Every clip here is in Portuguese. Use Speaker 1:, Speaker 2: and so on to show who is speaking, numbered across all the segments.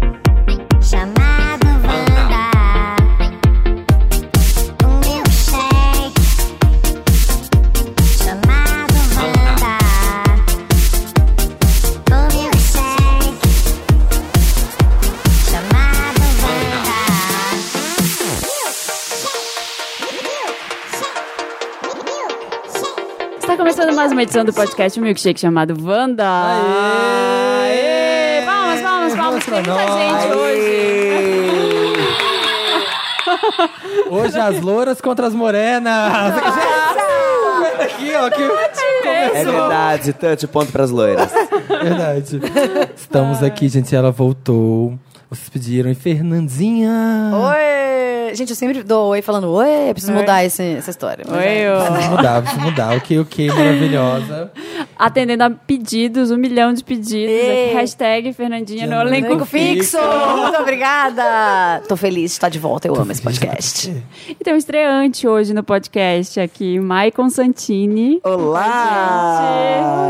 Speaker 1: um Um
Speaker 2: Está começando mais uma edição do podcast Milkshake chamado Wanda.
Speaker 3: Aê!
Speaker 2: Aê! Palmas, palmas, palmas.
Speaker 3: Palmas pra
Speaker 2: Tem muita
Speaker 3: nós.
Speaker 2: gente hoje.
Speaker 3: Hoje as louras contra as morenas. Gente, aqui, ó, que
Speaker 4: É verdade, Tante, ponto pras loiras.
Speaker 3: verdade. Estamos aqui, gente, ela voltou. Vocês pediram, e Fernandinha.
Speaker 5: Oi! Ah. Gente, eu sempre dou oi falando oi, eu preciso mudar esse- essa história. mas
Speaker 2: Oi,
Speaker 5: é.
Speaker 3: Vamos
Speaker 2: ô.
Speaker 3: mudar, vamos mudar. Ok, ok, maravilhosa.
Speaker 2: Atendendo a pedidos, um milhão de pedidos.
Speaker 5: Ei.
Speaker 2: Hashtag Fernandinha no
Speaker 3: Fernanda.
Speaker 2: elenco
Speaker 5: Elenco fixo!
Speaker 3: fixo.
Speaker 5: Muito obrigada! Tô feliz de estar de volta, eu amo esse podcast.
Speaker 2: E tem um estreante hoje no podcast aqui, Maicon Santini.
Speaker 4: Olá!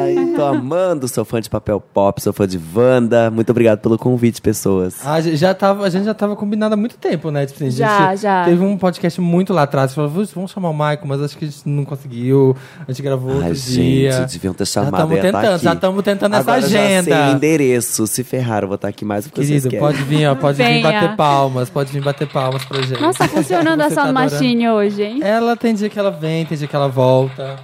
Speaker 4: Ai, tô amando, sou fã de papel pop, sou fã de Wanda. Muito obrigado pelo convite, pessoas.
Speaker 3: Ah, A gente já tava, a gente já tava combinado há muito tempo, né? Tipo, assim, a gente
Speaker 2: Já, já.
Speaker 3: Teve um podcast muito lá atrás, falou, "Vamos- vamos chamar o Maicon, mas acho que a gente não conseguiu. A gente gravou outro
Speaker 4: Ai,
Speaker 3: dia.
Speaker 4: gente, deviam ter
Speaker 3: Já
Speaker 4: chamado
Speaker 3: estamos
Speaker 4: ia tá
Speaker 3: tentando,
Speaker 4: aqui.
Speaker 3: já estamos tentando essa
Speaker 4: Agora
Speaker 3: agenda.
Speaker 4: Já sei o endereço, se ferraram, vou estar aqui mais do que vocês
Speaker 3: Querido,
Speaker 4: querem.
Speaker 3: pode vir, ó, pode vir
Speaker 2: Venha.
Speaker 3: bater palmas, pode vir bater palmas pra gente.
Speaker 2: Nossa, tá funcionando a
Speaker 3: Você tá
Speaker 2: Sound
Speaker 3: adorando.
Speaker 2: Machine hoje, hein?
Speaker 3: Ela tem dia que ela vem, tem dia que ela volta.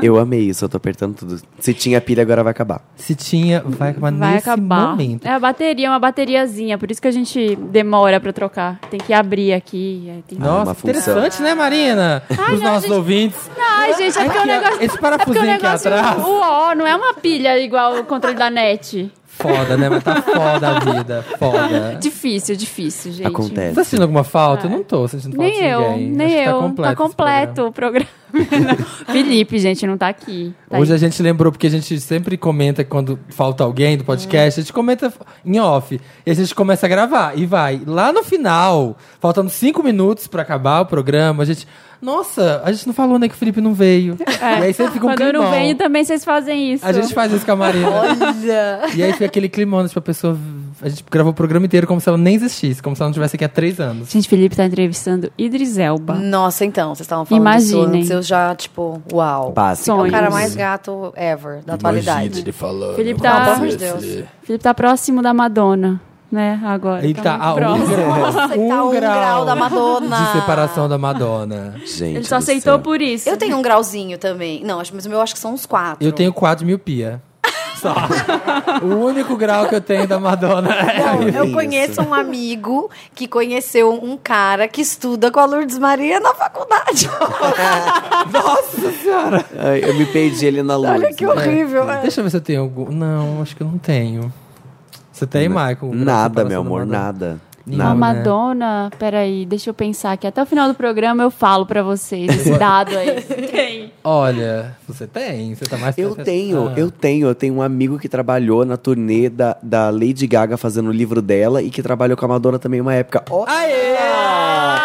Speaker 4: Eu amei isso, eu tô apertando tudo. Se tinha pilha, agora vai acabar.
Speaker 3: Se tinha, vai acabar
Speaker 2: Vai
Speaker 3: É nesse
Speaker 2: acabar.
Speaker 3: momento.
Speaker 2: É a bateria, é uma bateriazinha, por isso que a gente demora pra trocar. Tem que abrir aqui. aí tem-
Speaker 3: Nossa,
Speaker 4: uma função.
Speaker 3: interessante, né, Marina? Os
Speaker 2: Ah, não,
Speaker 3: nossos
Speaker 2: gente-
Speaker 3: ouvintes.
Speaker 2: Ai, gente, é porque o
Speaker 3: Aqui, ó,
Speaker 2: negócio.
Speaker 3: esse
Speaker 2: é porque o
Speaker 3: parafusinho aqui
Speaker 2: negócio.
Speaker 3: atrás.
Speaker 2: O ó, não é uma pilha igual o controle da net.
Speaker 3: Foda, né? Mas tá foda a vida, foda.
Speaker 2: Difícil, difícil, gente.
Speaker 3: Você
Speaker 4: Acontece.
Speaker 3: tá sentindo alguma falta? Eu não tô sentindo falta
Speaker 2: Nem
Speaker 3: de
Speaker 2: eu,
Speaker 3: ninguém.
Speaker 2: nem
Speaker 3: Acho que
Speaker 2: eu.
Speaker 3: Tá completo. esse
Speaker 2: o programa. Não. Felipe, gente, não tá aqui. Tá
Speaker 3: Hoje
Speaker 2: aí.
Speaker 3: a gente lembrou, porque a gente sempre comenta quando falta alguém do podcast, a gente comenta em off. E a gente começa a gravar e vai. Lá no final, faltando cinco minutos pra acabar o programa, a gente. Nossa, a gente não falou, né, que o Felipe não veio. E aí sempre fica um
Speaker 2: É. Quando eu não
Speaker 3: climão.
Speaker 2: venho, também vocês fazem isso.
Speaker 3: A gente faz isso com a Marina.
Speaker 5: Olha!
Speaker 3: E aí fica aquele climão, tipo, a pessoa. A gente gravou o programa inteiro como se ela nem existisse, como se ela não estivesse aqui há três anos.
Speaker 2: Gente, Felipe tá entrevistando Idris Elba.
Speaker 3: Hum.
Speaker 5: Nossa, então, vocês estavam falando
Speaker 2: Imaginem.
Speaker 5: disso antes, eu já, tipo,
Speaker 3: é
Speaker 5: uau.
Speaker 4: Básico.
Speaker 2: Sonho.
Speaker 5: O cara mais gato ever, da atualidade.
Speaker 6: falando.
Speaker 2: Felipe
Speaker 3: Ah,
Speaker 6: com
Speaker 2: tá-
Speaker 6: você,
Speaker 2: Pelo amor
Speaker 5: de Deus.
Speaker 6: Felipe.
Speaker 2: Felipe tá próximo da Madonna, né? Agora.
Speaker 3: Ele tá
Speaker 2: muito
Speaker 3: a um
Speaker 2: próximo.
Speaker 3: grau,
Speaker 5: Nossa,
Speaker 3: um
Speaker 5: ele tá a
Speaker 3: grau
Speaker 5: um grau da Madonna.
Speaker 3: de separação da Madonna.
Speaker 4: Gente,
Speaker 2: Ele só
Speaker 4: do
Speaker 2: aceitou
Speaker 4: céu.
Speaker 2: por isso.
Speaker 5: Eu tenho um grauzinho também. Não, acho- mas o meu acho que são uns quatro.
Speaker 3: Eu tenho quatro miopia. Só. o único grau que eu tenho da Madonna é.
Speaker 5: Não, eu
Speaker 4: Isso.
Speaker 5: conheço um amigo que conheceu um cara que estuda com a Lourdes Maria na faculdade.
Speaker 3: Nossa senhora!
Speaker 4: Ai, eu me perdi ele na luz. né?
Speaker 5: Olha que horrível. é.
Speaker 3: Deixa eu ver se eu tenho algum. Não, acho que eu não tenho. Você tem, Michael?
Speaker 4: Nada, meu amor, nada.
Speaker 3: Não,
Speaker 4: Nada.
Speaker 2: a
Speaker 3: né?
Speaker 2: Madonna, peraí, deixa eu pensar que até o final do programa eu falo pra vocês esse dado aí. Tem.
Speaker 3: Olha, você tem. Você tá mais
Speaker 4: Eu
Speaker 3: perto-
Speaker 4: tenho,
Speaker 3: Ah.
Speaker 4: eu tenho, eu tenho um amigo que trabalhou na turnê da, da Lady Gaga fazendo o livro dela e que trabalhou com a Madonna também uma época. Ó,
Speaker 3: Aê!
Speaker 4: Ah!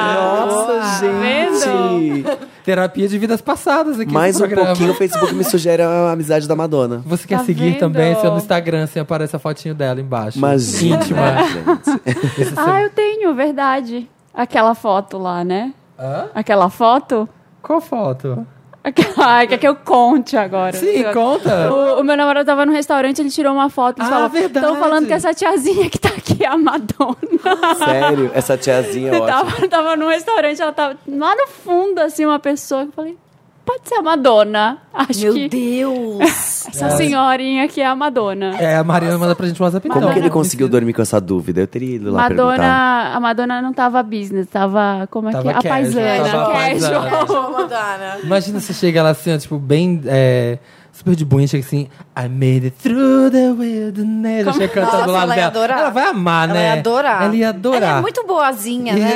Speaker 3: Ah,
Speaker 4: nossa,
Speaker 3: tá
Speaker 4: gente!
Speaker 3: Terapia de vidas passadas aqui
Speaker 4: Mais
Speaker 3: no
Speaker 4: um
Speaker 3: programa.
Speaker 4: pouquinho o Facebook me sugere a amizade da Madonna.
Speaker 3: Você quer
Speaker 2: Tá
Speaker 3: seguir
Speaker 2: vendo?
Speaker 3: também, seu no Instagram, assim, aparece a fotinho dela embaixo.
Speaker 4: Imagina,
Speaker 3: Íntima.
Speaker 4: né, gente?
Speaker 3: Esse seu-
Speaker 2: Ah, eu tenho, verdade. Aquela foto lá, né?
Speaker 3: Hã?
Speaker 2: Aquela foto?
Speaker 3: Qual foto?
Speaker 2: Aquela, ai, quer que eu conte agora?
Speaker 3: Sim,
Speaker 2: Eu-
Speaker 3: conta.
Speaker 2: O, o meu namorado tava num restaurante, ele tirou uma foto e
Speaker 3: Ah,
Speaker 2: falou:
Speaker 3: verdade. Ah,
Speaker 2: Estão falando que essa tiazinha que tá aqui é a Madonna.
Speaker 4: Sério, essa tiazinha é
Speaker 2: Eu
Speaker 4: ótima.
Speaker 2: tava, tava num restaurante, ela tava lá no fundo, assim, uma pessoa que eu falei: Pode ser a Madonna. Acho
Speaker 5: Meu
Speaker 2: que
Speaker 5: Deus!
Speaker 2: essa senhorinha aqui é a Madonna.
Speaker 3: É, a Marina manda pra gente um WhatsApp
Speaker 4: Como
Speaker 3: então.
Speaker 4: que ele conseguiu dormir com essa dúvida? Eu teria ido lá perguntar.
Speaker 2: Madonna, a Madonna não tava business, tava como é
Speaker 3: Tava
Speaker 2: que é? A
Speaker 3: casual,
Speaker 2: paisana,
Speaker 3: tava
Speaker 2: casual.
Speaker 3: paisana.
Speaker 5: né?
Speaker 3: Imagina você chega lá assim, ó, tipo, bem. é, super de boinha, chega assim. I made it through the wilderness. Já chega cantando do
Speaker 5: Nossa,
Speaker 3: lado
Speaker 5: ela ia
Speaker 3: dela.
Speaker 5: adorar.
Speaker 3: Ela vai amar,
Speaker 5: Ela
Speaker 3: né?
Speaker 5: ia adorar.
Speaker 3: Ela ia adorar. é
Speaker 5: Ela é muito boazinha, né?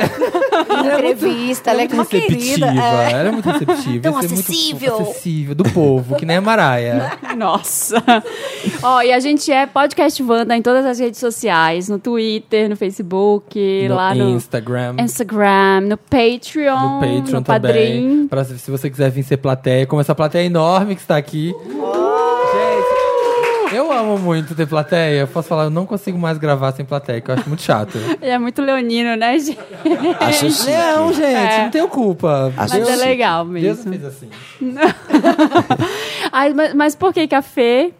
Speaker 5: Entrevista, ela é
Speaker 3: muito
Speaker 5: uma
Speaker 3: receptiva.
Speaker 5: querida. É.
Speaker 3: Ela é muito receptiva.
Speaker 5: Tão
Speaker 3: Ia ser muito
Speaker 5: acessível.
Speaker 3: acessível, do povo, que nem a Maraia.
Speaker 2: Nossa. Ó, e a gente é Podcast Wanda em todas as redes sociais, no Twitter, no Facebook,
Speaker 3: no
Speaker 2: lá no
Speaker 3: Instagram.
Speaker 5: É
Speaker 2: Instagram, no Patreon,
Speaker 3: No
Speaker 2: no,
Speaker 3: Patreon também.
Speaker 2: Padrim.
Speaker 3: Pra, se se você quiser vir ser plateia, como essa plateia enorme que está aqui. Gente, eu amo muito ter plateia. Eu posso falar, eu não consigo mais gravar sem plateia, que eu acho muito chato.
Speaker 2: Ele é muito leonino, né, gente?
Speaker 4: Acho chique.
Speaker 3: Não, gente,
Speaker 2: É.
Speaker 3: não tenho culpa.
Speaker 4: Acho
Speaker 2: Mas
Speaker 4: Deus-
Speaker 2: é legal mesmo.
Speaker 3: Deus fez assim.
Speaker 2: Ai, mas, mas por que que a Fê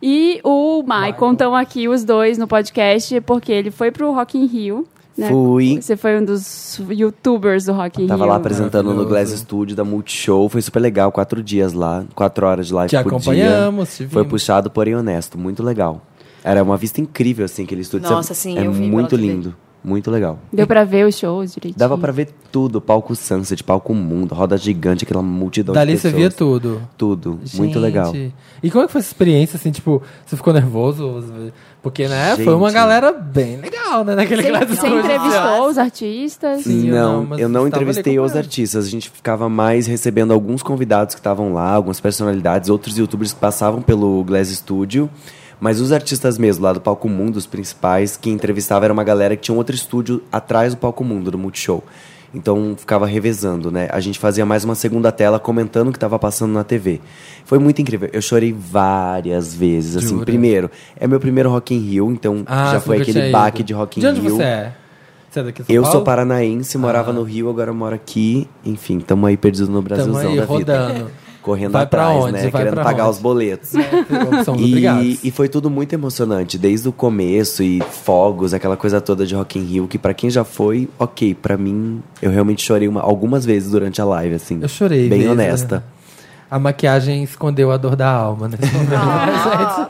Speaker 2: e o Maicon estão aqui, os dois, no podcast? Porque ele foi pro Rock in Rio. né?
Speaker 4: Fui.
Speaker 2: Você foi um dos youtubers do Rock in
Speaker 4: Tava
Speaker 2: Rio.
Speaker 4: lá apresentando no Glass
Speaker 3: Maravilhoso.
Speaker 4: Studio da Multishow. Foi super legal, quatro dias lá, quatro horas de live
Speaker 3: Te
Speaker 4: por
Speaker 3: acompanhamos, te
Speaker 4: dia. Foi
Speaker 3: vimos.
Speaker 4: puxado, porém honesto. Muito legal. Era uma vista incrível, assim, aquele estúdio.
Speaker 5: Nossa,
Speaker 4: Você-
Speaker 5: sim,
Speaker 4: É
Speaker 5: eu vi pela
Speaker 4: muito
Speaker 5: TV.
Speaker 4: lindo. Muito legal.
Speaker 2: Deu pra ver os shows direitinho.
Speaker 4: Dava pra ver tudo. Palco Sunset, palco Mundo, roda gigante, aquela multidão
Speaker 3: Dali
Speaker 4: de
Speaker 3: você
Speaker 4: pessoas.
Speaker 3: via tudo.
Speaker 4: Tudo. Muito legal.
Speaker 3: Gente, E como é que foi essa experiência, assim, tipo, você ficou nervoso? Porque, né, foi uma
Speaker 4: Gente.
Speaker 3: galera bem legal, né, naquele
Speaker 2: Você,
Speaker 3: Glass
Speaker 2: você
Speaker 3: Studio.
Speaker 2: entrevistou os artistas?
Speaker 3: Sim, eu não,
Speaker 4: não,
Speaker 3: mas
Speaker 4: eu não
Speaker 3: estava ali
Speaker 4: entrevistei os
Speaker 3: acompanhando.
Speaker 4: artistas. A gente ficava mais recebendo alguns convidados que estavam lá, algumas personalidades, outros youtubers que passavam pelo Glass Studio. Mas os artistas mesmo, lá do Palco Mundo, os principais, que entrevistava era uma galera que tinha um outro estúdio atrás do Palco Mundo, do Multishow. Então ficava revezando, né? A gente fazia mais uma segunda tela comentando o que estava passando na TV. Foi muito incrível. Eu chorei várias vezes, assim.
Speaker 3: Jura?
Speaker 4: Primeiro, é meu primeiro Rock in Rio, então
Speaker 3: Ah,
Speaker 4: já
Speaker 3: você
Speaker 4: foi
Speaker 3: nunca tinha
Speaker 4: aquele
Speaker 3: ido.
Speaker 4: baque de Rock in
Speaker 3: De onde
Speaker 4: Rio.
Speaker 3: você é? Você é daqui de São
Speaker 4: Eu
Speaker 3: Paulo? Ah.
Speaker 4: sou paranaense, morava no Rio, agora moro aqui. Enfim, tamo aí perdido no
Speaker 3: Tamo
Speaker 4: Brasilzão
Speaker 3: aí,
Speaker 4: da vida.
Speaker 3: rodando.
Speaker 4: Correndo
Speaker 3: Vai pra
Speaker 4: atrás,
Speaker 3: onde?
Speaker 4: né?
Speaker 3: Vai
Speaker 4: Querendo
Speaker 3: pra
Speaker 4: pagar
Speaker 3: onde?
Speaker 4: os boletos.
Speaker 3: É, Opção dos
Speaker 4: E,
Speaker 3: Obrigados.
Speaker 4: e foi tudo muito emocionante, desde o começo e fogos, aquela coisa toda de Rock in Rio, que pra quem já foi, ok, pra mim, eu realmente chorei uma- algumas vezes durante a live, assim.
Speaker 3: Eu chorei.
Speaker 4: Bem
Speaker 3: mesmo.
Speaker 4: honesta.
Speaker 3: A maquiagem escondeu a dor da alma, né?
Speaker 5: Ah.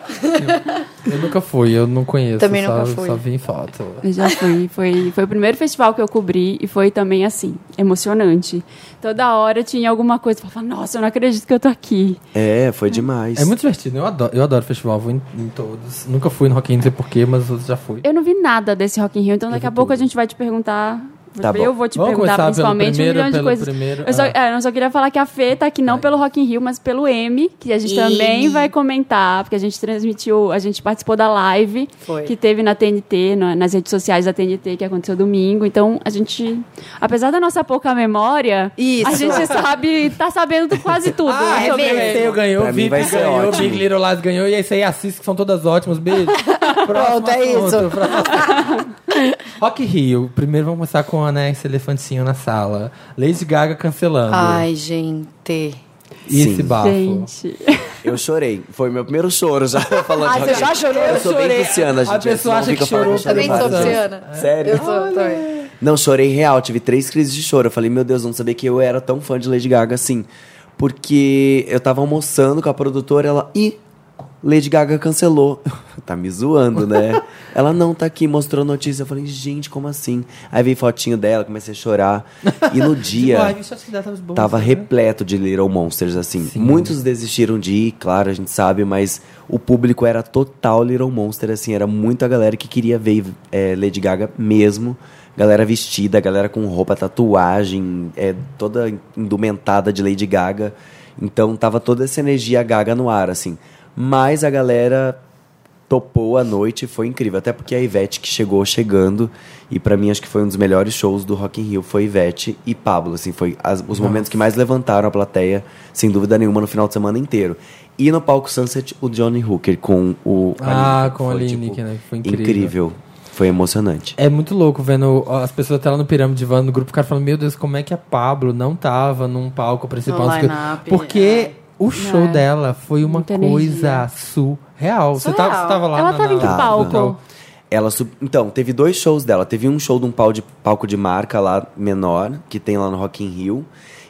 Speaker 3: eu nunca fui, eu não conheço.
Speaker 5: Também
Speaker 3: só,
Speaker 5: nunca fui.
Speaker 3: Só vi em foto.
Speaker 2: Eu já fui. Foi, foi o primeiro festival que eu cobri e foi também assim, emocionante. Toda hora tinha alguma coisa pra falar, nossa, eu não acredito que eu tô aqui.
Speaker 4: É, foi demais.
Speaker 3: É muito divertido, eu adoro, eu adoro festival, vou em, em todos. Nunca fui no Rock in Rio, não sei porquê, mas os outros já fui.
Speaker 2: Eu não vi nada desse Rock in Rio, então daqui a pouco a gente vai te perguntar.
Speaker 4: Tá bom.
Speaker 2: eu vou te
Speaker 3: Vamos
Speaker 2: perguntar
Speaker 3: começar pelo
Speaker 2: principalmente
Speaker 3: primeiro,
Speaker 2: um milhão de
Speaker 3: pelo
Speaker 2: coisas.
Speaker 3: primeiro,
Speaker 2: eu, só,
Speaker 3: ah.
Speaker 2: é, eu só queria falar que a Fê tá aqui não pelo Rock in Rio, mas pelo M, que a gente também vai comentar, porque a gente transmitiu, a gente participou da live
Speaker 5: Foi.
Speaker 2: que teve na TNT, na- nas redes sociais da TNT, que aconteceu domingo. Então, a gente, apesar da nossa pouca memória,
Speaker 5: Isso.
Speaker 2: a gente sabe, tá sabendo do quase tudo.
Speaker 3: Ah,
Speaker 2: sobre
Speaker 5: é mesmo.
Speaker 2: ele.
Speaker 3: Revesteu ganhou,
Speaker 4: Pra mim
Speaker 3: VIP
Speaker 4: vai ser
Speaker 3: ganhou,
Speaker 4: ótimo.
Speaker 3: Big Little Lies ganhou, e esse aí assiste, que são todas ótimas, beijo.
Speaker 5: Pronto, é isso.
Speaker 3: assunto, próximo- Rock in Rio, primeiro vamos começar com a Anessa Elefantinho na sala. Lady Gaga cancelando.
Speaker 5: Ai, gente.
Speaker 3: e esse
Speaker 4: sim.
Speaker 3: bafo.
Speaker 2: Gente.
Speaker 4: Eu chorei. Foi meu primeiro choro já falando
Speaker 5: Ai,
Speaker 4: de
Speaker 5: Ah,
Speaker 4: Rock in
Speaker 5: você já
Speaker 4: Rio.
Speaker 5: chorou?
Speaker 4: Eu sou bem
Speaker 5: chorei.
Speaker 4: Luciana, gente.
Speaker 3: A pessoa
Speaker 4: não
Speaker 3: acha
Speaker 4: fica
Speaker 3: que
Speaker 4: falando,
Speaker 3: chorou,
Speaker 4: eu chorei
Speaker 5: Também sou
Speaker 4: várias vezes.
Speaker 5: Luciana.
Speaker 4: Sério?
Speaker 5: Eu sou, também.
Speaker 4: Não, chorei real, tive três crises de choro. Eu falei, meu Deus, não sabia que eu era tão fã de Lady Gaga assim. Porque eu tava almoçando com a produtora, ela. Ih, Lady Gaga cancelou. tá me zoando, né? ela não tá aqui, mostrou a notícia. Eu falei, gente, como assim? Aí veio fotinho dela, comecei a chorar. E no dia.
Speaker 3: Tipo, ai, deixa eu te dar, tá bom,
Speaker 4: Tava
Speaker 3: né?
Speaker 4: repleto de Little Monsters, assim.
Speaker 3: Sim.
Speaker 4: Muitos desistiram de ir, claro, a gente sabe, mas o público era total Little Monster, assim. Era muita galera que queria ver é, Lady Gaga mesmo. Galera vestida, galera com roupa, tatuagem, é, toda indumentada de Lady Gaga. Então tava toda essa energia gaga no ar, assim. Mas a galera topou a noite, foi incrível. Até porque a Ivete que chegou chegando, e pra mim acho que foi um dos melhores shows do Rock in Rio, foi Ivete e Pablo, assim, foi as- os momentos que mais levantaram a plateia, sem dúvida nenhuma, no final de semana inteiro. E no palco Sunset, o Johnny Hooker com o
Speaker 3: Ah,
Speaker 4: Alineker,
Speaker 3: com o
Speaker 4: foi, tipo,
Speaker 3: Alineker, né? Foi incrível.
Speaker 4: Foi emocionante.
Speaker 3: É muito louco vendo as pessoas até lá no Pirâmide Van, no grupo, o cara falando, meu Deus, como é que a Pablo não tava num palco principal?
Speaker 5: No
Speaker 3: não sei o quê?"
Speaker 5: line-up,
Speaker 3: Porque o show
Speaker 2: É.
Speaker 3: dela foi uma
Speaker 2: Muita
Speaker 3: coisa surreal. Você tava,
Speaker 5: Surreal.
Speaker 3: você tava lá
Speaker 2: Ela
Speaker 3: na,
Speaker 2: tava em que
Speaker 3: na-
Speaker 2: palco?
Speaker 3: na-
Speaker 4: Ela sub- Então, teve dois shows dela. Teve um show de um pau de- palco de marca lá menor, que tem lá no Rock in Rio.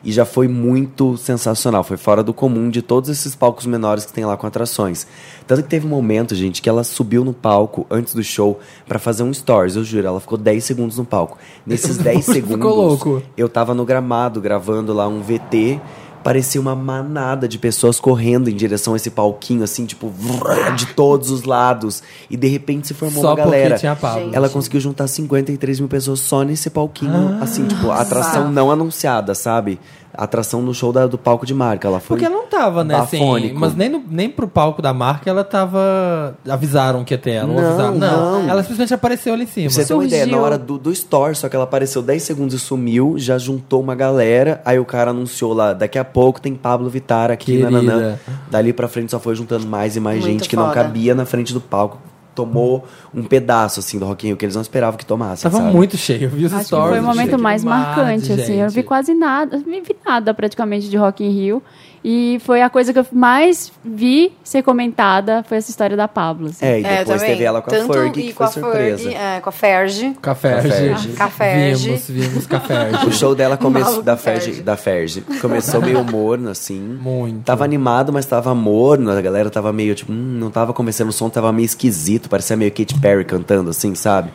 Speaker 4: E já foi muito sensacional. Foi fora do comum de todos esses palcos menores que tem lá com atrações. Tanto que teve um momento, gente, que ela subiu no palco antes do show pra fazer um stories. Eu juro, ela ficou 10 segundos no palco. Nesses 10
Speaker 3: Ficou
Speaker 4: segundos,
Speaker 3: louco.
Speaker 4: eu tava no gramado gravando lá um VT. Parecia uma manada de pessoas correndo em direção a esse palquinho, assim, tipo, vrrr, de todos os lados. E de repente se formou
Speaker 3: Só
Speaker 4: uma galera.
Speaker 3: porque tinha a Pablo.
Speaker 4: Ela conseguiu juntar 53 mil pessoas só nesse palquinho, assim, tipo, atração não anunciada, sabe? Atração no show da- do palco de marca. Ela foi.
Speaker 3: Porque ela não tava, né? Assim,
Speaker 4: Bafônico.
Speaker 3: mas nem, no, nem pro palco da marca ela tava. Avisaram que ia ter ela. ou
Speaker 4: Não,
Speaker 3: avisaram. não.
Speaker 4: não.
Speaker 3: Ela simplesmente apareceu ali em cima.
Speaker 4: Pra você ter uma ideia, na
Speaker 2: surgiu.
Speaker 4: hora do, do store, só que ela apareceu 10 segundos e sumiu, já juntou uma galera, aí o cara anunciou lá, daqui a pouco tem Pablo Vittar aqui,
Speaker 3: Querida.
Speaker 4: nananã. Dali pra frente só foi juntando mais e mais
Speaker 5: Muito
Speaker 4: gente que não
Speaker 5: foda.
Speaker 4: cabia na frente do palco. Tomou um pedaço, assim, do Roquinho, que eles não esperavam que tomasse,
Speaker 3: Tava
Speaker 4: sabe?
Speaker 3: muito cheio, eu vi os
Speaker 2: Acho que
Speaker 3: stories.
Speaker 2: foi o momento
Speaker 3: cheio.
Speaker 2: mais
Speaker 3: Demais,
Speaker 2: marcante, assim. Eu não vi
Speaker 3: gente.
Speaker 2: quase nada, eu não vi nada praticamente de Rock in Rio. E E foi a coisa que eu mais vi ser comentada, foi essa história da Pablo. assim.
Speaker 4: É, e
Speaker 5: É,
Speaker 4: depois
Speaker 5: também.
Speaker 4: teve ela com a
Speaker 5: Tanto
Speaker 4: Ferg,
Speaker 5: e
Speaker 4: que foi
Speaker 5: com a
Speaker 4: surpresa.
Speaker 5: Ferg, é, com a Ferg.
Speaker 3: Café,
Speaker 4: Caferge.
Speaker 3: gente.
Speaker 5: Caferge.
Speaker 3: Vimos, vimos Caferge.
Speaker 4: O show dela começou
Speaker 5: Maluco
Speaker 4: da
Speaker 5: de
Speaker 4: Ferg,
Speaker 5: Fergie.
Speaker 4: da Ferg. Começou meio morno, assim.
Speaker 3: Muito.
Speaker 4: Tava animado, mas tava morno. A galera tava meio, tipo, hum, não tava convencendo o som, tava meio esquisito. Parecia meio Katy Perry cantando, assim, sabe?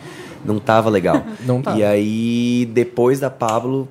Speaker 4: Não tava legal.
Speaker 3: Não tava.
Speaker 4: E aí, depois da Pablo,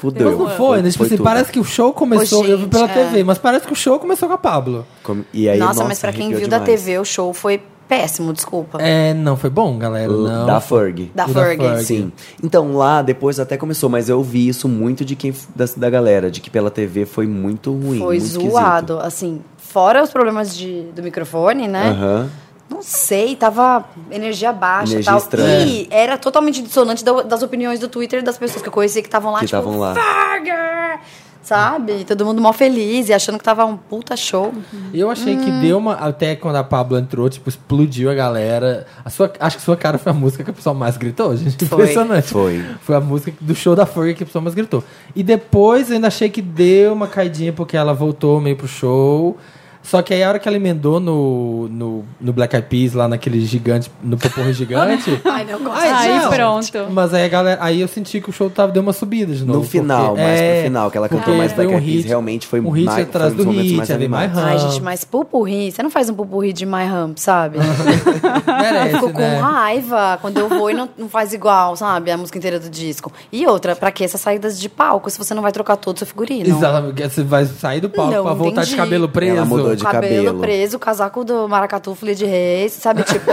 Speaker 4: fudeu.
Speaker 3: Mas não foi, né? Tipo assim,
Speaker 4: tudo.
Speaker 3: parece que o show começou. eu vi
Speaker 5: gente,
Speaker 3: pela
Speaker 5: é.
Speaker 3: TV, mas parece que o show começou com a Pablo.
Speaker 4: Com- E aí,
Speaker 5: nossa, mas pra quem viu
Speaker 4: arrepiou
Speaker 5: da
Speaker 4: demais.
Speaker 5: TV, o show foi péssimo, desculpa.
Speaker 3: É, não foi bom, galera. Não.
Speaker 4: Da Ferg.
Speaker 5: Da
Speaker 3: o da
Speaker 5: Ferg.
Speaker 3: Ferg.
Speaker 4: Sim. Então, lá depois até começou, mas eu vi isso muito de quem da, da galera, de que pela TV foi muito ruim.
Speaker 5: Foi
Speaker 4: muito esquisito.
Speaker 5: zoado. Assim, fora os problemas de, do microfone, né?
Speaker 4: Aham.
Speaker 5: Não sei, tava energia baixa e
Speaker 4: Energia
Speaker 5: tal.
Speaker 4: estranha.
Speaker 5: E era totalmente dissonante da- das opiniões do Twitter das pessoas que eu conheci que estavam lá,
Speaker 4: Que
Speaker 5: tipo,
Speaker 4: estavam lá.
Speaker 5: "Farga!" Sabe? Todo mundo mó feliz e achando que tava um puta show.
Speaker 3: Eu achei que
Speaker 5: Hum.
Speaker 3: deu uma. Até quando a Pablo entrou, tipo, explodiu a galera. A sua, acho que sua cara foi a música que a pessoa mais gritou, gente.
Speaker 5: Foi.
Speaker 3: Impressionante.
Speaker 4: Foi.
Speaker 3: Foi a música do show da Ferg que a pessoa mais gritou. E depois eu ainda achei que deu uma caidinha porque ela voltou meio pro show. Só que aí a hora que ela emendou no, no, no Black Eyed Peas, lá naquele gigante, no poporro gigante.
Speaker 5: Ai, meu gosto.
Speaker 3: Ai,
Speaker 2: Aí
Speaker 3: não.
Speaker 2: pronto.
Speaker 3: Mas aí a galera. Aí eu senti que o show tava, deu uma subida de novo.
Speaker 4: No final,
Speaker 3: porque-
Speaker 4: mais
Speaker 3: é,
Speaker 4: pro final, que ela cantou
Speaker 3: porque
Speaker 4: mais
Speaker 3: foi
Speaker 4: Black Eyed Peas,
Speaker 3: hit,
Speaker 4: realmente foi
Speaker 3: um hit
Speaker 4: mais- foi
Speaker 3: atrás
Speaker 4: um dos
Speaker 3: do
Speaker 4: momentos
Speaker 3: hit,
Speaker 4: mais
Speaker 3: ali, mais
Speaker 4: animados.
Speaker 3: rápido.
Speaker 5: Ai, gente, mas pupurri, você não faz um pupurri de My Hump, sabe? Eu
Speaker 3: Merece,
Speaker 5: fico com um
Speaker 3: né?
Speaker 5: raiva quando eu vou e não, não faz igual, sabe? A música inteira do disco. E outra, pra que essas saídas de palco se você não vai trocar todo o seu figurino?
Speaker 3: Exatamente. Você vai sair do palco
Speaker 5: Não,
Speaker 3: pra voltar de
Speaker 5: entendi.
Speaker 3: cabelo preso.
Speaker 4: Ela mudou de
Speaker 5: cabelo,
Speaker 4: cabelo.
Speaker 5: preso, casaco do maracatu, filha de reis, sabe? Tipo,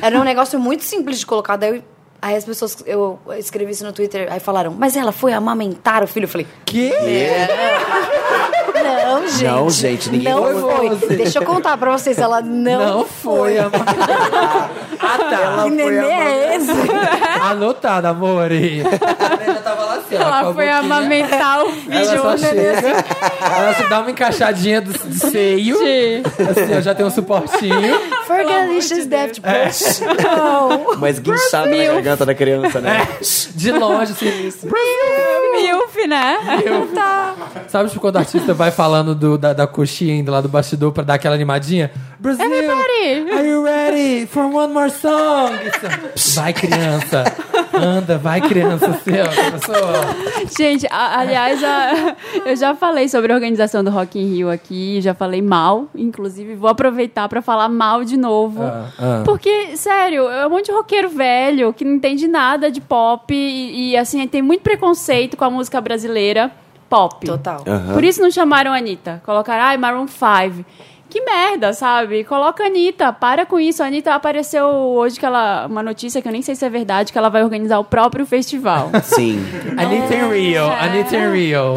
Speaker 5: era um negócio muito simples de colocar. Daí, aí as pessoas, eu escrevi isso no Twitter, aí falaram, mas ela foi amamentar o filho. Eu falei,
Speaker 3: Que?
Speaker 5: não, gente.
Speaker 4: Não, gente, ninguém
Speaker 5: não
Speaker 4: falou
Speaker 5: foi.
Speaker 3: isso.
Speaker 5: Deixa eu contar pra vocês, ela não,
Speaker 3: Não foi, amor.
Speaker 4: Ah, tá.
Speaker 5: Que nenê é esse?
Speaker 3: Anotado, amor. Ela tava lá assim, ó, com
Speaker 2: Ela
Speaker 3: a
Speaker 2: foi
Speaker 3: boquinha.
Speaker 2: amamentar o
Speaker 3: Ela
Speaker 2: filho.
Speaker 3: só
Speaker 2: o neném
Speaker 3: chega, ela se dá uma encaixadinha do, de seio,
Speaker 2: assim.
Speaker 3: assim, ó, já tem um suportinho.
Speaker 5: For Galicious Death Push. Não.
Speaker 3: Hum.
Speaker 4: Mas guinchado na
Speaker 2: Milf.
Speaker 4: garganta da criança, né?
Speaker 3: De longe, assim.
Speaker 2: Milf, né?
Speaker 3: Sabe tipo, quando o artista vai falando do- da, da coxinha indo lá do bastidor pra dar aquela animadinha? Brasil!
Speaker 2: Everybody.
Speaker 3: Are you ready for one more song? Isso. Vai, criança! Anda, vai, criança! Assim, ó, pessoa.
Speaker 2: Gente, a- aliás, a- eu já falei sobre a organização do Rock in Rio aqui, já falei mal, inclusive vou aproveitar pra falar mal de novo.
Speaker 3: Ah, ah.
Speaker 2: Porque, sério, é um monte de roqueiro velho que não entende nada de pop e, e, assim, tem muito preconceito com a música brasileira pop.
Speaker 5: Total.
Speaker 3: É.
Speaker 4: Aham.
Speaker 2: Por isso não chamaram a Anitta. Colocaram, ai, Maroon 5. Que merda, sabe? Coloca a Anitta, para com isso. A Anitta apareceu hoje que ela, uma notícia que eu nem sei se é verdade, que ela vai organizar o próprio festival.
Speaker 4: Sim.
Speaker 3: Anitta in Rio, Anitta in Rio.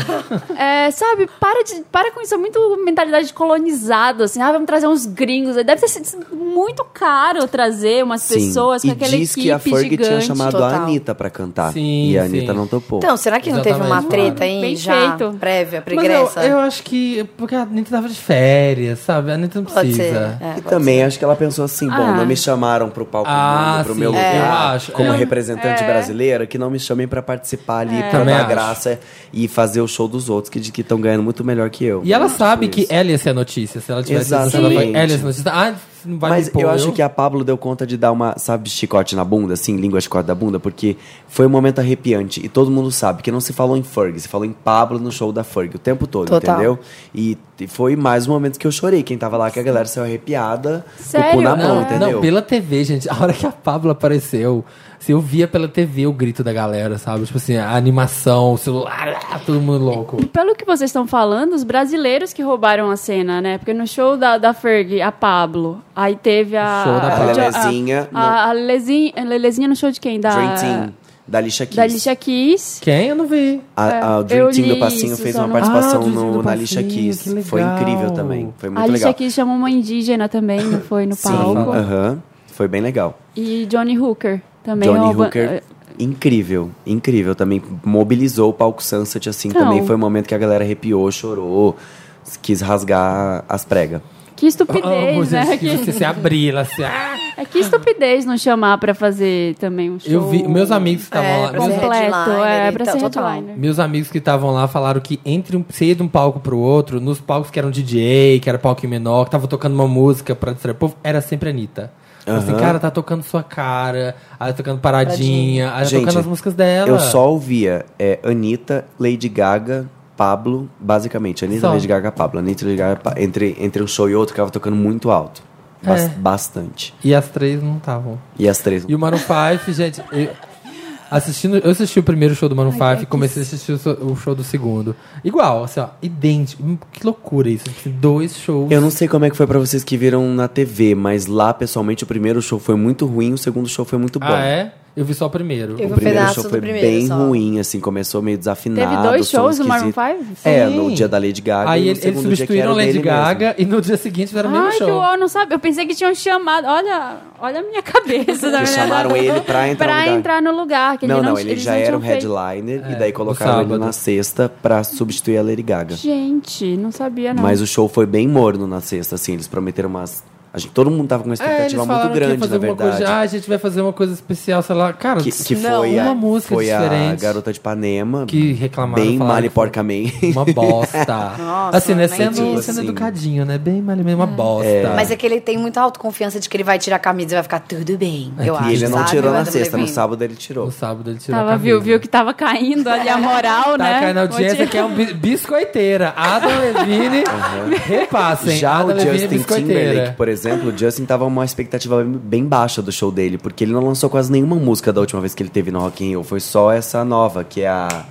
Speaker 2: É, sabe, para, de- para com isso, é muito mentalidade colonizada, assim, ah, vamos trazer uns gringos. Deve ter sido muito caro trazer umas
Speaker 4: Sim.
Speaker 2: pessoas
Speaker 4: e
Speaker 2: com aquela
Speaker 4: diz
Speaker 2: equipe
Speaker 4: que a Ferg
Speaker 2: gigante.
Speaker 4: tinha chamado a
Speaker 5: total.
Speaker 4: Anitta pra cantar.
Speaker 3: Sim,
Speaker 4: e a
Speaker 3: sim.
Speaker 4: Anitta não topou.
Speaker 5: Então, será que não teve uma
Speaker 3: Exatamente,
Speaker 5: treta
Speaker 3: claro.
Speaker 5: aí
Speaker 2: Bem
Speaker 5: já
Speaker 2: feito.
Speaker 5: prévia,
Speaker 3: Mas eu,
Speaker 5: pregressa?
Speaker 3: eu acho que. Porque a Anitta tava de férias, sabe? A Anitta não
Speaker 5: Pode ser.
Speaker 3: precisa.
Speaker 5: é,
Speaker 4: e
Speaker 5: pode
Speaker 4: também acho que ela pensou assim, bom,
Speaker 2: Ah.
Speaker 4: não me chamaram pro palco
Speaker 3: Ah,
Speaker 4: mundo, pro
Speaker 3: sim,
Speaker 4: meu
Speaker 3: eu
Speaker 4: lugar,
Speaker 3: acho,
Speaker 4: como
Speaker 3: é.
Speaker 4: representante
Speaker 2: É.
Speaker 4: brasileira, que não me chamem pra participar ali, pra
Speaker 3: Também
Speaker 4: dar
Speaker 3: acho.
Speaker 4: graça e fazer o show dos outros que estão ganhando muito melhor que eu.
Speaker 3: E ela
Speaker 4: Acho
Speaker 3: sabe
Speaker 4: isso.
Speaker 3: que ela ia ser a notícia. Se ela tivesse ela
Speaker 4: Exatamente.
Speaker 3: foi, ela ia ser a notícia. Ah, não vai
Speaker 4: Mas
Speaker 3: me pôr,
Speaker 4: eu acho que a Pablo deu conta de dar uma, sabe, chicote na bunda, assim, língua chicote da bunda, porque foi um momento arrepiante. E todo mundo sabe que não se falou em Ferg, se falou em Pablo no show da Ferg o tempo todo,
Speaker 5: Total.
Speaker 4: entendeu? E, e foi mais um momento que eu chorei. Quem tava lá, que a galera saiu arrepiada, com o cu
Speaker 2: Sério? Ah.
Speaker 4: na
Speaker 3: Não,
Speaker 4: mão,
Speaker 3: não,
Speaker 4: Ah, entendeu?
Speaker 3: pela TV, gente. A hora que a Pablo apareceu, assim, eu via pela TV o grito da galera, sabe? Tipo assim, a animação, o celular, ah, todo mundo louco.
Speaker 2: E pelo que vocês estão falando, os brasileiros que roubaram a cena, né? Porque no show da, da Ferg, a Pablo, aí teve a.
Speaker 3: O show da
Speaker 2: a-
Speaker 3: Pablo.
Speaker 2: a-
Speaker 4: Lelezinha no-
Speaker 2: A, a Lelezinha, a Lelezinha no show de quem? Da,
Speaker 4: Dream Team, da Lixa Kiss.
Speaker 2: ah, da Alicia Keys.
Speaker 3: Quem? Eu não vi.
Speaker 4: A, a
Speaker 2: É,
Speaker 4: Dream
Speaker 2: eu
Speaker 4: Team do
Speaker 2: li
Speaker 4: Passinho
Speaker 2: isso,
Speaker 4: fez
Speaker 2: só
Speaker 4: uma
Speaker 2: não-
Speaker 4: participação
Speaker 3: Ah, do Dream
Speaker 4: no,
Speaker 3: do
Speaker 4: na Lixa
Speaker 3: Passinho,
Speaker 4: Kiss.
Speaker 3: que
Speaker 4: Foi
Speaker 3: legal.
Speaker 4: incrível também. Foi é muito
Speaker 2: a Alicia
Speaker 4: legal.
Speaker 2: Keys chamou uma indígena também, não foi? No
Speaker 4: Sim,
Speaker 2: palco.
Speaker 4: aham. Foi bem legal.
Speaker 2: E Johnny Hooker também. é
Speaker 4: Johnny
Speaker 2: uma ba-
Speaker 4: Hooker, incrível, incrível. Também mobilizou o palco Sunset, assim,
Speaker 2: Então.
Speaker 4: também foi um momento que a galera arrepiou, chorou, quis rasgar as pregas.
Speaker 2: Que estupidez, né? Que,
Speaker 3: que Tipo assim, você se abrir, ela se... Ah!
Speaker 2: é que estupidez não chamar pra fazer também um show.
Speaker 3: Eu vi, meus amigos que estavam
Speaker 5: É,
Speaker 3: lá...
Speaker 5: pra ser
Speaker 2: Completo, é,
Speaker 5: headliner,
Speaker 2: pra
Speaker 5: então,
Speaker 2: ser
Speaker 5: total.
Speaker 2: headliner.
Speaker 3: Meus amigos que estavam lá falaram que entre um, você ia de um palco pro outro, nos palcos que eram DJ, que era palco menor, que tava tocando uma música pra distrair o povo, era sempre a Anitta. Então, Assim,
Speaker 4: Aham.
Speaker 3: cara, tá tocando sua cara, aí tá tocando paradinha, aí tá
Speaker 4: Gente,
Speaker 3: tocando as músicas dela.
Speaker 4: Eu só ouvia é, Anitta, Lady Gaga, Pablo, basicamente. Anitta,
Speaker 3: Só.
Speaker 4: Lady Gaga, Pablo. Anitta, Lady Gaga, Pa- entre, entre um show e outro, ficava tocando muito alto. Bas-
Speaker 3: É.
Speaker 4: Bastante.
Speaker 3: E as três não estavam.
Speaker 4: E as três.
Speaker 3: E o Maroon 5, gente, eu, assistindo, eu assisti o primeiro show do Maroon 5 e comecei a assistir o, so- o show do segundo. Igual, assim, ó, idêntico. Hum, Que loucura isso. assim, Dois shows.
Speaker 4: Eu não sei como é que foi pra vocês que viram na TV, mas lá, pessoalmente, o primeiro show foi muito ruim, o segundo show foi muito bom.
Speaker 3: Ah, é? Eu vi só o primeiro.
Speaker 5: Eu
Speaker 4: O
Speaker 5: vi um
Speaker 4: primeiro
Speaker 5: pedaço
Speaker 4: show
Speaker 5: do
Speaker 4: foi
Speaker 5: primeiro
Speaker 4: bem
Speaker 5: só.
Speaker 4: ruim, assim, começou meio desafinado.
Speaker 2: Teve dois
Speaker 4: som
Speaker 2: shows do Maroon
Speaker 4: esquisito.
Speaker 2: 5?
Speaker 4: É,
Speaker 3: Sim.
Speaker 4: no dia da Lady Gaga
Speaker 3: Aí
Speaker 4: e no
Speaker 3: ele- eles
Speaker 4: segundo dia que era
Speaker 3: substituíram
Speaker 4: o
Speaker 3: Lady
Speaker 4: dele
Speaker 3: Gaga
Speaker 4: mesmo.
Speaker 3: e no dia seguinte fizeram o
Speaker 2: Ai,
Speaker 3: mesmo
Speaker 2: que
Speaker 3: show.
Speaker 2: uau, não sabe. Eu pensei que tinham chamado. Olha, olha a minha cabeça. da
Speaker 4: Que
Speaker 2: verdade.
Speaker 4: chamaram ele pra entrar no
Speaker 2: Pra
Speaker 4: lugar.
Speaker 2: entrar no lugar. É Que
Speaker 4: Não,
Speaker 2: ele não,
Speaker 4: não, ele
Speaker 2: eles
Speaker 4: já
Speaker 2: não
Speaker 4: era um
Speaker 2: tinham feito.
Speaker 4: headliner e daí colocaram ele
Speaker 3: É, sábado.
Speaker 4: na sexta pra substituir a Lady Gaga.
Speaker 2: Gente, não sabia não.
Speaker 4: Mas o show foi bem morno na sexta, assim, eles prometeram umas. A gente, todo mundo tava com uma
Speaker 3: É, eles
Speaker 4: expectativa
Speaker 3: falaram
Speaker 4: muito
Speaker 3: que ia
Speaker 4: grande,
Speaker 3: fazer
Speaker 4: na
Speaker 3: alguma
Speaker 4: verdade.
Speaker 3: coisa. Ah, a gente vai fazer uma coisa especial, sei lá. Cara,
Speaker 4: que que
Speaker 3: não,
Speaker 4: foi
Speaker 3: uma
Speaker 4: a,
Speaker 3: música
Speaker 4: foi a
Speaker 3: diferente.
Speaker 4: garota de Ipanema.
Speaker 3: Que reclamaram,
Speaker 4: Bem
Speaker 3: falaram
Speaker 4: mal
Speaker 3: que
Speaker 4: e
Speaker 3: foi
Speaker 4: porcamente.
Speaker 3: Uma bosta.
Speaker 5: Nossa,
Speaker 3: assim, né?
Speaker 5: nem
Speaker 3: Sendo,
Speaker 4: disso.
Speaker 3: sendo
Speaker 4: Assim.
Speaker 3: educadinho, né? Bem mal mesmo, uma bosta.
Speaker 5: Mas é que ele tem muita autoconfiança de que ele vai tirar a camisa e vai ficar tudo bem.
Speaker 3: É
Speaker 5: Eu acho.
Speaker 4: E ele não
Speaker 5: sabe,
Speaker 4: tirou
Speaker 2: né,
Speaker 4: na
Speaker 5: Adam
Speaker 4: sexta, no
Speaker 5: Levine?
Speaker 4: sábado ele tirou.
Speaker 3: No sábado ele tirou a
Speaker 4: tá
Speaker 2: Tava,
Speaker 3: camisa.
Speaker 2: viu, viu que tava caindo ali a moral,
Speaker 3: Tá
Speaker 2: né?
Speaker 3: caindo a audiência
Speaker 2: Podia-
Speaker 3: que é um bi- biscoiteira. Adam Levine, repassem.
Speaker 4: Já
Speaker 3: Adam
Speaker 4: o
Speaker 3: Levine é
Speaker 4: Justin Timberlake,
Speaker 3: biscoiteira.
Speaker 4: por exemplo, o Justin tava uma expectativa bem baixa do show dele, porque ele não lançou quase nenhuma música da última vez que ele teve no Rock in Rio. Foi só essa nova, que é a,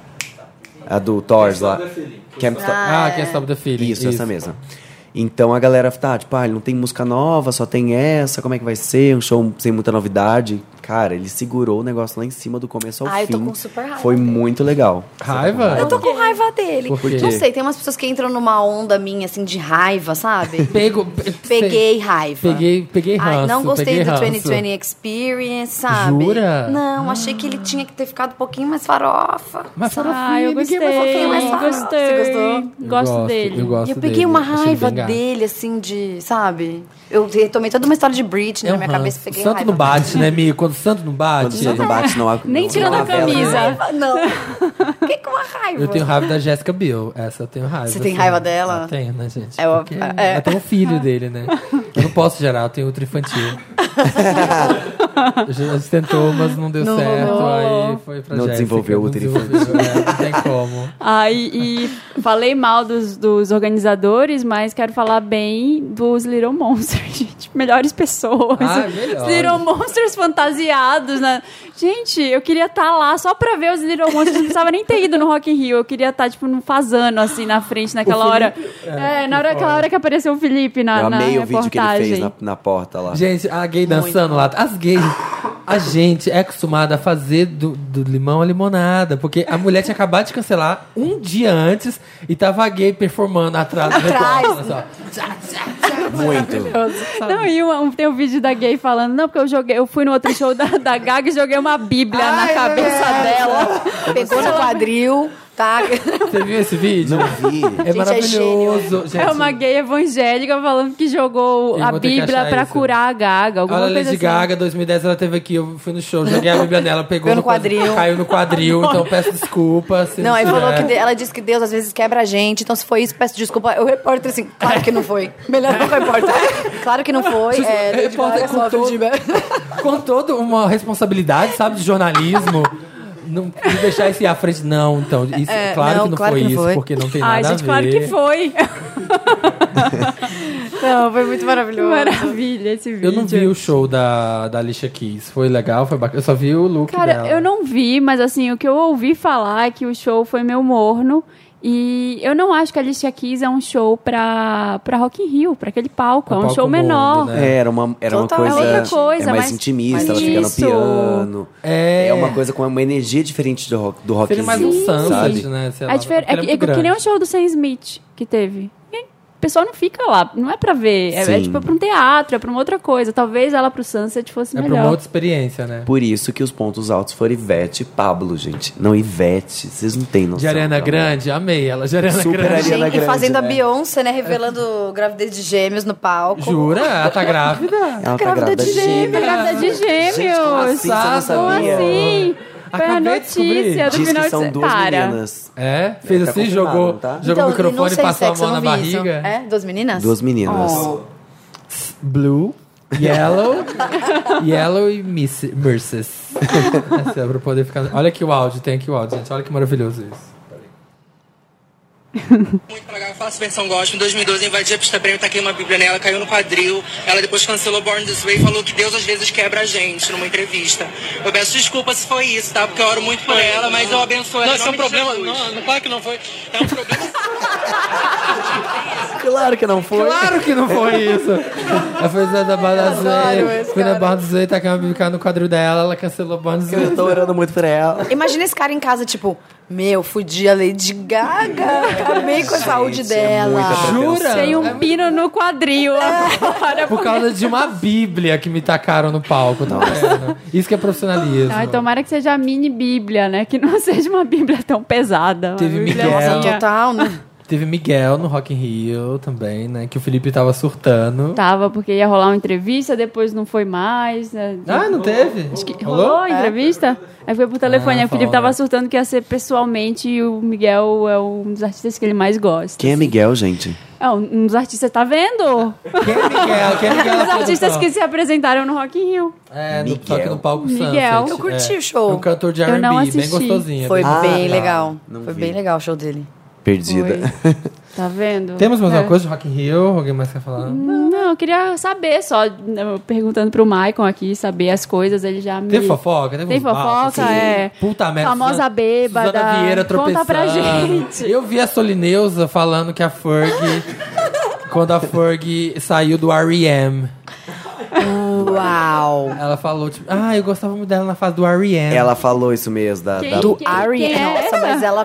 Speaker 4: a do Thors lá. Que é-
Speaker 3: Ah, quem sabe da filha.
Speaker 4: Isso, essa mesma. Então a galera tá, tipo, ah, ele não tem música nova, só tem essa, como é que vai ser? Um show sem muita novidade. Cara, ele segurou o negócio lá em cima do começo ao
Speaker 5: Ah, eu
Speaker 4: fim.
Speaker 5: tô com super raiva
Speaker 4: Foi muito legal. tá
Speaker 3: Raiva?
Speaker 5: Eu tô com raiva dele.
Speaker 3: Por quê?
Speaker 5: Não sei, tem umas pessoas que entram numa onda minha, assim, de raiva, sabe?
Speaker 3: Pego, pe-
Speaker 5: Peguei raiva.
Speaker 3: Peguei, peguei ranço.
Speaker 5: Ai, não gostei
Speaker 3: peguei
Speaker 5: do
Speaker 3: ranço.
Speaker 5: 2020 Experience, sabe?
Speaker 3: Jura?
Speaker 5: Não, achei que ele tinha que ter ficado um pouquinho mais farofa.
Speaker 3: Mas
Speaker 2: Ah, eu gostei.
Speaker 3: farofinha,
Speaker 4: é um
Speaker 3: ninguém vai falar.
Speaker 5: fofinho, mas fala. Você
Speaker 2: Gostei.
Speaker 5: gostou?
Speaker 2: Gosto,
Speaker 3: Eu gosto,
Speaker 2: dele.
Speaker 3: eu gosto
Speaker 5: E eu peguei
Speaker 3: dele,
Speaker 5: uma
Speaker 3: achei ele
Speaker 5: raiva
Speaker 3: bem gato.
Speaker 5: dele, assim, de, sabe? Eu retomei toda uma história de Britney
Speaker 3: É um
Speaker 5: na minha
Speaker 3: ranço.
Speaker 5: cabeça, peguei
Speaker 3: Santo
Speaker 5: raiva.
Speaker 3: não bate, né, Mi? Quando o santo não
Speaker 4: Quando
Speaker 3: bate.
Speaker 4: o Santo bate, não há.
Speaker 2: Nem
Speaker 4: não
Speaker 2: tirando
Speaker 4: há
Speaker 2: a
Speaker 4: vela, né?
Speaker 2: camisa.
Speaker 5: Raiva, Não. Fiquei com uma raiva.
Speaker 3: Eu tenho raiva da Jéssica Biel. Essa eu tenho raiva. assim.
Speaker 5: Você tem raiva dela?
Speaker 3: Eu tenho, né, gente?
Speaker 5: É, ó,
Speaker 3: Porque
Speaker 5: é.
Speaker 3: Eu tenho um filho dele, né? Eu não posso gerar, eu tenho outro infantil. Já se tentou, mas não deu certo. Aí foi pra
Speaker 4: Não
Speaker 3: Jéssica,
Speaker 4: desenvolveu
Speaker 3: não
Speaker 4: útero
Speaker 3: desenvolveu, é, Não tem como.
Speaker 2: Ah, e, e falei mal dos, dos organizadores, mas quero falar bem dos Little Monsters, gente. Melhores pessoas.
Speaker 3: Ah, melhores.
Speaker 2: Os Little Monsters fantasiados, né? Gente, eu queria estar lá só pra ver os Little Monsters. Não precisava nem ter ido no Rock in Rio. Eu queria estar, tipo, num fazano, assim, na frente, naquela hora. É, na hora, aquela hora que apareceu o Felipe na,
Speaker 4: Eu
Speaker 5: Ah,
Speaker 2: na
Speaker 5: é
Speaker 4: amei o vídeo que ele
Speaker 2: reportagem.
Speaker 4: fez né? na, na porta lá.
Speaker 3: Gente, a gay dançando lá. As gays. A gente é acostumada a fazer do, do limão a limonada. Porque a mulher tinha acabado de cancelar um dia antes e tava a gay performando atrás do retorno. assim, ó.
Speaker 4: Muito.
Speaker 2: Não, e um- tem um vídeo da gay falando, não, porque eu joguei, eu fui no outro show da, da Gaga e joguei uma bíblia na cabeça dela.
Speaker 5: Pegou no quadril, tá?
Speaker 3: Você viu esse vídeo?
Speaker 4: Não vi.
Speaker 2: Tá
Speaker 3: É maravilhoso. gente,
Speaker 2: É uma gay evangélica falando que jogou
Speaker 3: Eu
Speaker 2: a
Speaker 3: vou ter que
Speaker 2: Bíblia
Speaker 3: achar
Speaker 2: pra
Speaker 3: isso.
Speaker 2: curar a Gaga. Alguma
Speaker 3: Olha a
Speaker 2: coisa
Speaker 3: Lady
Speaker 2: assim.
Speaker 3: Gaga, 2010, ela teve aqui, eu fui no show, joguei a Bíblia nela, pegou
Speaker 5: Pegou no
Speaker 3: coisa,
Speaker 5: quadril.
Speaker 3: caiu no quadril, então peço desculpa. se
Speaker 5: Não, aí falou
Speaker 3: tiver.
Speaker 5: que de- ela disse que Deus às vezes quebra a gente, então se foi isso, peço desculpa. O repórter, assim, claro que não foi. Melhor não repórter. Claro que não foi. É, Lady
Speaker 3: Repórter
Speaker 5: Gaga
Speaker 3: com
Speaker 5: sofre
Speaker 3: todo-
Speaker 5: de-
Speaker 3: Com toda uma responsabilidade, sabe, de jornalismo. Não de deixar esse à frente, não, então. Isso,
Speaker 5: É,
Speaker 3: claro
Speaker 5: não,
Speaker 3: que não
Speaker 5: claro
Speaker 3: foi
Speaker 5: que não
Speaker 3: isso,
Speaker 5: foi.
Speaker 3: porque não tem
Speaker 2: Ai,
Speaker 3: nada
Speaker 2: gente,
Speaker 3: a
Speaker 2: claro
Speaker 3: ver.
Speaker 2: que foi.
Speaker 5: Não, foi muito maravilhoso.
Speaker 2: Maravilha esse vídeo.
Speaker 3: Eu não vi o show da, da Alicia Keys. Foi legal, foi bacana. Eu só vi o look
Speaker 2: Cara,
Speaker 3: dela.
Speaker 2: eu não vi, mas assim, o que eu ouvi falar é que o show foi meio morno. E eu não acho que a Alicia Keys é um show pra, pra Rock in Rio, pra aquele palco.
Speaker 3: Um
Speaker 2: é um
Speaker 3: palco
Speaker 2: show
Speaker 3: mundo,
Speaker 2: menor.
Speaker 3: né?
Speaker 4: É, era uma, era uma
Speaker 5: Total, é
Speaker 4: coisa,
Speaker 2: outra coisa,
Speaker 4: é mais
Speaker 2: mas-
Speaker 4: intimista,
Speaker 2: mas
Speaker 4: ela fica no
Speaker 2: isso.
Speaker 4: piano.
Speaker 3: É.
Speaker 4: É. uma coisa com uma energia diferente do rock, do rock
Speaker 3: Seria mais
Speaker 4: in Rio,
Speaker 3: um Sunset,
Speaker 4: sabe?
Speaker 3: né? Sei
Speaker 2: É,
Speaker 3: lá,
Speaker 2: difer- é,
Speaker 3: porque ele
Speaker 2: que-
Speaker 3: muito
Speaker 2: é que nem
Speaker 3: grande.
Speaker 2: o show do Sam Smith que teve. Ninguém o pessoal não fica lá, não é pra ver. É, é
Speaker 4: Sim.
Speaker 2: tipo, é pra um teatro, é pra uma outra coisa. Talvez ela pro Sunset fosse
Speaker 3: É pra
Speaker 2: melhor.
Speaker 3: uma outra experiência, né?
Speaker 4: Por isso que os pontos altos foram Ivete e Pablo, gente. Não, Ivete, vocês não têm noção.
Speaker 3: De Ariana
Speaker 4: pelo amor.
Speaker 3: Grande, amei ela. De Ariana
Speaker 4: tá Super
Speaker 3: Grande.
Speaker 4: Ariana
Speaker 5: Gente, e
Speaker 4: Grande,
Speaker 5: fazendo a
Speaker 4: né?
Speaker 5: Beyoncé, né? Revelando gravidez de gêmeos no palco.
Speaker 3: Jura? Ela tá grávida?
Speaker 4: Ela tá
Speaker 5: Grávida
Speaker 4: grávida de
Speaker 5: de gêmeos.
Speaker 2: Tá grávida de gêmeos.
Speaker 4: Gente, como assim? Você não
Speaker 2: Como
Speaker 4: sabia?
Speaker 2: assim? Foi a
Speaker 3: Acabei de
Speaker 2: notícia
Speaker 3: descobrir.
Speaker 2: do
Speaker 4: Diz
Speaker 2: final
Speaker 4: que são
Speaker 2: de
Speaker 4: duas
Speaker 2: Para.
Speaker 4: meninas.
Speaker 3: É? Fez
Speaker 4: Tá
Speaker 3: assim,
Speaker 4: confirmado,
Speaker 3: jogou,
Speaker 4: tá?
Speaker 3: jogou o
Speaker 5: eu Então, não
Speaker 3: microfone,
Speaker 5: sei
Speaker 3: passou a
Speaker 5: sexo,
Speaker 3: mão
Speaker 5: eu
Speaker 3: na
Speaker 5: não vi isso.
Speaker 3: barriga.
Speaker 5: É? Duas meninas?
Speaker 4: Duas meninas.
Speaker 5: Oh.
Speaker 3: Blue, Yellow, Yellow e Miss, Merces. Essa é pra poder ficar. Olha aqui o áudio, tem aqui o áudio, gente. Olha que maravilhoso isso.
Speaker 6: Muito pra Gaga, faço versão gospel. Em 2012 invadi a pista prêmio, taquei uma bíblia nela, caiu no quadril. Ela depois cancelou Born This Way e falou que Deus às vezes quebra a gente numa entrevista. Eu peço desculpa se foi isso, tá? Porque eu oro muito por ela, mas eu abençoo ela.
Speaker 7: Não,
Speaker 6: em
Speaker 7: isso é um
Speaker 6: nome de
Speaker 7: problema.
Speaker 6: Jesus.
Speaker 7: Não, não, claro que não foi. É um problema.
Speaker 4: Claro que não foi.
Speaker 3: Claro que não foi isso! Ela foi na barra do
Speaker 5: adoro
Speaker 3: Zoe,
Speaker 5: esse
Speaker 3: foi na
Speaker 5: cara.
Speaker 3: barra do Zoe, tacou uma bíblica no quadril dela, ela cancelou Born This Way.
Speaker 4: Eu tô orando muito por ela.
Speaker 5: Imagina esse cara em casa, tipo, meu, fudi a Lady Gaga, acabei com a saúde
Speaker 4: Gente, é
Speaker 5: dela.
Speaker 4: muita pretensão.
Speaker 3: Jura?
Speaker 2: Tem
Speaker 3: É
Speaker 2: um pino no quadril agora.
Speaker 3: Por causa de uma bíblia que me tacaram no palco, tá vendo? Isso que é profissionalismo.
Speaker 5: tá
Speaker 2: Ai, tomara que seja a mini bíblia, né? Que não seja uma bíblia tão pesada. uma
Speaker 3: Teve
Speaker 2: bíblia
Speaker 3: Miguel.
Speaker 2: assim,
Speaker 5: Nossa,
Speaker 2: ó.
Speaker 5: total, né?
Speaker 3: Teve Miguel no Rock in Rio também, né? Que o Felipe tava surtando.
Speaker 2: Tava, porque ia rolar uma entrevista, depois não foi mais. né?
Speaker 3: Ah, não teve? Acho
Speaker 2: Que Rolou É. a entrevista? Aí foi por telefone.
Speaker 3: Ah,
Speaker 2: aí o Felipe
Speaker 3: falou,
Speaker 2: tava
Speaker 3: né?
Speaker 2: surtando que ia ser pessoalmente e o Miguel é um dos artistas que ele mais gosta.
Speaker 4: Quem é Miguel, gente?
Speaker 2: É, um dos artistas, tá vendo?
Speaker 3: Quem é Miguel? Quem é Miguel?
Speaker 2: Um dos
Speaker 3: na
Speaker 2: artistas
Speaker 3: produção?
Speaker 2: que se apresentaram no Rock in Rio.
Speaker 3: É, no,
Speaker 4: Miguel.
Speaker 3: só que no palco
Speaker 2: Miguel.
Speaker 3: Sunset,
Speaker 2: Eu
Speaker 5: curti
Speaker 3: é.
Speaker 5: o show.
Speaker 3: É um cantor de
Speaker 2: Eu não
Speaker 3: R&B, bem
Speaker 2: assisti.
Speaker 3: gostosinho.
Speaker 5: Foi
Speaker 3: Bem-
Speaker 5: bem
Speaker 4: tá.
Speaker 5: legal.
Speaker 4: Não
Speaker 5: Foi
Speaker 4: vi.
Speaker 5: bem legal o show dele.
Speaker 4: Perdida.
Speaker 2: Foi. Tá vendo?
Speaker 3: Temos mais
Speaker 2: É. Hum.
Speaker 3: uma coisa de Rock in Rio? Alguém mais quer falar?
Speaker 2: Não, eu queria saber só, eu perguntando pro Maicon aqui, saber as coisas, ele já me...
Speaker 3: Teve fofoca? Teve
Speaker 2: Tem
Speaker 3: uns bafos,
Speaker 2: fofoca,
Speaker 3: assim?
Speaker 2: é.
Speaker 3: Puta merda.
Speaker 2: Famosa
Speaker 3: Suzana-
Speaker 2: bêbada.
Speaker 3: Suzana Vieira tropeçando.
Speaker 2: Conta pra gente.
Speaker 3: Eu vi a Solineusa falando que a Ferg... quando a Ferg saiu do R.E.M.,
Speaker 5: Uau!
Speaker 3: ela falou, tipo... Ah, eu gostava muito dela na fase do R.E.M.
Speaker 4: Ela falou isso mesmo, da, da
Speaker 5: Do
Speaker 2: Quem-
Speaker 5: Ari.
Speaker 2: quem é
Speaker 5: Nossa,
Speaker 2: essa?
Speaker 5: mas ela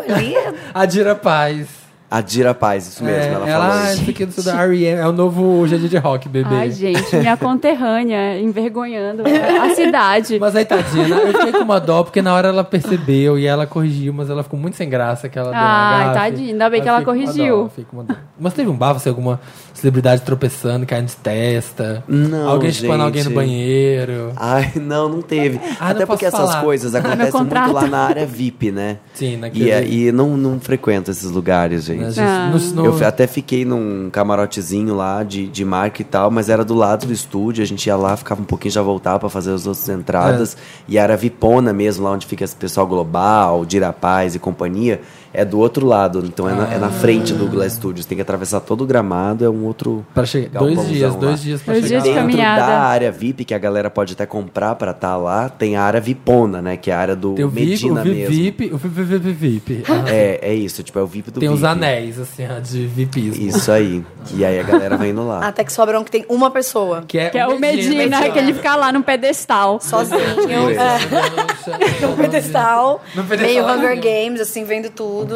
Speaker 5: ali.
Speaker 3: A Dira Paz.
Speaker 4: Adira Paz, isso mesmo.
Speaker 3: é,
Speaker 4: ela,
Speaker 3: ela
Speaker 4: falou
Speaker 3: ah,
Speaker 4: isso.
Speaker 3: isso aqui do da R.E.M. É o novo GD de rock, bebê.
Speaker 2: Ai, gente, minha conterrânea, envergonhando a cidade.
Speaker 3: Mas aí, tadinha, né? eu fiquei com uma dó, porque na hora ela percebeu e ela corrigiu, mas ela ficou muito sem graça que ela deu uma
Speaker 2: Ai,
Speaker 3: gafe.
Speaker 2: tadinha, ainda bem
Speaker 3: Aí
Speaker 2: que ela
Speaker 3: fiquei com uma
Speaker 2: corrigiu.
Speaker 3: dó, fiquei com uma dó. Mas teve um bafo, assim, alguma celebridade tropeçando, caindo de testa.
Speaker 4: Não,
Speaker 3: Alguém chupando
Speaker 4: gente.
Speaker 3: alguém no banheiro.
Speaker 4: Ai, não, não teve.
Speaker 3: Ah,
Speaker 4: Até
Speaker 3: não
Speaker 4: porque
Speaker 3: posso
Speaker 4: essas
Speaker 3: falar. Tá
Speaker 4: coisas acontecem muito
Speaker 2: contrato.
Speaker 4: lá na área VIP, né?
Speaker 3: Sim, naquele-
Speaker 4: E, é- e não, não frequento esses lugares,
Speaker 3: Né,
Speaker 4: gente.
Speaker 3: gente?
Speaker 2: Ah.
Speaker 3: No- no-
Speaker 4: Eu fi- até fiquei num camarotezinho lá de, de marca e tal, mas era do lado do estúdio, a gente ia lá, ficava um pouquinho, já voltava pra fazer as outras entradas.
Speaker 3: É.
Speaker 4: E era Vipona mesmo, lá onde fica esse pessoal global, Dira Paz e companhia, é do outro lado. Então é, na,
Speaker 3: Ah.
Speaker 4: é na frente do Glass Studios, tem que atravessar todo o gramado, é um outro.
Speaker 3: Pra chegar.
Speaker 4: galpãozão
Speaker 3: Dois dias,
Speaker 4: lá.
Speaker 3: dois dias pra
Speaker 2: Dois
Speaker 3: chegar.
Speaker 2: dias de
Speaker 3: lá.
Speaker 2: caminho.
Speaker 4: Dentro
Speaker 2: caminhada.
Speaker 4: da área VIP, que a galera pode até comprar pra estar lá, tem a área Vipona, né? Que é a área do
Speaker 3: Tem o VIP, o
Speaker 4: Medina
Speaker 3: VIP,
Speaker 4: mesmo.
Speaker 3: VIP, o VIP, VIP, VIP. Ah,
Speaker 4: É, é isso, tipo, é o VIP do
Speaker 3: Tem
Speaker 4: VIP.
Speaker 3: uns anéis, assim, ó, de VIPismo.
Speaker 4: Isso aí. E aí a galera vai indo lá.
Speaker 5: Até que sobram que tem uma pessoa.
Speaker 3: Que é,
Speaker 2: Que é o Medina, que ele fica lá num pedestal.
Speaker 5: Sozinho.
Speaker 4: Isso.
Speaker 5: É.
Speaker 3: Medina.
Speaker 5: No pedestal,
Speaker 3: No pedestal.
Speaker 5: meio Hunger Games, assim, vendo tudo.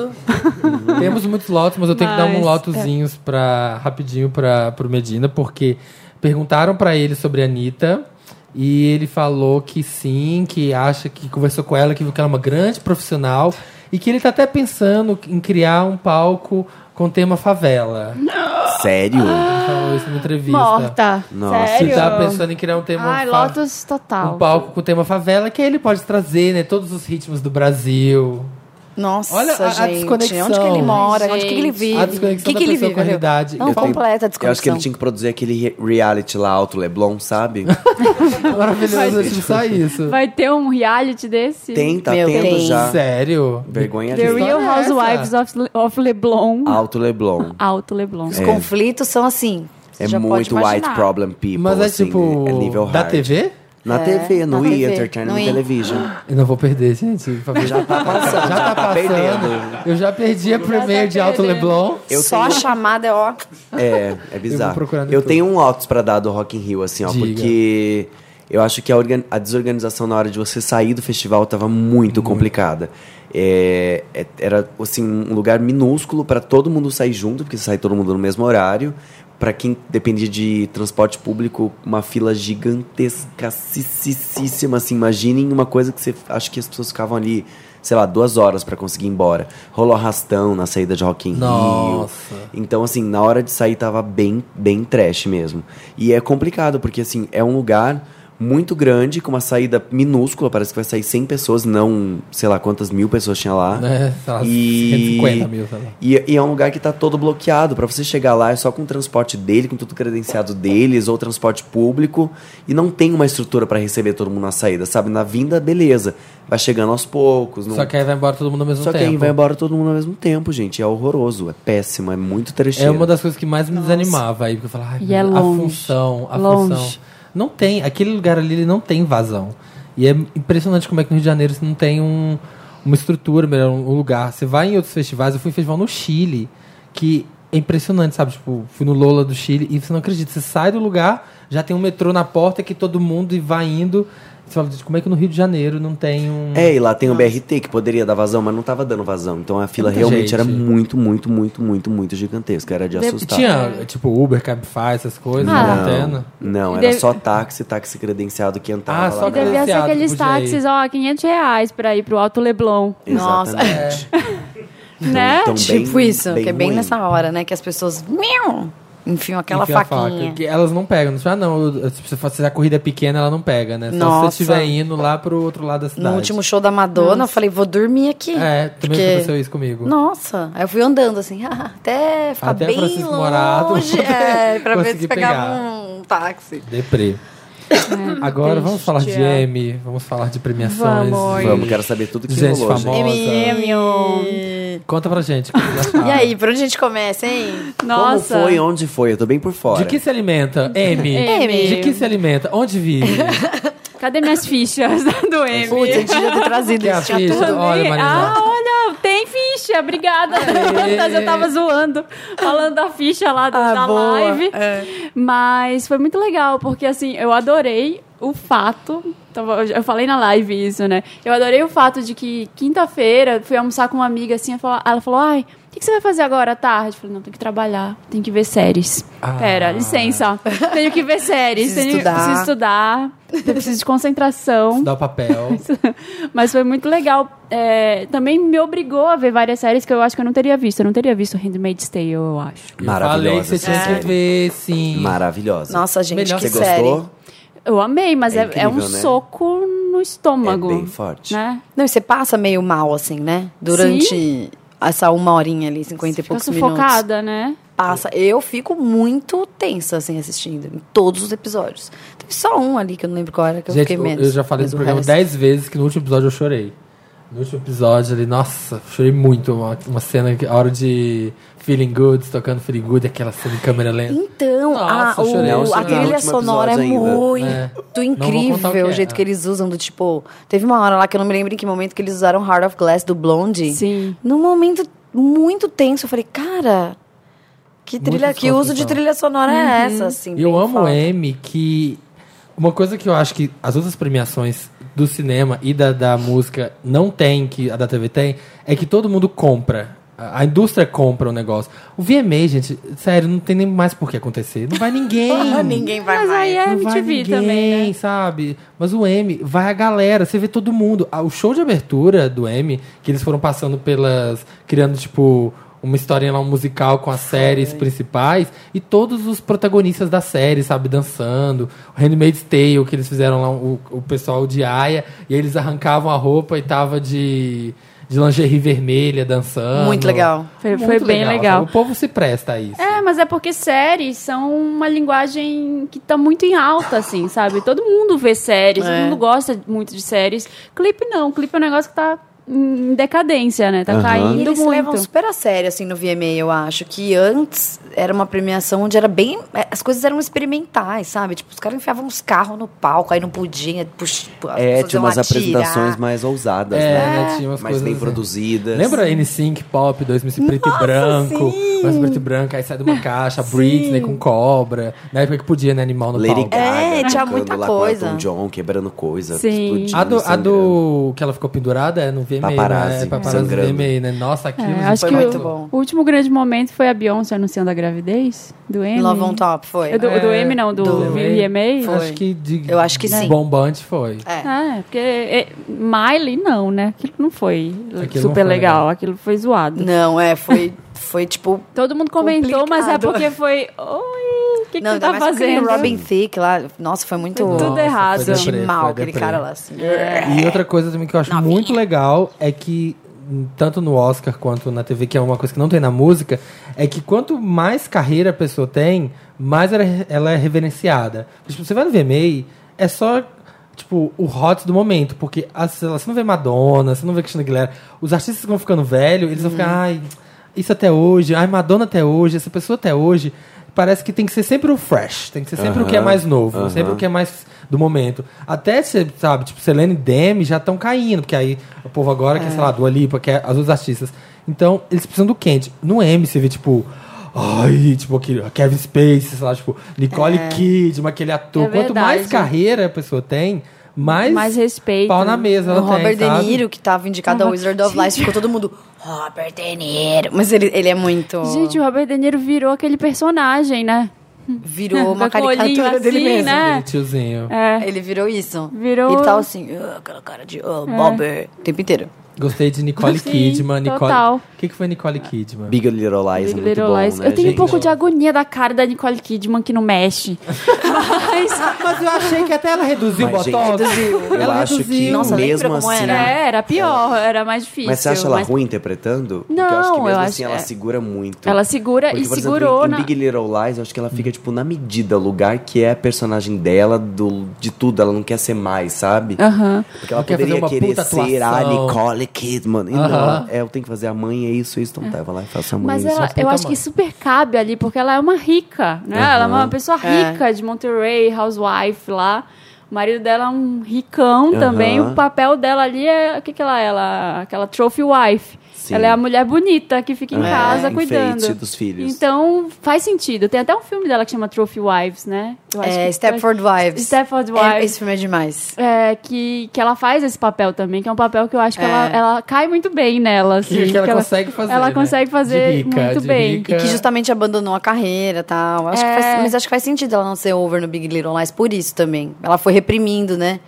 Speaker 3: Temos muitos lotes, mas eu tenho que dar um
Speaker 2: Mas,
Speaker 3: lotozinhos pra, rapidinho para pro Medina, porque perguntaram pra ele sobre a Anitta. E ele falou que sim, que acha que conversou com ela, que viu que ela é uma grande profissional e que ele tá até pensando em criar um palco com tema favela. Ele
Speaker 5: Ah.
Speaker 4: Sério?
Speaker 3: falou isso numa entrevista.
Speaker 2: Morta.
Speaker 4: Nossa.
Speaker 2: Sério?
Speaker 3: Ele tá pensando em criar um tema
Speaker 2: Ai,
Speaker 3: fa-
Speaker 2: Lotus total.
Speaker 3: um palco com tema favela, que aí ele pode trazer, né, todos os ritmos do Brasil.
Speaker 5: Nossa,
Speaker 3: Olha a- a
Speaker 5: gente.
Speaker 3: desconexão.
Speaker 5: Onde que ele mora? Onde que
Speaker 2: Gente.
Speaker 5: ele vive?
Speaker 3: A
Speaker 5: O
Speaker 3: desconexão
Speaker 5: que,
Speaker 3: da
Speaker 5: que ele
Speaker 3: pessoa
Speaker 5: vive?
Speaker 3: com a realidade.
Speaker 5: Não, um
Speaker 3: Eu tenho-
Speaker 5: completa a
Speaker 4: Eu acho que
Speaker 5: desconexão.
Speaker 4: ele tinha que produzir aquele re- reality lá, Alto Leblon, sabe?
Speaker 3: Maravilhoso, acho que só isso.
Speaker 2: Vai ter um reality desse?
Speaker 4: Tem, tá
Speaker 5: Meu,
Speaker 4: tendo
Speaker 5: tem.
Speaker 4: já.
Speaker 3: Sério?
Speaker 4: Vergonha
Speaker 2: The
Speaker 4: ali.
Speaker 2: Real
Speaker 3: história é essa?
Speaker 2: Housewives of, Le- of Leblon.
Speaker 4: Alto Leblon.
Speaker 2: Alto Leblon.
Speaker 5: Os conflitos são assim. você
Speaker 4: É
Speaker 5: já pode
Speaker 4: muito
Speaker 5: imaginar.
Speaker 4: white problem people.
Speaker 3: Mas é
Speaker 4: assim,
Speaker 3: tipo.
Speaker 4: É nível
Speaker 3: da
Speaker 4: hard.
Speaker 3: TV?
Speaker 4: Na
Speaker 5: É,
Speaker 4: TV, no
Speaker 5: na
Speaker 4: E!
Speaker 5: TV,
Speaker 4: Entertainment
Speaker 5: no E!
Speaker 4: Television.
Speaker 3: Eu não vou perder, gente. Já tá passando. Já tá passando.
Speaker 4: perdendo.
Speaker 3: Eu já perdi a
Speaker 5: tá
Speaker 3: Premiere de Alto
Speaker 2: perdendo.
Speaker 3: Leblon.
Speaker 4: Eu
Speaker 5: Só a chamada é ó.
Speaker 4: É, é bizarro.
Speaker 3: procurar no
Speaker 4: Eu,
Speaker 3: YouTube.
Speaker 4: tenho um Lotus pra dar do Rock in Rio, assim, ó,
Speaker 3: Diga.
Speaker 4: porque eu acho que a, organ- a desorganização na hora de você sair do festival tava muito complicada. É, é é- era assim um lugar minúsculo para todo mundo sair junto, porque sai todo mundo no mesmo horário. Para quem dependia de transporte público, uma fila gigantescassíssima. Assim, imaginem uma coisa que você acho que as pessoas ficavam ali, sei lá, duas horas para conseguir ir embora. Rolou arrastão na saída de Rock in
Speaker 3: Nossa.
Speaker 4: Rio. Então, assim, na hora de sair tava bem, bem trash mesmo. E é complicado, porque, assim, é um lugar muito grande, com uma saída minúscula, parece que vai sair 100 pessoas, não sei lá quantas mil pessoas tinha lá.
Speaker 3: É, sei lá, 150 mil, sei lá.
Speaker 4: E, e é um lugar que tá todo bloqueado. Pra você chegar lá é só com o transporte dele, com tudo credenciado deles, ou transporte público. E não tem uma estrutura pra receber todo mundo na saída, sabe? Na vinda, beleza. Vai chegando aos poucos. Não...
Speaker 3: Só que aí vai embora todo mundo ao mesmo
Speaker 4: Só que
Speaker 3: tempo.
Speaker 4: aí vai embora todo mundo ao mesmo tempo, gente. É horroroso, é péssimo, é muito
Speaker 3: É
Speaker 4: trecheiro.
Speaker 3: uma das coisas que mais me desanimava aí, porque eu falava, ai,
Speaker 2: E é
Speaker 3: meu Deus,
Speaker 2: longe.
Speaker 3: a função, a
Speaker 2: Longe.
Speaker 3: função. Não tem, aquele lugar ali ele não tem vazão. E é impressionante como é que no Rio de Janeiro você não tem um- uma estrutura, melhor, um lugar. Você vai em outros festivais, eu fui em festival no Chile, que é impressionante, sabe? Tipo, fui no Lola do Chile e você não acredita, você sai do lugar, já tem um metrô na porta que todo mundo e vai indo. Você fala, gente, como é que no Rio de Janeiro não tem um.
Speaker 4: É, e lá tem o BRT que poderia dar vazão, mas não tava dando vazão. Então a fila
Speaker 3: Muita
Speaker 4: realmente
Speaker 3: gente.
Speaker 4: era muito, muito, muito, muito, muito gigantesca. Era de assustar.
Speaker 3: Tinha, tipo, Uber, Cabify, essas coisas,
Speaker 2: Ah.
Speaker 3: não.
Speaker 4: Não, não,
Speaker 2: E
Speaker 4: era
Speaker 2: deve-
Speaker 4: só táxi, táxi credenciado que entrava
Speaker 3: Ah,
Speaker 4: lá
Speaker 3: só
Speaker 4: na-
Speaker 3: credenciado.
Speaker 2: Devia ser aqueles
Speaker 3: podia ir.
Speaker 2: táxis, ó, 500 reais pra ir pro Alto Leblon,
Speaker 5: Nossa,
Speaker 4: Exatamente.
Speaker 2: né?
Speaker 4: Então, bem-
Speaker 5: tipo isso, que é bem
Speaker 4: ruim.
Speaker 5: nessa hora, né? Que as pessoas miau, enfiam aquela
Speaker 3: Enfia a faca,
Speaker 5: faquinha.
Speaker 3: que elas não pegam. Tipo, ah, não, eu- eu- se, você- se a corrida é pequena, ela não pega, né? Só
Speaker 5: Nossa.
Speaker 3: se você estiver indo lá pro outro lado da cidade.
Speaker 5: No último show da Madonna, eu falei, vou dormir aqui.
Speaker 3: É, também
Speaker 5: Porque-
Speaker 3: aconteceu isso comigo.
Speaker 5: Nossa, aí eu fui andando assim, até ficar
Speaker 3: Até
Speaker 5: bem
Speaker 3: Francisco Morato
Speaker 5: longe,
Speaker 3: poder
Speaker 5: é, pra ver se
Speaker 3: conseguir
Speaker 5: pegava
Speaker 3: pegar.
Speaker 5: um táxi.
Speaker 3: Deprê. Agora vamos falar de M, vamos falar de premiações.
Speaker 2: Vamos.
Speaker 3: de-
Speaker 4: Vamos, quero saber tudo que
Speaker 3: Gente
Speaker 4: rolou, gente.
Speaker 3: famosa. Conta pra gente. o que vocês acharam.
Speaker 5: E aí, por onde a gente começa, hein?
Speaker 2: Nossa.
Speaker 4: Como foi, onde foi? Eu tô bem por fora.
Speaker 3: De que se alimenta? M.
Speaker 2: M.
Speaker 3: De que se alimenta? Onde vive?
Speaker 2: Cadê minhas fichas do M?
Speaker 5: Putz, a gente já ter trazido
Speaker 3: Que é a
Speaker 5: isso, tinha
Speaker 3: ficha?
Speaker 5: tudo.
Speaker 3: Olha,
Speaker 2: ah,
Speaker 3: Marina.
Speaker 2: olha, tem ficha, obrigada. Quantas eu tava zoando, falando da ficha lá da,
Speaker 5: Ah,
Speaker 2: da
Speaker 5: boa,
Speaker 2: live.
Speaker 5: é.
Speaker 2: Mas foi muito legal, porque assim, eu adorei o fato. tava- Eu já falei na live isso, né? Eu adorei o fato de que quinta-feira fui almoçar com uma amiga assim, eu falo- ela falou: ai, o que que você vai fazer agora à tarde? Eu falei, não, tenho que trabalhar, tenho que ver séries.
Speaker 3: Ah.
Speaker 2: Pera, licença. Tenho que ver séries,
Speaker 5: Preciso
Speaker 2: tenho,
Speaker 5: estudar.
Speaker 2: preciso estudar, preciso de concentração.
Speaker 3: Dá o papel.
Speaker 2: Mas foi muito legal. É, também me obrigou a ver várias séries que eu acho que eu não teria visto. Eu não teria visto Handmaid's Tale, eu acho.
Speaker 3: Eu falei que você
Speaker 4: Maravilhosa.
Speaker 3: tinha que
Speaker 4: série.
Speaker 3: ver, sim.
Speaker 4: Maravilhosa.
Speaker 5: Nossa, gente,
Speaker 3: Melhor
Speaker 5: que
Speaker 4: Você
Speaker 5: série.
Speaker 4: gostou?
Speaker 2: Eu amei, mas é,
Speaker 4: É
Speaker 2: é um
Speaker 4: incrível, né?
Speaker 2: soco no estômago.
Speaker 4: É bem forte.
Speaker 2: Né?
Speaker 5: Não, e você passa meio mal, assim, né? Durante essa uma horinha ali, 50 e
Speaker 2: Fica
Speaker 5: poucos Tipo, minutos.
Speaker 2: sufocada, né?
Speaker 5: Passa. Eu fico muito tensa, assim, assistindo. Em todos os episódios. Teve só um ali que eu não lembro qual era, que eu
Speaker 3: Gente,
Speaker 5: fiquei
Speaker 3: eu-
Speaker 5: menos.
Speaker 3: eu já falei
Speaker 5: Mas
Speaker 3: no
Speaker 5: o
Speaker 3: programa
Speaker 5: resto-
Speaker 3: 10 vezes que no último episódio eu chorei. No último episódio ali, nossa, chorei muito. Uma, uma cena, que- a hora de Feeling Good, tocando Feeling Good, aquela cena em câmera lenta.
Speaker 5: Então,
Speaker 3: Nossa,
Speaker 5: a, o-
Speaker 3: chorei, eu
Speaker 5: a
Speaker 3: chorei. No
Speaker 5: trilha
Speaker 4: um último
Speaker 5: sonora é
Speaker 4: episódio ainda.
Speaker 3: É.
Speaker 5: muito
Speaker 3: Não vou contar o que
Speaker 5: incrível,
Speaker 3: é,
Speaker 5: o jeito
Speaker 3: é.
Speaker 5: que eles usam do tipo. Teve uma hora lá que eu não me lembro em que momento que eles usaram Heart of Glass do Blondie.
Speaker 2: Sim.
Speaker 5: Num momento muito tenso, eu falei, cara, que
Speaker 3: Muito
Speaker 5: trilha, que uso de
Speaker 3: desconfortável.
Speaker 5: trilha sonora
Speaker 4: Uhum.
Speaker 5: é essa, assim?
Speaker 3: E então." eu
Speaker 5: bem
Speaker 3: amo o
Speaker 5: foda.
Speaker 3: M que. Uma coisa que eu acho que as outras premiações do cinema e da, da música não tem, que a da TV tem, é que todo mundo compra. A a indústria compra o negócio. O VMA, gente, sério, não tem nem mais por que acontecer. Não vai ninguém.
Speaker 5: Ninguém vai
Speaker 2: Mas
Speaker 5: mais.
Speaker 2: aí é
Speaker 3: não vai
Speaker 2: MTV
Speaker 3: ninguém,
Speaker 2: também, né?
Speaker 3: sabe? Mas o M, vai a galera, você vê todo mundo. Ah, O show de abertura do M, que eles foram passando pelas. criando, tipo, uma historinha lá, um musical com as séries principais, e todos os protagonistas da série, sabe, dançando. O Handmaid's Tale, que eles fizeram lá, o, o pessoal de Aya, e eles arrancavam a roupa e tava de. De lingerie vermelha, dançando.
Speaker 5: Muito legal.
Speaker 2: Foi- foi bem legal.
Speaker 3: sabe? O povo se presta a isso.
Speaker 2: É, mas é porque séries são uma linguagem que tá muito em alta, assim, sabe? Todo mundo vê séries,
Speaker 5: É.
Speaker 2: todo mundo gosta muito de séries. Clipe não, clipe é um negócio que tá em decadência, né? Tá
Speaker 4: Aham.
Speaker 5: E
Speaker 2: caindo
Speaker 5: eles
Speaker 2: muito.
Speaker 5: levam super a sério, assim, no VMA, eu acho. Que antes era uma premiação onde era bem. eh, As coisas eram experimentais, sabe? Tipo, os caras enfiavam uns carros no palco, aí não podia. Pux, as
Speaker 4: É,
Speaker 5: pessoas
Speaker 4: tinha
Speaker 5: iam
Speaker 4: umas
Speaker 5: atirar.
Speaker 4: apresentações mais ousadas,
Speaker 3: É,
Speaker 4: né?
Speaker 3: né, tinha umas
Speaker 4: mais
Speaker 3: coisas
Speaker 4: bem
Speaker 3: assim.
Speaker 4: produzidas.
Speaker 3: Lembra N-Sync, Pop, 2000, preto e branco? Mas preto e branco, aí sai de uma caixa, Britney com cobra. Na época que podia, né? Animal no
Speaker 4: Lady
Speaker 3: palco.
Speaker 4: Gaga.
Speaker 5: É, tinha
Speaker 4: tocando
Speaker 5: muita
Speaker 4: lá
Speaker 5: coisa.
Speaker 4: Com o Elton John, quebrando coisa.
Speaker 2: Sim.
Speaker 4: explodindo,
Speaker 3: A do, a
Speaker 4: sangrando.
Speaker 3: do que ela ficou pendurada é no VMA, né?
Speaker 4: Paparazzi,
Speaker 3: Paparazzi
Speaker 4: sangrando.
Speaker 3: VMA, né? Nossa, aquilo
Speaker 2: É,
Speaker 3: gente,
Speaker 2: acho
Speaker 5: foi
Speaker 2: que
Speaker 5: muito
Speaker 2: o,
Speaker 5: bom.
Speaker 2: o último grande momento foi a Beyoncé anunciando a gravidez do M.
Speaker 5: Love on Top, foi. né?
Speaker 2: Eu do, do
Speaker 3: É,
Speaker 2: M, não, do,
Speaker 3: do
Speaker 2: VMA.
Speaker 5: Foi.
Speaker 3: Acho que de,
Speaker 5: Eu acho que sim.
Speaker 3: Bombante foi.
Speaker 5: É.
Speaker 2: É, porque é, Miley não, né? Aquilo não foi
Speaker 3: Aquilo
Speaker 2: super
Speaker 3: não foi
Speaker 2: legal.
Speaker 3: legal.
Speaker 2: aquilo foi zoado.
Speaker 5: Não, é, foi, foi tipo.
Speaker 2: Todo mundo comentou, mas é
Speaker 5: Complicado.
Speaker 2: porque foi. Oi, o que, que
Speaker 5: Não,
Speaker 2: você
Speaker 5: ainda
Speaker 2: tá
Speaker 5: mais com aquele
Speaker 2: fazendo?
Speaker 5: Robin Thicke lá. Nossa, foi muito.
Speaker 2: Tudo
Speaker 3: Nossa,
Speaker 2: errado. É.
Speaker 3: foi
Speaker 5: Senti
Speaker 3: deprê,
Speaker 5: mal
Speaker 3: foi
Speaker 5: aquele
Speaker 3: deprê.
Speaker 5: cara lá assim.
Speaker 3: E outra coisa também que eu acho
Speaker 5: Novinha.
Speaker 3: muito legal é que, tanto no Oscar quanto na TV, que é uma coisa que não tem na música, é que quanto mais carreira a pessoa tem, mais ela, é- ela é reverenciada. Tipo, você vai no VMA, é só. Tipo, o hot do momento, porque as- sei lá, você não vê Madonna, você não vê Christina Aguilera. Os artistas que vão ficando velhos, eles vão ficar, ai, isso até hoje, ai, Madonna até hoje, essa pessoa até hoje. Parece que tem que ser sempre o fresh, tem que ser sempre o que é
Speaker 4: Aham,
Speaker 3: mais novo,
Speaker 4: aham.
Speaker 3: sempre o que é mais do momento. Até, cê, sabe, tipo, Selene e Demi já estão caindo, porque aí o povo agora
Speaker 2: É.
Speaker 3: quer, sei lá, Dua Lipa, quer as outras artistas. Então, eles precisam do quente. No M, você vê, tipo, ai, tipo, aquele Kevin Spacey, sei lá, tipo, Nicole Kidman, aquele ator.
Speaker 2: É
Speaker 3: Quanto mais
Speaker 2: verdade.
Speaker 3: carreira a pessoa tem, mais,
Speaker 2: Mais respeito. né?
Speaker 3: pau na mesa
Speaker 5: O
Speaker 3: ela tem,
Speaker 5: Robert De
Speaker 3: sabe?
Speaker 5: Niro, que tava indicado ao Wizard of Lies, ficou todo mundo. Robert De Niro. Mas ele, ele é muito.
Speaker 2: Gente, o Robert De Niro virou aquele personagem, né?
Speaker 5: virou uma
Speaker 2: Tá com o olhinho
Speaker 5: caricatura dele
Speaker 2: assim,
Speaker 5: mesmo.
Speaker 2: né?
Speaker 3: Aquele tiozinho.
Speaker 2: É.
Speaker 5: Ele virou isso.
Speaker 2: Virou- É.
Speaker 5: Ele tava assim, "Ah, aquela cara de oh, Bobber. O tempo inteiro.
Speaker 3: Gostei de Nicole
Speaker 2: Sim,
Speaker 3: Kidman. Nicole...
Speaker 2: total.
Speaker 3: O que, que foi Nicole Kidman?
Speaker 4: Big Little Lies é muito
Speaker 2: Little
Speaker 4: bom,
Speaker 2: Lies.
Speaker 4: né,
Speaker 2: eu tenho um
Speaker 4: gente?
Speaker 2: pouco de agonia da cara da Nicole Kidman que não mexe. Mas
Speaker 3: Mas eu achei que até ela reduziu
Speaker 4: Mas,
Speaker 3: o
Speaker 4: gente,
Speaker 3: botox.
Speaker 4: Eu
Speaker 3: Ela
Speaker 4: acho que
Speaker 3: reduziu.
Speaker 5: Nossa, lembra
Speaker 4: mesmo
Speaker 5: como
Speaker 4: assim...
Speaker 5: era?
Speaker 2: é, era pior, era mais difícil.
Speaker 4: Mas você acha ela
Speaker 2: mas
Speaker 4: ruim interpretando? Porque eu acho
Speaker 2: Não,
Speaker 4: que
Speaker 2: eu
Speaker 4: mesmo
Speaker 2: acho-
Speaker 4: assim ela
Speaker 2: é.
Speaker 4: segura muito.
Speaker 2: Ela segura
Speaker 4: Porque,
Speaker 2: e
Speaker 4: por exemplo,
Speaker 2: segurou
Speaker 4: em, em
Speaker 2: na. Hum.
Speaker 4: Big Little Lies, eu acho que ela fica, tipo, na medida, o lugar que é a personagem dela, do, de tudo. Ela não quer ser mais, sabe?
Speaker 2: Aham.
Speaker 4: Porque ela
Speaker 3: Não quer fazer
Speaker 4: poderia
Speaker 3: uma
Speaker 4: querer
Speaker 3: puta
Speaker 4: ser a
Speaker 3: atuação.
Speaker 4: Nicole Kidman. E não,
Speaker 3: Aham.
Speaker 4: é, eu tenho que fazer a mãe, é isso, é isso. Então tá, eu vou lá e faço a mãe.
Speaker 2: Mas
Speaker 4: é isso.
Speaker 2: ela, eu
Speaker 3: puta
Speaker 2: acho
Speaker 3: mãe.
Speaker 2: que super cabe ali, porque ela é uma rica, né? Ela é uma pessoa
Speaker 5: É.
Speaker 2: rica de Monterey, housewife lá. O marido dela é um ricão
Speaker 4: Aham.
Speaker 2: também. O papel dela ali é. O que, que ela é? Ela, aquela trophy wife.
Speaker 4: Sim.
Speaker 2: Ela é a mulher bonita que fica em
Speaker 4: É,
Speaker 2: casa
Speaker 4: enfeite
Speaker 2: cuidando.
Speaker 4: dos filhos.
Speaker 2: Então, faz sentido. Tem até um filme dela que chama Trophy Wives, né? Eu acho
Speaker 5: É,
Speaker 2: que-
Speaker 5: Stepford Wives.
Speaker 2: Stepford
Speaker 5: É,
Speaker 2: Wives.
Speaker 5: esse filme é demais.
Speaker 2: É, que, que ela faz esse papel também, que é um papel que eu acho que
Speaker 5: É.
Speaker 2: ela, ela cai muito bem nela. Assim,
Speaker 3: que ela
Speaker 2: que
Speaker 3: consegue fazer,
Speaker 2: Ela
Speaker 3: né?
Speaker 2: consegue fazer
Speaker 3: De rica,
Speaker 2: muito
Speaker 3: de
Speaker 2: bem.
Speaker 3: rica.
Speaker 5: E que justamente abandonou a carreira e tal. Acho
Speaker 2: É.
Speaker 5: que faz- mas acho que faz sentido ela não ser over no Big Little Lies por isso também. Ela foi reprimindo, né?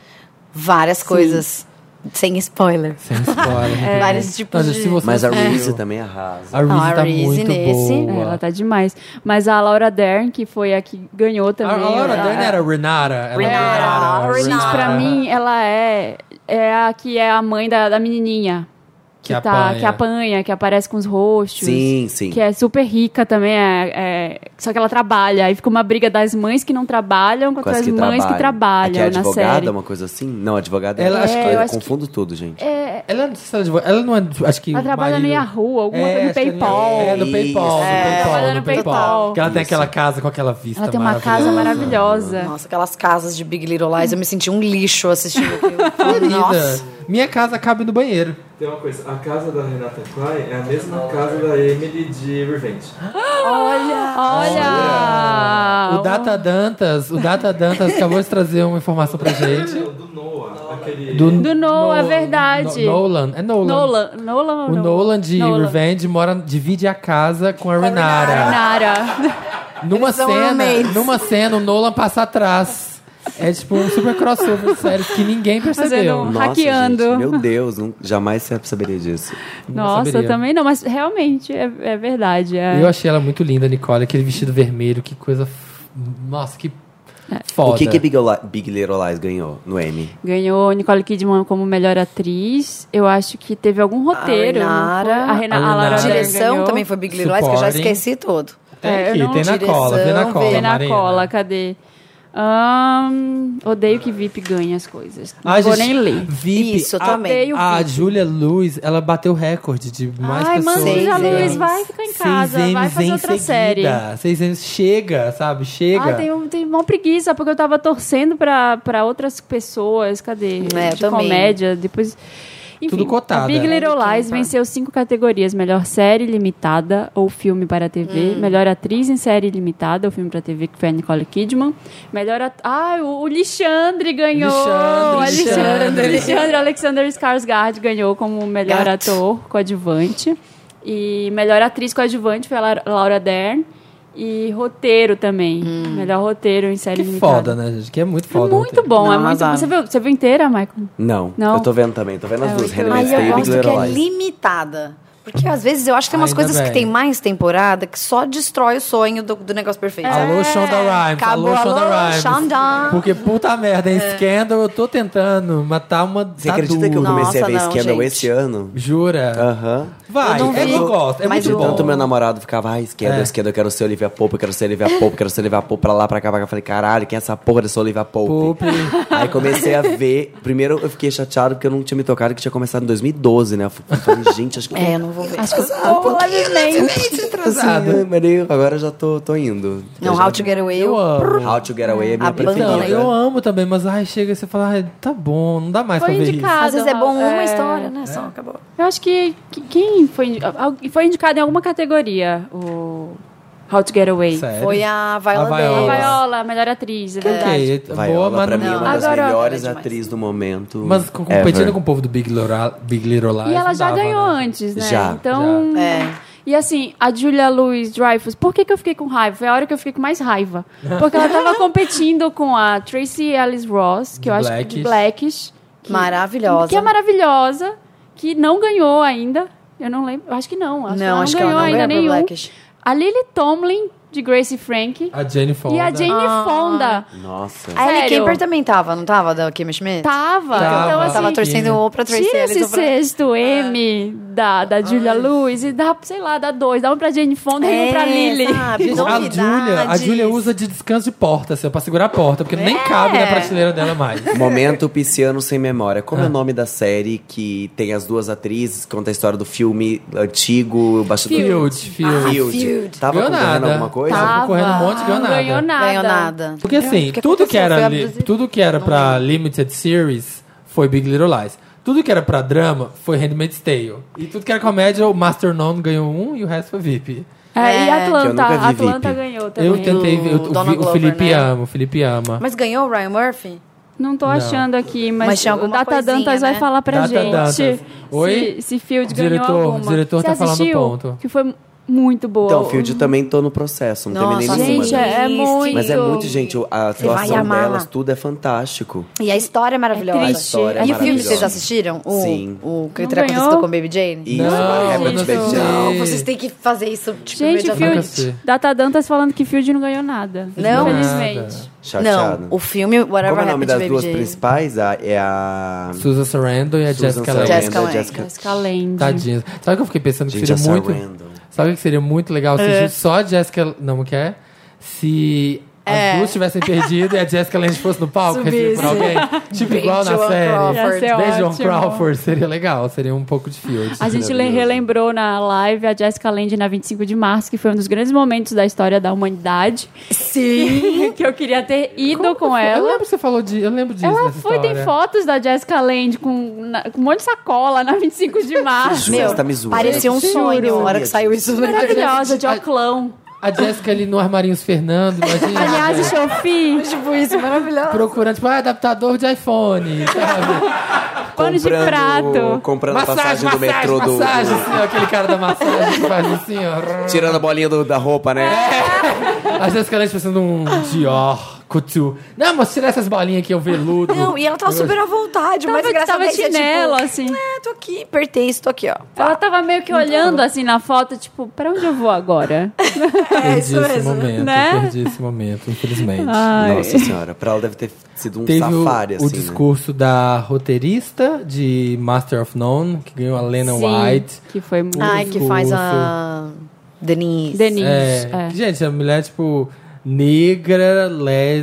Speaker 5: Várias coisas. Sem spoiler.
Speaker 3: Sem spoiler.
Speaker 5: Vários tipos
Speaker 3: Não, gente,
Speaker 5: de-
Speaker 3: é. se você
Speaker 4: Mas a
Speaker 3: assistiu-
Speaker 4: Reese também arrasa.
Speaker 3: A Reese
Speaker 5: Ah, a
Speaker 3: tá
Speaker 5: Reese
Speaker 3: muito
Speaker 5: nesse-
Speaker 2: É,
Speaker 3: boa.
Speaker 2: ela tá demais. Mas a Laura Dern, que foi a que ganhou
Speaker 3: A, a
Speaker 2: também.
Speaker 3: Laura
Speaker 2: ela-
Speaker 3: Dern era Ah. Renata. Ela
Speaker 2: É,
Speaker 3: era
Speaker 5: Renata.
Speaker 2: Gente, pra mim, ela é, é a que é a mãe da, da menininha.
Speaker 3: Que apanha.
Speaker 2: que apanha, que aparece com os rostos.
Speaker 4: Sim, sim.
Speaker 2: Que é super rica também. é- é- só que ela trabalha. Aí fica uma briga das mães que não trabalham
Speaker 4: Com
Speaker 2: contra
Speaker 4: as
Speaker 2: as,
Speaker 4: que
Speaker 2: mães
Speaker 4: trabalham.
Speaker 2: que trabalham
Speaker 4: Aqui é
Speaker 2: na
Speaker 4: advogada,
Speaker 2: série.
Speaker 4: uma coisa assim? Não, advogada
Speaker 3: Ela-
Speaker 4: é...
Speaker 3: acho que-
Speaker 4: eu
Speaker 3: eu acho
Speaker 4: confundo tudo, gente.
Speaker 3: Ela não sei se ela é advogada. Ela não é. Acho que.
Speaker 2: Ela
Speaker 3: o
Speaker 2: trabalha no
Speaker 3: marido-
Speaker 2: Yahoo, alguma
Speaker 3: É,
Speaker 2: coisa no
Speaker 3: acho que
Speaker 2: PayPal.
Speaker 3: É, no PayPal.
Speaker 4: Isso.
Speaker 3: no
Speaker 4: É,
Speaker 3: PayPal,
Speaker 2: trabalha
Speaker 3: no
Speaker 2: no
Speaker 3: PayPal.
Speaker 2: PayPal.
Speaker 3: Que ela tem
Speaker 4: Isso.
Speaker 3: aquela casa com aquela vista
Speaker 2: Ela tem uma
Speaker 3: maravilhosa.
Speaker 2: casa maravilhosa.
Speaker 5: Nossa, aquelas casas de Big Little Lies, eu me senti um lixo assistindo.
Speaker 3: Querida,
Speaker 5: aquilo. Nossa.
Speaker 3: Minha casa cabe no banheiro.
Speaker 8: Tem uma coisa, a casa da Renata Clay é a mesma casa da Emily de Revenge.
Speaker 2: Olha!
Speaker 3: O
Speaker 2: Então,
Speaker 3: Data Dantas, o Data Dantas acabou de trazer uma informação pra gente.
Speaker 8: É, Do Noah, aquele...
Speaker 3: Do,
Speaker 2: Do Noah, é verdade.
Speaker 3: No- Nolan, é Nolan.
Speaker 2: Nolan. Nolan ou
Speaker 3: O
Speaker 2: não?
Speaker 3: Nolan de
Speaker 2: Nolan.
Speaker 3: Revenge mora, divide a casa com a Renata.
Speaker 2: Nara.
Speaker 3: Numa
Speaker 5: Eles são
Speaker 3: cena,
Speaker 5: roommates.
Speaker 3: numa cena, o Nolan passa atrás. É tipo um super crossover de séries que ninguém percebeu.
Speaker 2: Fazendo um-
Speaker 4: Nossa,
Speaker 2: Hackeando.
Speaker 4: gente, meu Deus, não- jamais você saberia disso.
Speaker 3: Não
Speaker 2: Nossa,
Speaker 3: saberia.
Speaker 2: eu também não, mas realmente é, é verdade. é.
Speaker 3: Eu achei ela muito linda, Nicole. Aquele vestido vermelho, que coisa. f- Nossa, que
Speaker 2: É.
Speaker 3: foda.
Speaker 4: O que que Big, Ola- Big Little Lies ganhou no Emmy?
Speaker 2: Ganhou Nicole Kidman como melhor atriz. Eu acho que teve algum roteiro. não
Speaker 5: Renara.
Speaker 2: foi? a, Rena, a,
Speaker 3: A Renara.
Speaker 2: Laura
Speaker 5: A
Speaker 2: Dern
Speaker 5: direção
Speaker 2: ganhou.
Speaker 5: também foi Big Little Lies, que eu já
Speaker 3: Supporting.
Speaker 5: esqueci todo.
Speaker 2: É,
Speaker 3: Tem
Speaker 2: eu
Speaker 3: aqui,
Speaker 2: não-
Speaker 3: tem na
Speaker 5: direção,
Speaker 3: cola, vem na cola.
Speaker 2: Tem na
Speaker 3: Marina.
Speaker 2: cola, cadê? Ahn, odeio que VIP ganhe as coisas. Não
Speaker 3: Ah,
Speaker 2: vou
Speaker 3: gente,
Speaker 2: nem ler.
Speaker 3: VIP,
Speaker 5: Isso, eu
Speaker 3: a-
Speaker 5: também.
Speaker 2: Odeio
Speaker 3: A
Speaker 2: VIP.
Speaker 3: Julia Luz, ela bateu o recorde de mais
Speaker 2: Ai,
Speaker 3: pessoas. né?
Speaker 2: Manjula
Speaker 5: Seis
Speaker 2: Luiz,
Speaker 5: anos.
Speaker 2: vai ficar em
Speaker 3: Seis
Speaker 2: casa, vai
Speaker 3: Emmys
Speaker 2: fazer
Speaker 3: em
Speaker 2: outra
Speaker 3: seguida.
Speaker 2: série.
Speaker 3: Seis Emmys. Chega, sabe? Chega.
Speaker 2: Ah, tem, um- tem uma preguiça, porque eu tava torcendo pra, pra outras pessoas, cadê?
Speaker 5: É, eu
Speaker 2: de
Speaker 5: também.
Speaker 2: comédia, depois...
Speaker 3: tudo cotado.
Speaker 2: A Big
Speaker 3: é.
Speaker 2: Little Lies venceu cinco categorias: melhor série limitada ou filme para
Speaker 5: Hum.
Speaker 2: TV, melhor atriz em série limitada ou filme para TV, que foi a Nicole Kidman, melhor at... ah, o, o Lixandre ganhou.
Speaker 3: Lixandre,
Speaker 2: Alexandre,
Speaker 3: Lixandre.
Speaker 2: Alexandre Alexander Skarsgård ganhou como melhor
Speaker 5: Gato.
Speaker 2: ator coadjuvante e melhor atriz coadjuvante foi a Lar- Laura Dern. E roteiro também. Melhor roteiro em série
Speaker 3: Que
Speaker 2: limitada.
Speaker 3: foda, né, gente? Que é muito
Speaker 2: É
Speaker 3: foda.
Speaker 2: muito bom,
Speaker 9: Não,
Speaker 2: é muito
Speaker 9: arrasaram.
Speaker 2: bom. Você viu, você viu inteira, Michael?
Speaker 4: Não,
Speaker 2: Não?
Speaker 4: eu tô vendo também, tô vendo as
Speaker 2: É,
Speaker 4: duas.
Speaker 2: eu-
Speaker 4: Handmaid's
Speaker 2: Mas
Speaker 5: Mas
Speaker 4: Tale
Speaker 5: eu
Speaker 4: e Big
Speaker 5: gosto que
Speaker 4: Little
Speaker 5: é
Speaker 4: Lies.
Speaker 5: limitada. Porque às vezes eu acho que tem umas
Speaker 3: Ainda
Speaker 5: coisas que
Speaker 3: bem.
Speaker 5: tem mais temporada que só destrói o sonho do, do negócio perfeito. É.
Speaker 2: É.
Speaker 3: Alô, Shonda Rhimes.
Speaker 5: Acabou,
Speaker 3: alô, Shonda
Speaker 5: alô,
Speaker 3: Rhimes.
Speaker 5: Shonda. É.
Speaker 3: Porque puta merda, em Scandal eu tô tentando matar uma. tá
Speaker 4: Você acredita que eu
Speaker 5: Nossa,
Speaker 4: comecei a ver
Speaker 5: não,
Speaker 4: Scandal
Speaker 5: gente.
Speaker 4: esse ano?
Speaker 3: Jura?
Speaker 4: Aham.
Speaker 3: Vai,
Speaker 5: Eu não
Speaker 3: é
Speaker 5: vi,
Speaker 3: que eu gosto. É
Speaker 5: mas
Speaker 3: muito
Speaker 5: eu-
Speaker 3: bom.
Speaker 4: Tipo, Tanto meu namorado ficava, ai, esquerda,
Speaker 3: É.
Speaker 4: esquerda, eu quero ser Olivia Pope, eu quero ser Olivia Pope, eu quero ser Olivia Pope, pra lá, pra cá, pra cá. Eu falei, caralho, quem é essa porra dessa Olivia Pope?
Speaker 3: Pope.
Speaker 4: Aí comecei a ver. Primeiro eu fiquei chateado porque eu não tinha me tocado que tinha começado em 2012, né? Eu fui- falei, gente, acho que eu tô
Speaker 5: É, eu não vou ver.
Speaker 3: é atrasado.
Speaker 4: Assim, ai, mas eu- agora eu já tô, tô indo.
Speaker 5: né?" Não,
Speaker 4: Eu já-
Speaker 5: How to né? Get Away.
Speaker 3: Eu
Speaker 5: eu-
Speaker 3: amo.
Speaker 4: How to Get Away é minha
Speaker 5: Abandona.
Speaker 4: preferida.
Speaker 3: Não, eu amo também, mas ai, chega e você fala, ai, tá bom, não dá mais
Speaker 2: Foi
Speaker 3: pra ver isso.
Speaker 2: indicado.
Speaker 5: Às vezes é bom uma
Speaker 2: É.
Speaker 5: história, né? Só acabou.
Speaker 2: Eu acho que, que- quem foi, indi- al- foi indicado em alguma categoria o How to Get Away.
Speaker 3: Sério?
Speaker 5: Foi a Viola,
Speaker 3: É. A
Speaker 2: A
Speaker 3: Viola.
Speaker 5: Davis.
Speaker 2: Viola, a melhor atriz, é verdade.
Speaker 3: Ok, boa,
Speaker 4: Viola,
Speaker 3: mas
Speaker 4: pra mim, é
Speaker 3: não.
Speaker 4: uma das
Speaker 2: Agora-
Speaker 4: melhores
Speaker 5: Ela é demais.
Speaker 4: atrizes do momento.
Speaker 3: Mas co-
Speaker 4: ever.
Speaker 3: competindo com o povo do Big Little, Big Little Lies.
Speaker 2: E ela
Speaker 3: não
Speaker 2: já
Speaker 3: dava,
Speaker 2: ganhou
Speaker 3: né?
Speaker 2: antes, né?
Speaker 4: Já,
Speaker 2: então.
Speaker 5: É.
Speaker 2: E assim, a Julia Louis Dreyfus, por que, que eu fiquei com raiva? Foi a hora que eu fiquei com mais raiva. Porque ela tava competindo com a Tracy Ellis Ross, que eu acho que de Blackish. que-
Speaker 5: Maravilhosa.
Speaker 2: Que é maravilhosa, que não ganhou ainda. Eu não lembro, eu acho que não. Acho que ela
Speaker 5: Não,
Speaker 2: não
Speaker 5: acho que
Speaker 2: ganhou
Speaker 5: ela não
Speaker 2: ainda
Speaker 5: ganhou pro
Speaker 2: nenhum.
Speaker 5: Blackish.
Speaker 2: A Lily Tomlin, de Gracie Frank.
Speaker 3: A Jane Fonda.
Speaker 2: E a Jane
Speaker 5: Ah.
Speaker 2: Fonda
Speaker 4: Nossa.
Speaker 5: A Ellie
Speaker 2: Sério?
Speaker 5: Kemper também tava, não tava? Da Kimmy Schmidt?
Speaker 2: tava.
Speaker 3: Tava.
Speaker 2: Então, assim,
Speaker 5: Tava torcendo ou pra Tracy
Speaker 2: Tira esse
Speaker 5: Ellis ou pra...
Speaker 2: sexto
Speaker 5: É.
Speaker 2: M da, da Julia Lewis e dá, sei lá, dá dois. Dá um pra Jane Fonda e um pra Lily.
Speaker 5: É, sabe?
Speaker 3: a
Speaker 5: Novidades.
Speaker 3: Julia, a Julia usa de descanso de porta, assim, ó, pra segurar a porta, porque nem cabe na prateleira dela mais.
Speaker 4: Momento Pisciano Sem Memória.
Speaker 3: Ah.
Speaker 4: Como é o nome da série que tem as duas atrizes, conta a história do filme antigo, Bastidor
Speaker 3: Field,
Speaker 4: Ah,
Speaker 3: Field.
Speaker 4: Field. Tava
Speaker 3: Ganhou
Speaker 4: concorrendo
Speaker 3: nada.
Speaker 4: alguma coisa?
Speaker 2: Tava.
Speaker 3: correndo um monte, ganhou
Speaker 2: Não
Speaker 3: nada.
Speaker 2: Ganhou nada.
Speaker 5: Ganhou nada.
Speaker 3: Porque assim,
Speaker 5: porque
Speaker 3: tudo, que
Speaker 5: aconteceu, foi
Speaker 3: era li-
Speaker 5: abduzido.
Speaker 3: tudo que era pra Limited Series foi Big Little Lies. Tudo que era pra drama foi Handmaid's Tale. E tudo que era comédia, o Master Non ganhou um e o resto foi VIP.
Speaker 2: É, e
Speaker 5: É, que
Speaker 4: eu nunca
Speaker 2: Atlanta.
Speaker 4: vi
Speaker 2: Atlanta
Speaker 4: VIP.
Speaker 2: ganhou também.
Speaker 3: Eu tentei ver. eu-
Speaker 5: do
Speaker 3: o,
Speaker 5: Donald
Speaker 3: Vi- o
Speaker 5: Glover,
Speaker 3: Felipe
Speaker 5: né?
Speaker 3: ama, o Felipe ama.
Speaker 5: Mas ganhou o Ryan Murphy?
Speaker 2: Não tô achando aqui, mas,
Speaker 5: Mas tinha
Speaker 2: o
Speaker 5: alguma
Speaker 2: Data
Speaker 5: coisinha,
Speaker 2: Dantas vai
Speaker 5: né?
Speaker 2: falar pra
Speaker 3: Data
Speaker 2: gente
Speaker 3: Dantas. Oi?
Speaker 2: se, se Field
Speaker 3: Diretor,
Speaker 2: ganhou alguma.
Speaker 3: o diretor
Speaker 2: Você
Speaker 3: tá falando
Speaker 2: assistiu?
Speaker 3: ponto.
Speaker 2: Que foi muito boa.
Speaker 4: Então, Field também tô no processo, não
Speaker 5: Nossa,
Speaker 4: terminei nenhuma.
Speaker 2: Gente, é, é
Speaker 5: Triste.
Speaker 2: muito...
Speaker 4: Mas é muito, gente, a
Speaker 5: vai
Speaker 4: atuação
Speaker 5: amar.
Speaker 4: delas, tudo é fantástico.
Speaker 5: E a história é maravilhosa.
Speaker 2: É
Speaker 4: A história é
Speaker 5: E o filme
Speaker 4: maravilhosa.
Speaker 5: vocês assistiram? O,
Speaker 4: Sim.
Speaker 5: O que
Speaker 2: Não
Speaker 5: teria
Speaker 2: ganhou?
Speaker 5: acontecido com Baby Jane?
Speaker 4: Isso,
Speaker 3: Não,
Speaker 4: What Happened to
Speaker 3: não
Speaker 4: Baby
Speaker 3: sei.
Speaker 4: Jane.
Speaker 5: Não, vocês têm que fazer isso tipo,
Speaker 2: Gente, o
Speaker 3: Nunca
Speaker 2: filme
Speaker 3: assisti.
Speaker 2: Data Dantas falando que Field não ganhou nada.
Speaker 5: Não?
Speaker 2: Infelizmente.
Speaker 4: Chateado.
Speaker 5: Não, o filme Whatever
Speaker 4: Como é o nome
Speaker 5: Happened to
Speaker 4: das
Speaker 5: Baby
Speaker 4: duas
Speaker 5: Jane.
Speaker 4: principais? A- é a...
Speaker 3: Susan Sarandon e a
Speaker 4: Susan
Speaker 3: Jessica
Speaker 4: Sarandon,
Speaker 3: Lange.
Speaker 5: Jessica
Speaker 4: a
Speaker 5: Lange.
Speaker 2: Jessica Lange.
Speaker 3: Tadinhas. Sabe o que eu fiquei pensando que
Speaker 4: Gente,
Speaker 3: seria
Speaker 4: a
Speaker 3: muito.
Speaker 4: Sarandon.
Speaker 3: Sabe o que seria muito legal se
Speaker 2: É.
Speaker 3: só a Jessica. Não quer? Se as
Speaker 2: É.
Speaker 3: duas tivessem perdido e a Jessica Lange fosse no palco, receber por alguém. Tipo igual na
Speaker 5: Joan
Speaker 3: série.
Speaker 5: Crawford.
Speaker 2: Ia ser
Speaker 3: Beijo, Joan
Speaker 2: ótimo.
Speaker 3: Crawford. Seria legal, seria um pouco de field.
Speaker 2: A gente le- relembrou na live a Jessica Lange na 25 de março, que foi um dos grandes momentos da história da humanidade. Sim! que eu queria ter ido com
Speaker 3: Eu
Speaker 2: ela.
Speaker 3: lembro que você falou disso. Eu lembro disso.
Speaker 2: Ela
Speaker 3: dessa
Speaker 2: foi, tem
Speaker 3: história.
Speaker 2: fotos da Jessica Lange com, na- com um monte de sacola na 25 de março.
Speaker 4: Juro, você tá me zoando.
Speaker 5: Ah, Parecia um sonho na hora que saiu isso. né?
Speaker 2: Maravilhosa, de oclão.
Speaker 3: A Jessica ali no Armarinhos Fernando, imagina.
Speaker 2: Aliás, o Chofi,
Speaker 5: Tipo, isso, maravilhoso.
Speaker 3: procurando, tipo, ah, adaptador de iPhone, sabe?
Speaker 2: pano de
Speaker 4: Comprando-
Speaker 2: prato.
Speaker 4: Comprando
Speaker 3: massagem,
Speaker 4: passagem do
Speaker 3: massagem,
Speaker 4: metrô do-
Speaker 3: massagem,
Speaker 4: do...
Speaker 3: assim, ó, aquele cara da massagem que faz assim, ó.
Speaker 4: Tirando a bolinha do- da roupa,
Speaker 5: É.
Speaker 4: né?
Speaker 3: A Jessica Lange pensando um Dior Couture. Não, mas tira essas bolinhas aqui, o veludo.
Speaker 5: Não, e ela tava super à vontade. Mas
Speaker 2: Tava,
Speaker 5: engraçado
Speaker 2: tava
Speaker 5: é
Speaker 2: de
Speaker 5: que é tipo,
Speaker 2: chinelo, assim.
Speaker 5: "Ah, tô aqui, pertenço, tô aqui, ó.
Speaker 2: Ela tava meio
Speaker 3: Então.
Speaker 2: que olhando assim na foto, tipo, pra onde eu vou agora?
Speaker 5: É,
Speaker 3: perdi esse momento,
Speaker 2: né?
Speaker 3: perdi esse momento, infelizmente.
Speaker 4: Nossa senhora, pra ela deve ter sido um
Speaker 3: Teve
Speaker 4: safari,
Speaker 3: o,
Speaker 4: assim.
Speaker 3: o
Speaker 4: né?
Speaker 3: discurso da roteirista de Master of None, que ganhou a Lena
Speaker 2: Sim,
Speaker 3: White.
Speaker 2: Que foi
Speaker 4: é
Speaker 2: muito.
Speaker 3: O
Speaker 5: Ai, que faz a... Denise.
Speaker 2: Denise.
Speaker 3: É,
Speaker 2: é.
Speaker 3: Gente, a mulher, tipo, negra,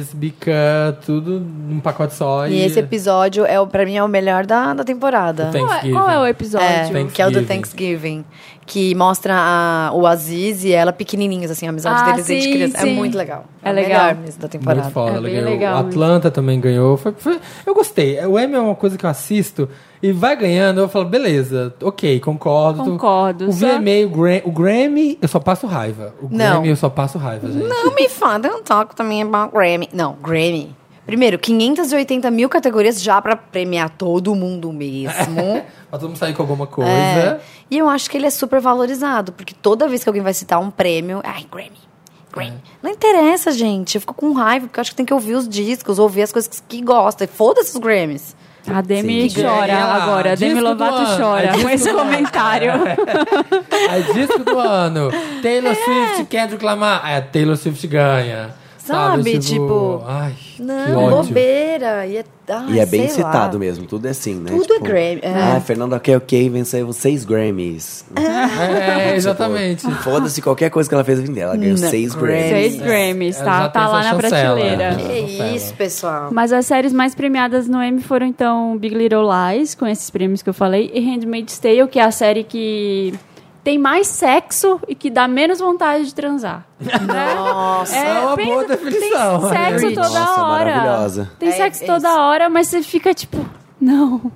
Speaker 3: lésbica, tudo num pacote só.
Speaker 5: E esse episódio, é, o- pra mim, é o melhor da, da temporada.
Speaker 3: Tem-
Speaker 2: Qual, é, qual é o episódio?
Speaker 5: É, que é o do Thanksgiving. Que mostra a- o Aziz e ela pequenininhos, assim, a amizade
Speaker 2: Ah,
Speaker 5: deles desde
Speaker 2: sim,
Speaker 5: criança. É
Speaker 2: sim.
Speaker 5: muito legal.
Speaker 2: É
Speaker 5: a
Speaker 2: legal.
Speaker 5: melhor Miss da temporada.
Speaker 3: Muito foda,
Speaker 2: É
Speaker 3: ela
Speaker 2: bem
Speaker 3: ganhou.
Speaker 2: legal mesmo.
Speaker 3: Atlanta também ganhou. Foi- foi- eu gostei. O Emmy é uma coisa que eu assisto e vai ganhando, eu falo, beleza, ok, concordo.
Speaker 2: Concordo,
Speaker 3: O
Speaker 2: só-
Speaker 3: VMA, o, Gra- o Grammy, eu só passo raiva. O Grammy eu só passo raiva, gente.
Speaker 5: Não me fala, don't talk to me about Grammy. Não, Grammy. Primeiro, 580 mil categorias já pra premiar todo mundo mesmo.
Speaker 3: Pra todo mundo sair com alguma coisa.
Speaker 5: É. E eu acho que ele é super valorizado, porque toda vez que alguém vai citar um prêmio, ai, Grammy. Grammy. Não interessa, gente. Eu fico com raiva, porque eu acho que tem que ouvir os discos, ouvir as coisas que, que gosta. E Foda-se os Grammys.
Speaker 2: é. A Demi
Speaker 3: Sim.
Speaker 2: chora
Speaker 3: Ganha lá.
Speaker 2: agora. A Demi
Speaker 3: Disco do
Speaker 2: Lovato
Speaker 3: ano. É
Speaker 2: chora
Speaker 3: disco
Speaker 2: com esse
Speaker 3: do ano.
Speaker 2: comentário.
Speaker 3: É. Aí disco do ano.
Speaker 5: É.
Speaker 3: Taylor Swift, Kendrick Lamar. É, Taylor Swift ganha.
Speaker 5: Sabe, tipo,
Speaker 3: Ai, que
Speaker 5: Não,
Speaker 3: ódio.
Speaker 5: bobeira. E é, ai,
Speaker 4: E é bem
Speaker 5: sei
Speaker 4: citado
Speaker 5: lá.
Speaker 4: mesmo, tudo é assim, né?
Speaker 5: Tudo é Grammy, é.
Speaker 4: Ah, Fernando ok, ok, venceu seis Grammys.
Speaker 3: É, exatamente.
Speaker 4: Tipo, Foda-se qualquer coisa que ela fez vender. Ela ganhou
Speaker 5: Não,
Speaker 4: seis
Speaker 5: Grammys.
Speaker 4: Grammys.
Speaker 2: Seis Grammys,
Speaker 3: É. Ela
Speaker 2: tá?
Speaker 3: já
Speaker 2: Tá
Speaker 3: tem
Speaker 2: lá
Speaker 3: essa
Speaker 2: na
Speaker 3: chancela.
Speaker 2: prateleira.
Speaker 3: É.
Speaker 5: Que isso, pessoal.
Speaker 2: Mas as séries mais premiadas no Emmy foram, então, Big Little Lies, com esses prêmios que eu falei, e Handmaid's Tale, que é a série que tem mais sexo e que dá menos vontade de transar.
Speaker 5: Nossa.
Speaker 2: É,
Speaker 3: uma boa definição.
Speaker 2: Tem sexo toda
Speaker 4: Nossa,
Speaker 2: hora.
Speaker 4: maravilhosa.
Speaker 2: Tem
Speaker 5: É,
Speaker 2: sexo
Speaker 5: é
Speaker 2: toda
Speaker 5: isso.
Speaker 2: hora, mas você fica tipo, não.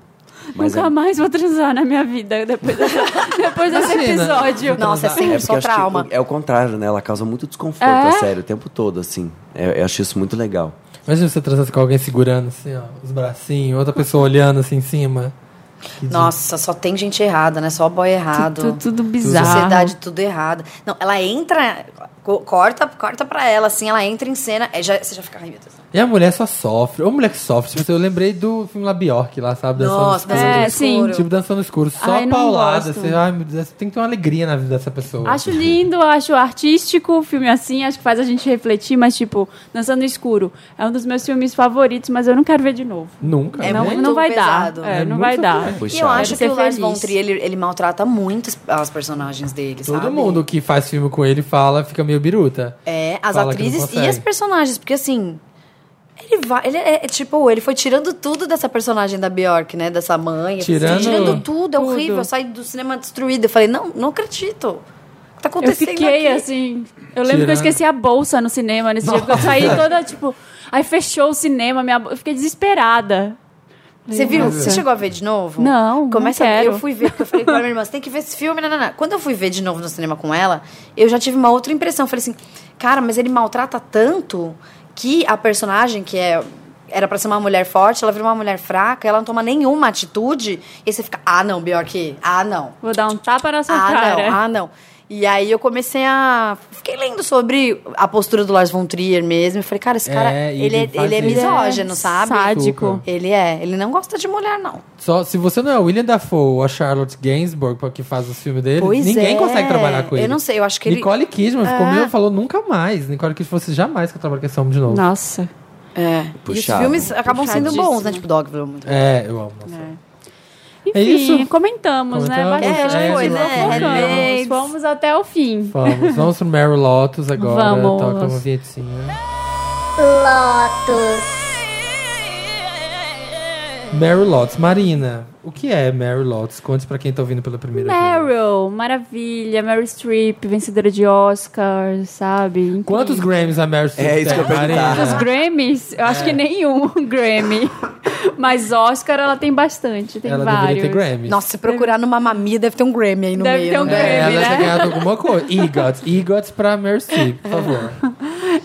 Speaker 4: Mas
Speaker 2: nunca
Speaker 4: é-
Speaker 2: mais vou transar na minha vida depois, dessa- depois desse
Speaker 3: Imagina.
Speaker 2: episódio.
Speaker 5: Nossa, é sempre
Speaker 4: É porque
Speaker 5: só
Speaker 4: eu acho
Speaker 5: trauma.
Speaker 4: que é o contrário, né? Ela causa muito desconforto,
Speaker 2: É?
Speaker 4: é sério, o tempo todo, assim. Eu, eu acho isso muito legal.
Speaker 3: Imagina você transando com alguém segurando assim, ó, os bracinhos, outra pessoa olhando assim em cima.
Speaker 5: Nossa, só tem gente errada, né? Só boy errado.
Speaker 2: Tudo, tudo bizarro.
Speaker 5: Sociedade tudo errado. Não, ela entra, co- corta, corta pra ela, assim, ela entra em cena. É, já, você já fica, ai meu Deus.
Speaker 3: E a mulher só sofre. Ou a mulher que sofre. Tipo, eu lembrei do filme La Bjork lá, sabe? Dançando no
Speaker 5: Nossa,
Speaker 3: escuro.
Speaker 2: é,
Speaker 5: dançando no
Speaker 2: sim.
Speaker 5: escuro.
Speaker 3: Tipo, dançando no escuro. Só
Speaker 2: Ai, não
Speaker 3: paulada.
Speaker 2: gosto.
Speaker 3: Você, ai, meu Deus, tem que ter uma alegria na vida dessa pessoa.
Speaker 2: Acho lindo, acho artístico, filme assim, acho que faz a gente refletir, mas tipo, Dançando no Escuro é um dos meus filmes favoritos, mas eu não quero ver de novo.
Speaker 3: Nunca.
Speaker 5: É
Speaker 3: né?
Speaker 2: não,
Speaker 5: muito
Speaker 2: não vai
Speaker 5: pesado.
Speaker 2: dar. É,
Speaker 3: É
Speaker 2: não
Speaker 3: muito
Speaker 2: vai dar.
Speaker 3: sofrimento.
Speaker 5: E eu
Speaker 4: Puxado.
Speaker 5: acho que
Speaker 2: Deve
Speaker 5: o
Speaker 2: ser
Speaker 5: Lars von
Speaker 2: feliz.
Speaker 5: Trier, ele, ele maltrata muito as- as personagens dele,
Speaker 3: Todo
Speaker 5: sabe?
Speaker 3: mundo que faz filme com ele fala, fica meio biruta.
Speaker 5: É,
Speaker 3: Fala
Speaker 5: as
Speaker 3: que não
Speaker 5: atrizes e
Speaker 3: consegue.
Speaker 5: as personagens, porque assim. Ele vai. Ele é, é tipo, ele foi tirando tudo dessa personagem da Bjork, né? Dessa mãe. assim,
Speaker 3: Tirando-
Speaker 5: tirando tudo, é
Speaker 2: Tudo.
Speaker 5: horrível. Eu saí do cinema destruída. Eu falei, não, não acredito. O que
Speaker 2: Eu
Speaker 5: tá acontecendo?
Speaker 2: fiquei
Speaker 5: aqui?
Speaker 2: assim. Eu lembro que eu
Speaker 3: Tirando-
Speaker 2: esqueci a bolsa no cinema nesse dia, porque eu saí toda tipo. Aí fechou o cinema, minha bo- eu fiquei desesperada.
Speaker 5: Você viu?
Speaker 2: Nossa.
Speaker 5: Você chegou a ver de novo?
Speaker 2: Não,
Speaker 5: Começa
Speaker 2: não quero.
Speaker 5: Eu fui ver, porque eu falei pra minha irmã, você tem que ver esse filme. Não, não, não. Quando eu fui ver de novo no cinema com ela, eu já tive uma outra impressão. Eu falei assim, cara, mas ele maltrata tanto que a personagem, que é era pra ser uma mulher forte, ela vira uma mulher fraca, ela não toma nenhuma atitude. E aí você fica, ah, não, Bjork, ah, não.
Speaker 2: Vou dar um tapa na sua
Speaker 5: Ah,
Speaker 2: cara.
Speaker 5: não, ah, não. E aí eu comecei a... Fiquei lendo sobre a postura do Lars von Trier mesmo. E falei, cara, esse
Speaker 3: É,
Speaker 5: cara,
Speaker 3: e ele
Speaker 5: ele, é, ele é
Speaker 3: faz isso.
Speaker 5: misógino, sabe?
Speaker 2: Sádico.
Speaker 5: Ele é. Ele não gosta de mulher, não.
Speaker 3: Só, se você não é o William Dafoe ou a Charlotte Gainsbourg pra- que faz os filmes dele,
Speaker 5: Pois
Speaker 3: ninguém
Speaker 5: é.
Speaker 3: consegue trabalhar com
Speaker 5: Eu
Speaker 3: ele.
Speaker 5: não sei, eu acho que ele-
Speaker 3: Nicole Kidman ficou
Speaker 5: É.
Speaker 3: meio falou nunca mais. Nicole Kidman falou assim, jamais que eu trabalho com esse homem de novo.
Speaker 2: Nossa.
Speaker 5: É.
Speaker 4: Puxado.
Speaker 5: E os filmes acabam sendo
Speaker 2: Puxadíssimo.
Speaker 5: bons, né? Tipo, Dogville. muito.
Speaker 3: É, eu amo. nossa.
Speaker 2: Enfim,
Speaker 3: É isso?
Speaker 2: comentamos, né?
Speaker 3: Comentamos,
Speaker 2: Bastante.
Speaker 5: é, já foi, né?
Speaker 2: Focamos,
Speaker 5: Handmaids.
Speaker 2: Fomos até o fim.
Speaker 3: Vamos, vamos pro Mary Lotus agora.
Speaker 2: Vamos.
Speaker 3: Toca uma vinhetinha. Mary Lotus. Marina, o que é Mary Lotus? Conte pra quem tá ouvindo pela primeira vez.
Speaker 2: Meryl, maravilha. Meryl Streep, vencedora de Oscar, sabe? Incrível.
Speaker 3: Quantos Grammys a Mary Streep
Speaker 4: É isso que eu
Speaker 3: tem,
Speaker 4: ia perguntar.
Speaker 3: Marina?
Speaker 2: Os Grammys? Eu
Speaker 3: É.
Speaker 2: acho que nenhum Grammy. Mas Oscar ela tem bastante, tem
Speaker 3: Ela
Speaker 2: vários.
Speaker 3: deveria ter Grammys.
Speaker 5: Nossa, se procurar numa mamia, deve ter um Grammy aí no
Speaker 2: Deve
Speaker 5: meio.
Speaker 2: ter um
Speaker 5: né?
Speaker 2: Grammy.
Speaker 3: É, ela
Speaker 2: né?
Speaker 3: tinha ganhado alguma coisa. EGOTs. EGOTs pra Mary Streep, por favor.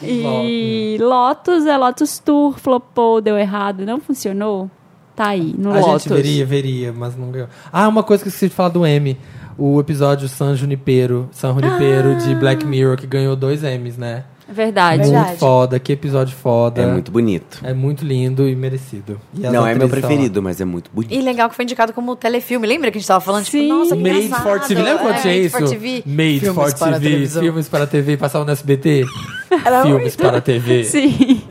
Speaker 2: E Lotus é Lotus Tour, flopou, deu errado, não funcionou? Tá aí, no
Speaker 3: A
Speaker 2: Lotus.
Speaker 3: gente veria, veria, mas não ganhou. Ah, uma coisa que eu esqueci de falar do M. O episódio San Junipero, San Junipero de Black Mirror, que ganhou dois M's, né?
Speaker 2: Ah. É Verdade.
Speaker 3: Muito foda, que episódio foda.
Speaker 4: É muito bonito.
Speaker 3: É muito lindo e merecido. E as
Speaker 4: Não é meu
Speaker 3: atrizes são
Speaker 4: preferido, mas é muito
Speaker 5: E
Speaker 4: bonito.
Speaker 5: legal que foi indicado como telefilme. Lembra que a gente tava falando,
Speaker 2: Sim.
Speaker 5: tipo, nossa, que
Speaker 3: Made
Speaker 5: engraçado.
Speaker 3: for TV. Lembra quando
Speaker 5: É,
Speaker 3: tinha
Speaker 5: Made
Speaker 3: isso?
Speaker 5: for TV.
Speaker 3: Made
Speaker 5: Filmes
Speaker 3: for
Speaker 5: para
Speaker 3: TV.
Speaker 5: televisão.
Speaker 3: filmes para TV. Passavam no SBT.
Speaker 5: Era
Speaker 3: filmes
Speaker 5: muito-
Speaker 3: para TV.
Speaker 2: Sim.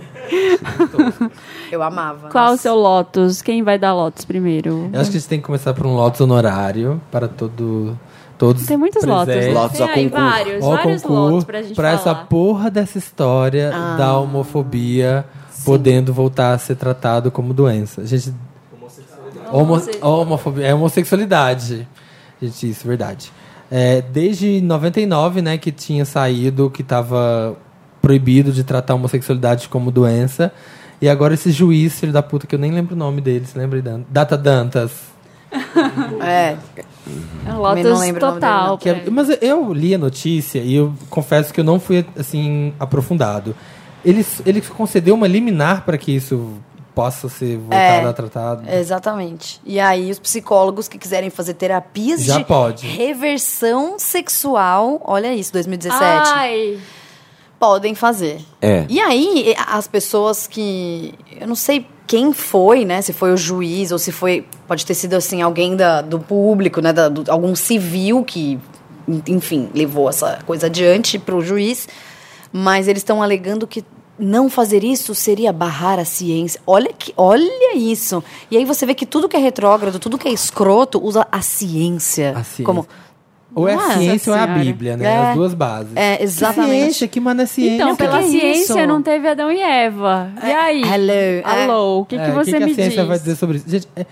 Speaker 5: Eu amava.
Speaker 2: Qual o
Speaker 5: nossa.
Speaker 2: seu Lotus? Quem vai dar Lotus primeiro?
Speaker 3: Eu acho que a gente tem que começar por um Lotus honorário para todo, todos
Speaker 2: Tem muitos Lotus. né?
Speaker 3: presentes.
Speaker 4: Lotus
Speaker 2: tem
Speaker 4: ao
Speaker 2: aí
Speaker 4: concurso.
Speaker 2: vários,
Speaker 3: Ó,
Speaker 2: vários
Speaker 3: concurso,
Speaker 2: Lotus pra gente
Speaker 3: essa
Speaker 2: falar. Ah.
Speaker 3: porra dessa história da homofobia podendo voltar a ser tratado como doença. Gente, homo- homofobia é homossexualidade. Gente, isso é verdade. É, desde 99, né, que tinha saído que tava proibido de tratar a homossexualidade como doença. E agora esse juiz, filho da puta, que eu nem lembro o nome dele, você lembra? Dan- Data Dantas.
Speaker 5: É.
Speaker 2: um Lotus
Speaker 5: Também não lembro o nome dele,
Speaker 2: total.
Speaker 5: não.
Speaker 3: Que é-
Speaker 2: pra-
Speaker 3: mas eu li a notícia e eu confesso que eu não fui assim aprofundado. Ele, ele concedeu uma liminar para que isso possa ser
Speaker 2: É.
Speaker 3: voltado a tratado.
Speaker 5: Exatamente. E aí, os psicólogos que quiserem fazer terapias
Speaker 3: Já
Speaker 5: de
Speaker 3: pode.
Speaker 5: reversão sexual, olha isso, 2017,
Speaker 2: Ai,
Speaker 5: podem fazer.
Speaker 4: É.
Speaker 5: E aí, e- as pessoas que. Eu não sei quem foi, né? Se foi o juiz ou se foi. Pode ter sido, assim, alguém da, do público, né? da- do- algum civil que, en- enfim, levou essa coisa adiante para o juiz. Mas eles estão alegando que não fazer isso seria barrar a ciência. Olha, que, olha isso. E aí você vê que tudo que é retrógrado, tudo que é escroto, usa a ciência.
Speaker 3: A ciência.
Speaker 5: Como,
Speaker 3: Ou é a
Speaker 5: Nossa
Speaker 3: ciência ou é a
Speaker 2: Senhora.
Speaker 3: Bíblia, né?
Speaker 5: É.
Speaker 3: As duas bases.
Speaker 5: é,
Speaker 3: Que
Speaker 5: exatamente.
Speaker 3: ciência, que mano é ciência.
Speaker 2: então,
Speaker 5: que
Speaker 2: pela
Speaker 5: que é
Speaker 2: ciência
Speaker 5: isso?
Speaker 2: não teve Adão e Eva. E aí?
Speaker 5: hello, é.
Speaker 2: Alô, o que, que
Speaker 3: É,
Speaker 2: você
Speaker 3: a
Speaker 2: me
Speaker 3: ciência
Speaker 2: diz?
Speaker 3: vai dizer sobre isso? Gente, é,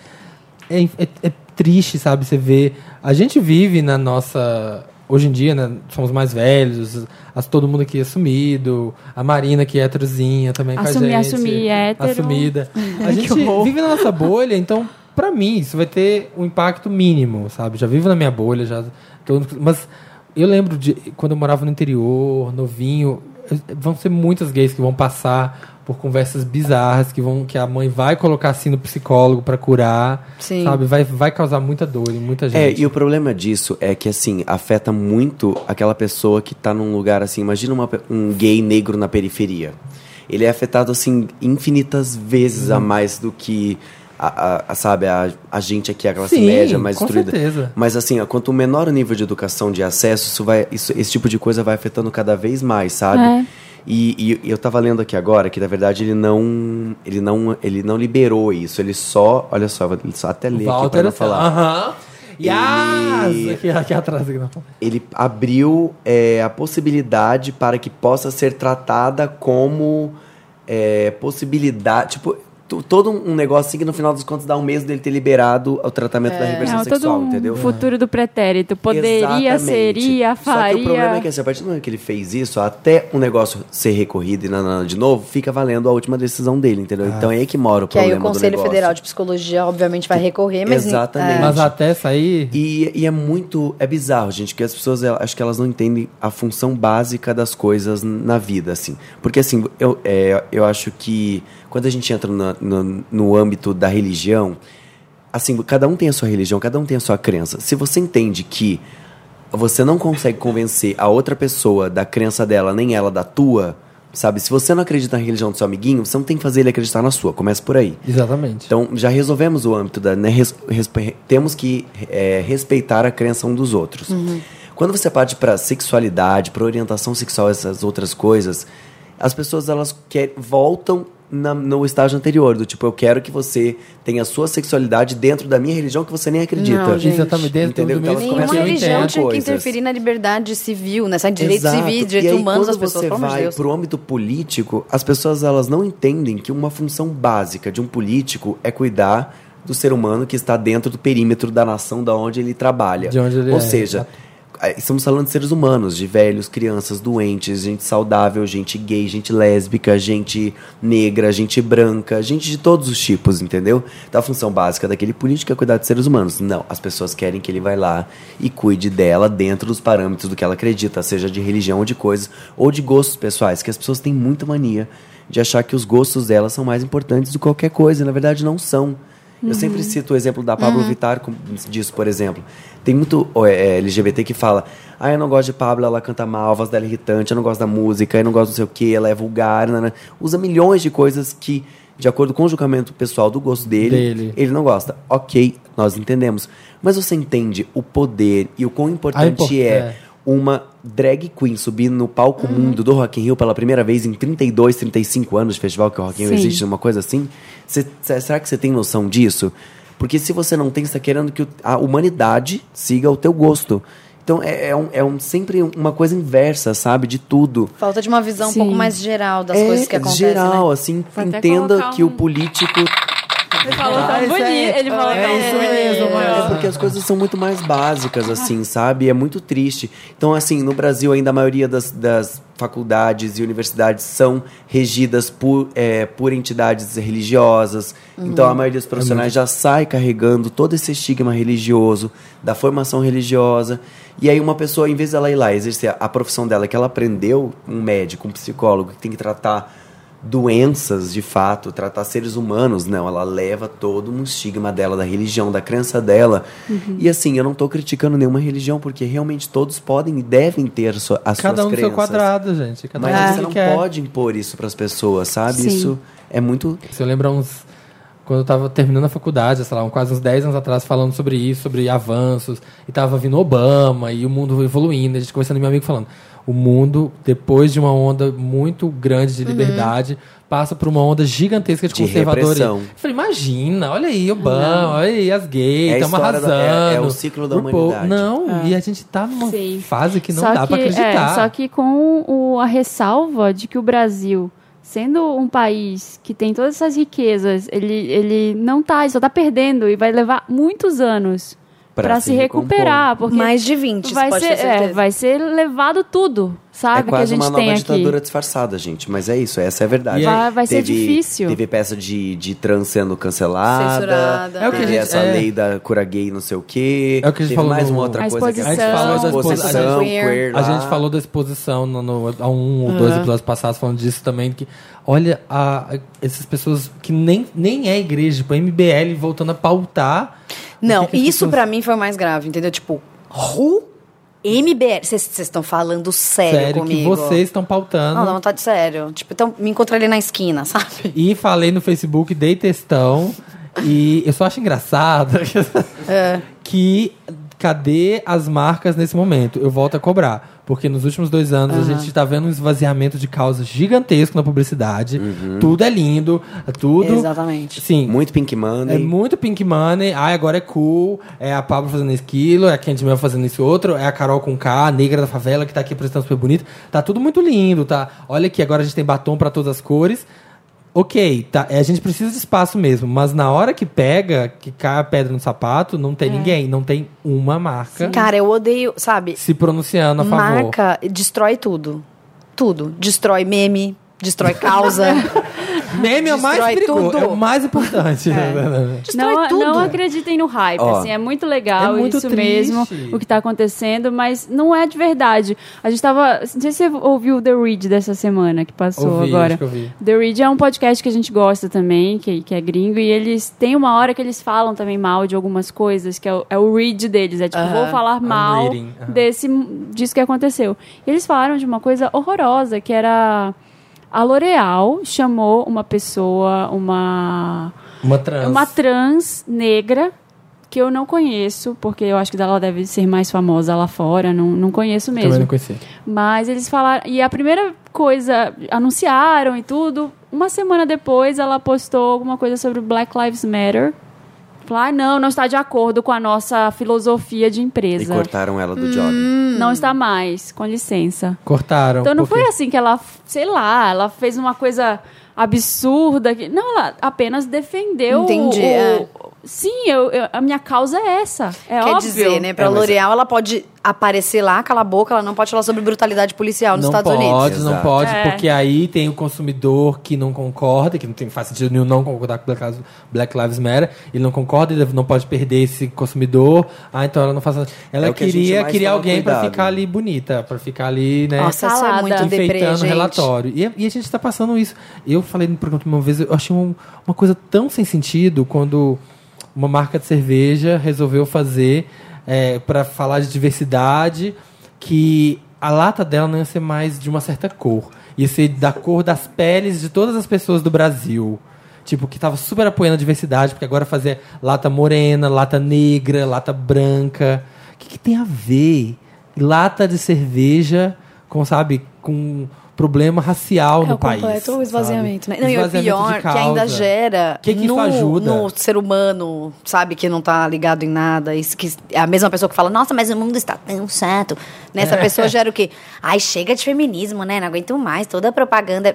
Speaker 3: é, é- é triste, sabe? Você vê. A gente vive na nossa. Hoje em dia, né? Somos mais velhos, as, todo mundo aqui é assumido, a Marina que é héterozinha também
Speaker 2: Assumir,
Speaker 3: com a gente.
Speaker 2: assumir, é hétero.
Speaker 3: Assumida. A gente vive na nossa bolha, então, pra mim, isso vai ter um impacto mínimo, sabe? Já vivo na minha bolha, já. tô- mas eu lembro de quando eu morava no interior, novinho, eu- vão ser muitas gays que vão passar por conversas bizarras que vão que a mãe vai colocar assim no psicólogo pra curar,
Speaker 5: Sim.
Speaker 3: sabe? Vai vai causar muita dor em muita
Speaker 4: É,
Speaker 3: gente.
Speaker 4: e o problema disso é que, assim, afeta muito aquela pessoa que tá num lugar assim. Imagina uma pe- um gay negro na periferia. Ele é afetado, assim, infinitas vezes
Speaker 3: Uhum.
Speaker 4: a mais do que, a, a- a- sabe, a, a gente aqui, a classe
Speaker 3: Sim,
Speaker 4: média é mais
Speaker 3: com
Speaker 4: instruída.
Speaker 3: certeza.
Speaker 4: Mas, assim, ó, quanto menor o nível de educação, de acesso, isso vai, isso- esse tipo de coisa vai afetando cada vez mais, sabe?
Speaker 2: É.
Speaker 4: E, e eu tava lendo aqui agora que, na verdade, ele não, ele não, ele não liberou isso. Ele só, olha só, eu vou só até ler aqui pra
Speaker 3: Walter é assim,
Speaker 4: não falar
Speaker 3: Aham. E
Speaker 4: Ele-
Speaker 3: as- aqui, aqui atrás aqui não.
Speaker 4: ele abriu é, a possibilidade para que possa ser tratada como é, possibilidade. Tipo, to- todo um um negócio assim que no final dos contos dá um mês dele ter liberado o tratamento da reversão
Speaker 2: Não, todo
Speaker 4: sexual,
Speaker 2: um
Speaker 4: entendeu?
Speaker 2: futuro do pretérito. Poderia,
Speaker 4: Exatamente.
Speaker 2: seria, faria.
Speaker 4: Só que o problema é que assim, a partir do momento que ele fez isso, até o negócio ser recorrido e nanana de novo, fica valendo a última decisão dele, entendeu? Então é aí que mora o
Speaker 5: Que aí
Speaker 4: problema
Speaker 5: o Conselho
Speaker 4: do negócio.
Speaker 5: Federal de Psicologia, obviamente, vai recorrer, mas.
Speaker 4: Exatamente.
Speaker 3: Mas até sair
Speaker 4: E, e é muito. É bizarro, gente, que as pessoas, eu acho que elas não entendem a função básica das coisas na vida, assim. Porque, assim, eu, é, eu acho que quando a gente entra na- no, no âmbito da religião, assim, cada um tem a sua religião, cada um tem a sua crença. Se você entende que você não consegue convencer a outra pessoa da crença dela, nem ela da tua, sabe? Se você não acredita na religião do seu amiguinho, você não tem que fazer ele acreditar na sua. Começa por aí.
Speaker 3: Exatamente.
Speaker 4: Então, já resolvemos o âmbito da. né, res- respe- temos que é, respeitar a crença um dos outros.
Speaker 5: Uhum.
Speaker 4: Quando você parte para sexualidade, para orientação sexual, essas outras coisas, as pessoas elas quer, voltam na- no estágio anterior, do tipo, eu quero que você tenha a sua sexualidade dentro da minha religião que você nem acredita.
Speaker 5: Não, gente.
Speaker 3: Exatamente dentro
Speaker 4: Entendeu?
Speaker 3: do
Speaker 4: Então, elas
Speaker 3: mesmo
Speaker 5: Nenhuma
Speaker 4: começam a
Speaker 5: religião
Speaker 4: entender
Speaker 5: tinha que
Speaker 4: coisas.
Speaker 5: interferir na liberdade civil, nessa direitos
Speaker 4: Exato.
Speaker 5: civis,
Speaker 4: E
Speaker 5: direitos
Speaker 4: aí,
Speaker 5: humanos das
Speaker 4: quando
Speaker 5: pessoas,
Speaker 4: você
Speaker 5: pelo amor de
Speaker 4: vai
Speaker 5: Deus.
Speaker 4: pro âmbito político, as pessoas elas não entendem que uma função básica de um político é cuidar do ser humano que está dentro do perímetro da nação da onde ele trabalha.
Speaker 3: De onde ele
Speaker 4: Ou
Speaker 3: é,
Speaker 4: seja, eh, estamos falando de seres humanos, de velhos, crianças, doentes, gente saudável, gente gay, gente lésbica, gente negra, gente branca, gente de todos os tipos, entendeu? Então a função básica daquele político é cuidar de seres humanos. Não, as pessoas querem que ele vai lá e cuide dela dentro dos parâmetros do que ela acredita, seja de religião ou de coisas, ou de gostos pessoais, que as pessoas têm muita mania de achar que os gostos delas são mais importantes do que qualquer coisa, e na verdade não são.
Speaker 3: Uhum.
Speaker 4: Eu sempre cito o exemplo da Pablo Vittar com- disso, por exemplo. Tem muito ó, é, é, LGBT que fala: ah, eu não gosto de Pablo, ela canta mal, a voz dela é irritante, eu não gosto da música, eu não gosto não sei o que, ela é vulgar. nanã." Usa milhões de coisas que, de acordo com o julgamento pessoal do gosto dele,
Speaker 3: Dele.
Speaker 4: ele não gosta. Ok, nós entendemos. Mas você entende o poder e o quão importante
Speaker 3: A import-
Speaker 4: é.
Speaker 3: é.
Speaker 4: Uma drag queen subir no
Speaker 2: Uhum.
Speaker 4: palco mundo do Rock in Rio pela primeira vez em 32, 35 anos de festival que o Rock in Rio
Speaker 2: Sim.
Speaker 4: existe, uma coisa assim? Cê- cê- será que você tem noção disso? Porque se você não tem, você está querendo que o- a humanidade siga o teu gosto. Então é, é um, é um- sempre uma coisa inversa, sabe? De tudo.
Speaker 5: Falta de uma visão
Speaker 2: Sim.
Speaker 5: um pouco mais geral das
Speaker 4: é
Speaker 5: coisas que acontecem.
Speaker 4: geral,
Speaker 5: né?
Speaker 4: assim,
Speaker 2: né? Vou até
Speaker 4: entenda
Speaker 2: colocar
Speaker 4: que o
Speaker 2: um-
Speaker 4: político
Speaker 2: Ele falou
Speaker 3: Ah,
Speaker 2: tão
Speaker 3: isso
Speaker 2: bonito.
Speaker 3: é-
Speaker 2: Ele falou
Speaker 3: é
Speaker 2: tão
Speaker 3: isso mesmo,
Speaker 2: bonito.
Speaker 3: mano.
Speaker 4: É porque as coisas são muito mais básicas, assim, sabe? É muito triste. Então, assim, no Brasil ainda a maioria das, das faculdades e universidades são regidas por, é, por entidades religiosas. Então, a maioria dos profissionais já sai carregando todo esse estigma religioso, da formação religiosa. E aí uma pessoa, em vez dela ir lá exercer a profissão dela, que ela aprendeu, um médico, um psicólogo, que tem que tratar doenças de fato, tratar seres humanos, não, ela leva todo um estigma dela, da religião, da crença dela.
Speaker 2: Uhum.
Speaker 4: E assim, eu não tô criticando nenhuma religião, porque realmente todos podem e devem ter so- as
Speaker 3: Cada
Speaker 4: suas
Speaker 3: um no
Speaker 4: crenças.
Speaker 3: seu quadrado, gente. Cada um
Speaker 4: Mas
Speaker 3: no
Speaker 4: você
Speaker 3: seu
Speaker 4: não
Speaker 3: que quer.
Speaker 4: pode impor isso pras pessoas, sabe?
Speaker 2: Sim.
Speaker 4: Isso é muito.
Speaker 3: Se eu lembro há uns. Quando eu tava terminando a faculdade, sei lá, um- quase uns 10 anos atrás, falando sobre isso, sobre avanços, e tava vindo Obama e o mundo evoluindo, a gente conversando e meu amigo falando. O mundo, depois de uma onda muito grande de liberdade, passa por uma onda gigantesca de,
Speaker 4: Uhum. De repressão.
Speaker 3: conservadorismo. Eu falei, imagina, olha aí Obama, olha aí as gays,
Speaker 4: É a
Speaker 3: estamos
Speaker 4: história
Speaker 3: arrasando.
Speaker 4: da- é- é o ciclo da
Speaker 3: RuPaul.
Speaker 4: humanidade.
Speaker 3: Não, e a gente tá numa
Speaker 2: É. Sim.
Speaker 3: fase que não
Speaker 2: Só
Speaker 3: dá pra
Speaker 2: que- é,
Speaker 3: acreditar.
Speaker 2: só que com o- a ressalva de que o Brasil, sendo um país que tem todas essas riquezas, ele, ele não tá, ele só tá perdendo e vai levar muitos anos
Speaker 4: Pra
Speaker 2: pra
Speaker 4: se
Speaker 2: se recuperar. Porque
Speaker 5: Mais de 20,
Speaker 2: vai
Speaker 5: pode
Speaker 2: ser,
Speaker 5: ter certeza.
Speaker 2: é, vai ser levado tudo, sabe?
Speaker 4: é
Speaker 2: que a
Speaker 4: quase
Speaker 2: gente
Speaker 4: uma
Speaker 2: tem
Speaker 4: nova ditadura
Speaker 2: aqui.
Speaker 4: disfarçada, gente. Mas é isso, essa é a verdade.
Speaker 3: E
Speaker 2: Vai- vai ser difícil.
Speaker 4: Teve peça de, de trans sendo cancelada.
Speaker 5: Censurada.
Speaker 3: É o que a
Speaker 4: teve
Speaker 3: gente-
Speaker 4: essa
Speaker 3: é.
Speaker 4: lei da cura gay, não sei o quê.
Speaker 3: É o que a
Speaker 4: teve
Speaker 3: gente falou
Speaker 4: mais
Speaker 3: no-
Speaker 4: uma outra
Speaker 2: A
Speaker 4: coisa que
Speaker 2: exposição,
Speaker 3: a gente falou da
Speaker 4: exposição,
Speaker 3: exposição,
Speaker 4: queer.
Speaker 3: A
Speaker 4: lá.
Speaker 3: gente falou da exposição no, no- há um ou dois episódios passados, falando disso também, que olha, a- a- essas pessoas que nem, nem é igreja, tipo, a MBL voltando a pautar. O
Speaker 5: Não,
Speaker 3: que que as
Speaker 5: isso
Speaker 3: pessoas-
Speaker 5: pra mim foi o mais grave, entendeu? Tipo, Ru MBL. Vocês estão falando sério,
Speaker 3: Sério, que
Speaker 5: comigo.
Speaker 3: vocês estão
Speaker 4: tá
Speaker 3: pautando.
Speaker 5: Não, dá vontade de sério. Tipo, então me encontra ali na esquina, sabe?
Speaker 3: E falei no Facebook, dei textão, e eu só acho engraçado que cadê as marcas nesse momento? Eu volto a cobrar. Porque nos últimos dois anos a gente tá vendo um esvaziamento de causas gigantesco na publicidade. Tudo é lindo, tudo.
Speaker 5: Exatamente.
Speaker 3: Sim,
Speaker 4: Muito Pink Money.
Speaker 3: É muito Pink Money, ai, agora é cool, é a Pablo fazendo esquilo, é a Candy Mel fazendo esse outro, é a Carol com K, a negra da favela, que tá aqui apresentando super bonito. Tá tudo muito lindo, tá? Olha aqui, agora a gente tem batom pra todas as cores. Ok, tá, é, a gente precisa de espaço mesmo, mas na hora que pega, que cai a pedra no sapato, não
Speaker 2: É.
Speaker 3: tem ninguém, não tem uma
Speaker 4: É.
Speaker 3: marca
Speaker 5: Cara, eu odeio, sabe?
Speaker 3: se pronunciando a favor.
Speaker 5: Marca destrói tudo. Tudo. Destrói meme, destrói causa.
Speaker 3: Meme é o mais
Speaker 5: Destrói
Speaker 3: perigoso,
Speaker 5: tudo.
Speaker 3: é o mais importante.
Speaker 2: É.
Speaker 5: destrói
Speaker 2: Não,
Speaker 5: tudo.
Speaker 2: não acreditem no hype,
Speaker 4: Ó,
Speaker 2: assim, é muito legal
Speaker 3: é muito
Speaker 2: isso
Speaker 3: triste.
Speaker 2: mesmo, o que tá acontecendo, mas não é de verdade. A gente tava, não sei se você ouviu o The Read dessa semana que passou
Speaker 3: Ouvi,
Speaker 2: agora.
Speaker 3: acho que ouvi.
Speaker 2: The Read é um podcast que a gente gosta também, que, que é gringo, e eles têm uma hora que eles falam também mal de algumas coisas, que é o, é o read deles, é tipo, vou falar mal
Speaker 3: um reading, aham.
Speaker 2: desse, disso que aconteceu. E eles falaram de uma coisa horrorosa, que era... A L'Oréal chamou uma pessoa, uma...
Speaker 3: Uma trans.
Speaker 2: Uma trans negra que eu não conheço, porque eu acho que ela deve ser mais famosa lá fora, não, não conheço mesmo.
Speaker 3: Também não conhecia.
Speaker 2: Mas eles falaram. E a primeira coisa, anunciaram e tudo. Uma semana depois, ela postou alguma coisa sobre Black Lives Matter. Falar, ah, não, não está de acordo com a nossa filosofia de
Speaker 4: E
Speaker 2: empresa.
Speaker 4: cortaram ela
Speaker 5: Hum,
Speaker 4: do job.
Speaker 2: Não está mais, com licença.
Speaker 3: Cortaram.
Speaker 2: Então não
Speaker 3: porque-
Speaker 2: foi assim que ela, sei lá, ela fez uma coisa absurda. Que... Não, ela apenas defendeu.
Speaker 5: Entendi,
Speaker 2: o-
Speaker 5: é.
Speaker 2: Sim, eu, eu- a minha causa é essa. É
Speaker 5: Quer
Speaker 2: óbvio.
Speaker 5: dizer, né? Pra
Speaker 4: É, mas-
Speaker 5: L'Oréal, ela pode aparecer lá, cala a boca, ela não pode falar sobre brutalidade policial nos
Speaker 3: não
Speaker 5: Estados
Speaker 3: pode,
Speaker 5: Unidos.
Speaker 3: Não
Speaker 4: Exato.
Speaker 3: pode,
Speaker 2: É.
Speaker 3: porque aí tem o consumidor que não concorda, que não tem, faz sentido nenhum não concordar com Black Lives, Black Lives Matter, ele não concorda, ele não pode perder esse consumidor. Ah, então ela não faz. Ela
Speaker 4: É o que a gente
Speaker 3: queria,
Speaker 4: mais
Speaker 3: queria
Speaker 4: toma
Speaker 3: alguém pra
Speaker 4: cuidado.
Speaker 3: ficar ali bonita, pra ficar ali, né?
Speaker 5: Nossa, isso é
Speaker 2: Salada.
Speaker 5: muito deprê,
Speaker 3: enfeitando o
Speaker 5: gente.
Speaker 3: relatório. E, e a gente tá passando isso. Eu falei no programa uma vez, eu achei um- uma coisa tão sem sentido quando uma marca de cerveja resolveu fazer é, para falar de diversidade que a lata dela não ia ser mais de uma certa cor. Ia ser da cor das peles de todas as pessoas do Brasil. Tipo, que tava super apoiando a diversidade, porque agora fazer lata morena, lata negra, lata branca. O que, que tem a ver? Lata de cerveja com, sabe, com problema racial
Speaker 5: É
Speaker 3: no
Speaker 5: o
Speaker 3: país.
Speaker 5: completo
Speaker 3: sabe?
Speaker 5: esvaziamento, né? Não, e o
Speaker 3: Esvaziamento de
Speaker 5: pior, que ainda
Speaker 3: causa.
Speaker 5: gera
Speaker 3: Que que isso
Speaker 5: no,
Speaker 3: ajuda?
Speaker 5: no ser humano, sabe, que não tá ligado em nada. Isso que é a mesma pessoa que fala, nossa, mas o mundo está tão
Speaker 3: É.
Speaker 5: né? chato. Nessa pessoa gera o quê? Ai, chega de feminismo, né? Não aguento mais, toda a propaganda.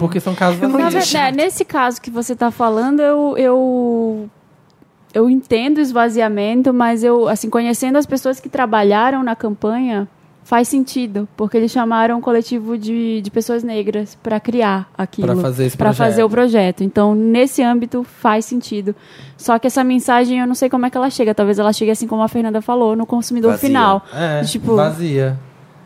Speaker 3: Porque são casos
Speaker 2: Na
Speaker 3: assim.
Speaker 2: verdade, nesse caso que você tá falando, eu, eu, eu entendo o esvaziamento, mas eu, assim, conhecendo as pessoas que trabalharam na campanha, faz sentido, porque eles chamaram um coletivo de, de pessoas negras para criar aquilo.
Speaker 3: Pra fazer esse
Speaker 2: pra
Speaker 3: projeto.
Speaker 2: fazer o projeto. Então, nesse âmbito, faz sentido. Só que essa mensagem, eu não sei como é que ela chega. Talvez ela chegue, assim como a Fernanda falou, no consumidor
Speaker 4: Vazia.
Speaker 2: final.
Speaker 3: É,
Speaker 2: tipo, o
Speaker 3: vazia.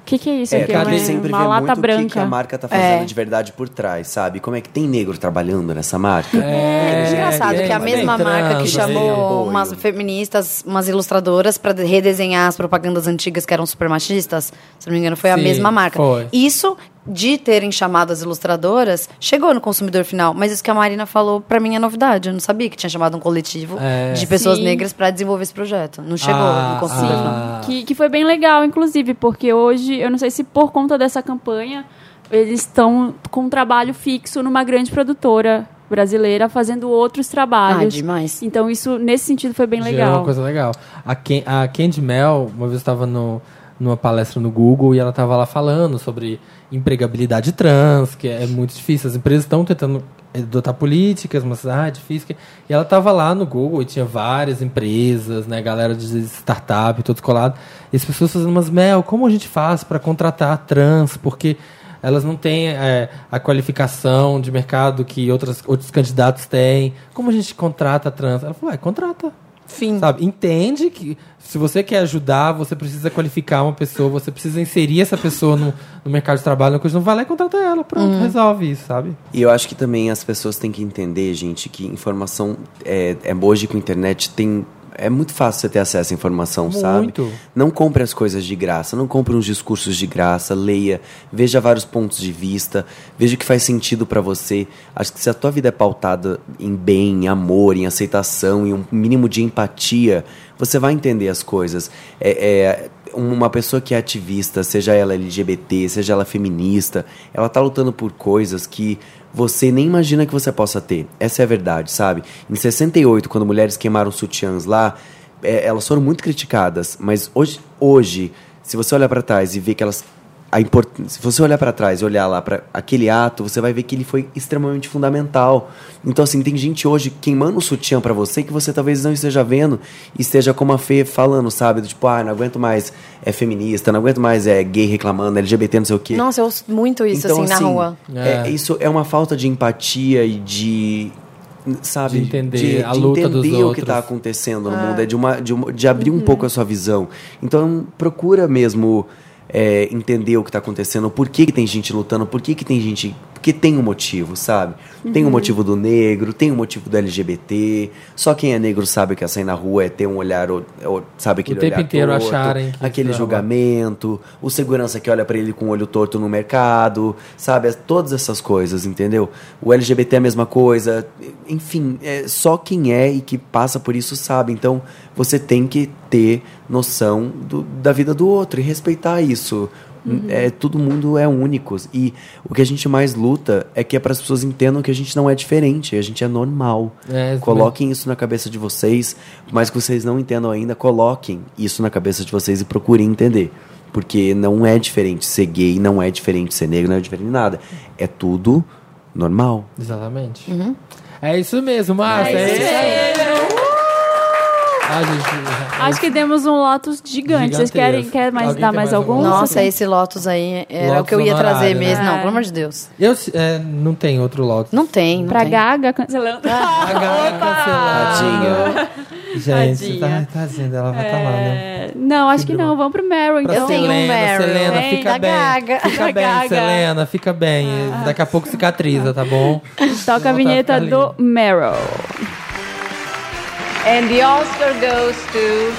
Speaker 2: que, que é isso?
Speaker 4: É,
Speaker 2: aqui?
Speaker 4: cara,
Speaker 2: Uma-
Speaker 4: a gente sempre
Speaker 2: uma
Speaker 4: vê
Speaker 2: lata
Speaker 4: muito o
Speaker 2: branca.
Speaker 4: que, que a marca tá fazendo
Speaker 5: É.
Speaker 4: de verdade por trás, sabe? Como é que tem negro trabalhando nessa marca?
Speaker 5: É, engraçado
Speaker 3: tem-
Speaker 5: que a
Speaker 3: tem
Speaker 5: mesma
Speaker 3: trans, assim,
Speaker 5: marca que
Speaker 3: tem
Speaker 5: chamou
Speaker 4: apoio.
Speaker 5: umas feministas, umas ilustradoras pra redesenhar as propagandas antigas que eram super machistas, se não me engano, foi a
Speaker 3: Sim,
Speaker 5: mesma marca.
Speaker 3: foi.
Speaker 5: Isso de terem chamado as ilustradoras chegou no consumidor final, mas isso que a Marina falou pra mim é novidade. Eu não sabia que tinha chamado um coletivo
Speaker 3: É.
Speaker 5: de pessoas
Speaker 2: Sim.
Speaker 5: negras pra desenvolver esse projeto. Não chegou
Speaker 3: Ah,
Speaker 5: no consumidor
Speaker 3: sim.
Speaker 5: final.
Speaker 3: Ah.
Speaker 2: Que, que foi bem legal, inclusive, porque hoje, eu não sei se por conta dessa campanha, eles estão com um trabalho fixo numa grande produtora brasileira fazendo outros trabalhos.
Speaker 5: Ah, demais.
Speaker 2: Então, isso, nesse sentido, foi bem
Speaker 3: Gerou
Speaker 2: legal.
Speaker 3: é uma coisa legal. A, Ken, a Candy Mel, uma vez eu estava no, numa palestra no Google e ela estava lá falando sobre empregabilidade trans, que é muito difícil. As empresas estão tentando adotar políticas, mas ah, é difícil. que- E ela estava lá no Google e tinha várias empresas, né, galera de startup, todos colados. E as pessoas fazendo umas, Mel, como a gente faz para contratar trans? Porque elas não têm é, a qualificação de mercado que outras, outros candidatos têm. Como a gente contrata trans? Ela falou, é, contrata.
Speaker 5: Fim.
Speaker 3: Sabe? Entende que se você quer ajudar, você precisa qualificar uma pessoa, você precisa inserir essa pessoa no, no mercado de trabalho, uma coisa não vai lá e contrata ela. Pronto, resolve isso, sabe?
Speaker 4: E eu acho que também as pessoas têm que entender, gente, que informação é, é hoje com internet tem é muito fácil você ter acesso à informação, sabe?
Speaker 3: Muito.
Speaker 4: Não compre as coisas de graça, não compre uns discursos de graça, leia, veja vários pontos de vista, veja o que faz sentido pra você. Acho que se a tua vida é pautada em bem, em amor, em aceitação, em um mínimo de empatia, você vai entender as coisas. É, é, uma pessoa que é ativista, seja ela LGBT, seja ela feminista, ela tá lutando por coisas que você nem imagina que você possa ter. Essa é a verdade, sabe? Em 68, quando mulheres queimaram sutiãs lá, é, elas foram muito criticadas, mas hoje, hoje se você olhar para trás e ver que elas a import- se você olhar para trás e olhar lá para aquele ato, você vai ver que ele foi extremamente fundamental. Então assim, tem gente hoje queimando o sutiã para você que você talvez não esteja vendo e esteja como a Fê falando, sabe, do tipo, ah, não aguento mais é feminista, não aguento mais é gay reclamando, LGBT, não sei o quê.
Speaker 5: Nossa, eu ouço muito isso, assim, na rua.
Speaker 3: É.
Speaker 4: Então, É. isso é uma falta de empatia e de sabe
Speaker 3: De entender a luta
Speaker 4: entender
Speaker 3: dos
Speaker 4: o que
Speaker 3: outros.
Speaker 4: está acontecendo
Speaker 5: Ah.
Speaker 4: no mundo é de uma de, uma- de
Speaker 5: Uhum.
Speaker 4: abrir um pouco a sua visão então procura mesmo é, entender o que está acontecendo por que, que tem gente lutando por que, que tem gente porque tem um motivo sabe tem
Speaker 5: Uhum.
Speaker 4: um motivo do negro tem um motivo do LGBT só quem é negro sabe que a sair na rua é ter um olhar o- o- sabe aquele
Speaker 3: tempo
Speaker 4: olhar
Speaker 3: inteiro
Speaker 4: torto,
Speaker 3: acharem que
Speaker 4: aquele
Speaker 3: isso é uma-
Speaker 4: julgamento comportamento, o segurança que olha pra ele com o olho torto no mercado, sabe? As- Todas essas coisas, entendeu? O LGBT é a mesma coisa. Enfim, é só quem é e que passa por isso sabe. Então, você tem que ter noção do- da vida do outro e respeitar isso. É, todo mundo é único. E o que a gente mais luta é que é para as pessoas entendam que a gente não é diferente, a gente é normal.
Speaker 3: É,
Speaker 4: Coloquem isso na cabeça de vocês, mas que vocês não entendam ainda, coloquem isso na cabeça de vocês e procurem entender. Porque não é diferente ser gay, não é diferente ser negro, não é diferente nada. É tudo normal.
Speaker 3: Exatamente. É isso mesmo, Márcia. É, isso Ah, gente.
Speaker 2: Acho que demos um lotus gigante. Vocês
Speaker 3: Gigantesco.
Speaker 2: querem quer mais
Speaker 3: Alguém
Speaker 2: dar
Speaker 3: tem
Speaker 2: mais
Speaker 3: mais algum?
Speaker 2: algum?
Speaker 5: Nossa, esse Lotus aí era o
Speaker 3: Lotus
Speaker 5: que eu ia
Speaker 3: honorário,
Speaker 5: trazer
Speaker 3: né?
Speaker 5: mesmo. Não,
Speaker 2: É.
Speaker 5: pelo amor de Deus.
Speaker 3: Eu é, não tem outro lote.
Speaker 5: Não tem, não
Speaker 2: Pra
Speaker 5: tem. Ah.
Speaker 2: Gaga, cancelando.
Speaker 3: A galera cancelada. Gente,
Speaker 2: Tadinha.
Speaker 3: tá, tadinha dela, vai estar tá lá, né?
Speaker 2: É, Não, acho que
Speaker 3: Que
Speaker 2: não.
Speaker 3: bom.
Speaker 2: Vamos pro Meryl,
Speaker 3: Pra
Speaker 2: então.
Speaker 5: tenho um
Speaker 3: Selena,
Speaker 5: Meryl.
Speaker 3: Selena,
Speaker 2: Tem,
Speaker 3: fica
Speaker 5: da
Speaker 3: bem.
Speaker 5: Gaga.
Speaker 2: Da
Speaker 3: Fica bem,
Speaker 2: Gaga. Ah.
Speaker 3: Selena, fica bem. Daqui a pouco cicatriza, tá bom?
Speaker 2: Toca a
Speaker 3: Vou botar
Speaker 2: vinheta
Speaker 3: ficar ali.
Speaker 2: do Meryl.
Speaker 9: And the Oscar goes to.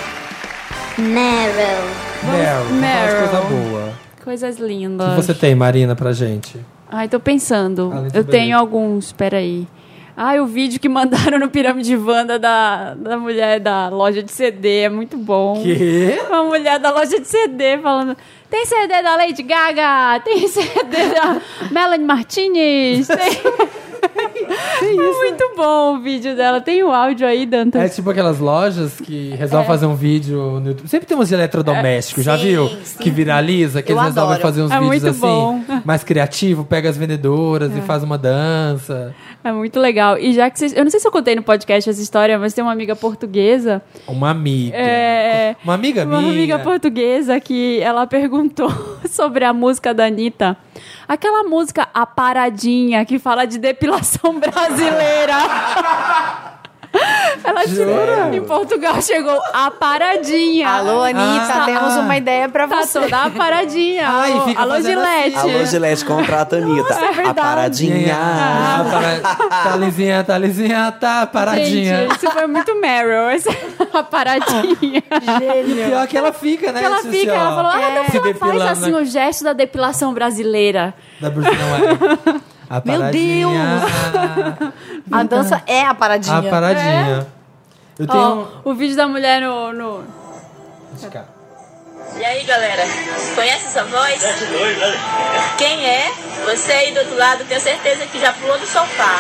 Speaker 1: Meryl.
Speaker 3: Meryl,
Speaker 2: Meryl.
Speaker 3: Meryl. coisa boa.
Speaker 2: Coisas
Speaker 3: O
Speaker 2: lindas.
Speaker 3: que você tem, Marina, pra gente?
Speaker 2: Ai, tô pensando.
Speaker 3: Ah, então
Speaker 2: eu tenho
Speaker 3: beleza.
Speaker 2: alguns, peraí. Ah, Ai, o vídeo que mandaram no Pirâmide Wanda da, da mulher da loja de CD é muito bom.
Speaker 3: Que?
Speaker 2: Uma mulher da loja de CD falando: tem CD da Lady Gaga, tem CD da Melanie Martinez. Tem... É muito bom o vídeo dela. Tem o áudio aí, Dantas.
Speaker 3: É tipo aquelas lojas que
Speaker 2: É.
Speaker 3: resolvem fazer um vídeo no YouTube. Sempre tem uns de eletrodomésticos, já
Speaker 5: Sim,
Speaker 3: viu?
Speaker 5: sim.
Speaker 3: Que viraliza, que
Speaker 5: Eu
Speaker 3: eles resolvem
Speaker 5: adoro.
Speaker 3: fazer uns
Speaker 2: É
Speaker 3: vídeos
Speaker 2: muito
Speaker 3: assim.
Speaker 2: bom.
Speaker 3: mais criativo, pega as vendedoras e faz uma dança.
Speaker 2: É muito legal. E já que vocês. Eu não sei se eu contei no podcast essa história, mas tem uma amiga portuguesa.
Speaker 3: Uma amiga.
Speaker 2: É.
Speaker 3: Uma amiga
Speaker 2: Uma
Speaker 3: minha.
Speaker 2: amiga portuguesa que ela perguntou sobre a música da Anitta. Aquela música A Paradinha, que fala de depilação brasileira. Ela
Speaker 3: Jura?
Speaker 2: tirou. Em Portugal chegou A Paradinha.
Speaker 5: Alô, Anitta,
Speaker 3: Ah.
Speaker 5: temos uma ideia pra
Speaker 2: Tá
Speaker 5: você.
Speaker 2: toda a paradinha.
Speaker 3: Ai,
Speaker 2: Alô,
Speaker 3: fica
Speaker 2: Alô,
Speaker 3: fazendo
Speaker 2: Gilete.
Speaker 3: assim.
Speaker 4: Alô, Gillette, contrata a Anitta.
Speaker 5: é
Speaker 4: a
Speaker 2: verdade.
Speaker 4: paradinha.
Speaker 3: Ah, para- Tá lisinha, tá lisinha, tá paradinha.
Speaker 2: Gente, isso foi muito Meryl, essa a paradinha.
Speaker 3: E pior que ela fica, né?
Speaker 2: Que ela
Speaker 3: Isso,
Speaker 2: fica,
Speaker 3: assim,
Speaker 2: ela
Speaker 3: ó,
Speaker 2: falou,
Speaker 5: É.
Speaker 2: ah, não,
Speaker 3: se
Speaker 2: ela faz
Speaker 3: depilando né?"
Speaker 2: assim
Speaker 3: na-
Speaker 2: o gesto da depilação brasileira.
Speaker 3: Da Bruce Não é. A
Speaker 5: Meu
Speaker 3: paradinha.
Speaker 5: A dança é a paradinha.
Speaker 3: A paradinha. Eu
Speaker 2: Ó,
Speaker 3: tenho. um-
Speaker 2: o vídeo da mulher no... no-
Speaker 3: Deixa cá.
Speaker 10: E aí, galera? Conhece essa voz? Quem é? Você aí do outro lado, tenho certeza que já pulou do sofá.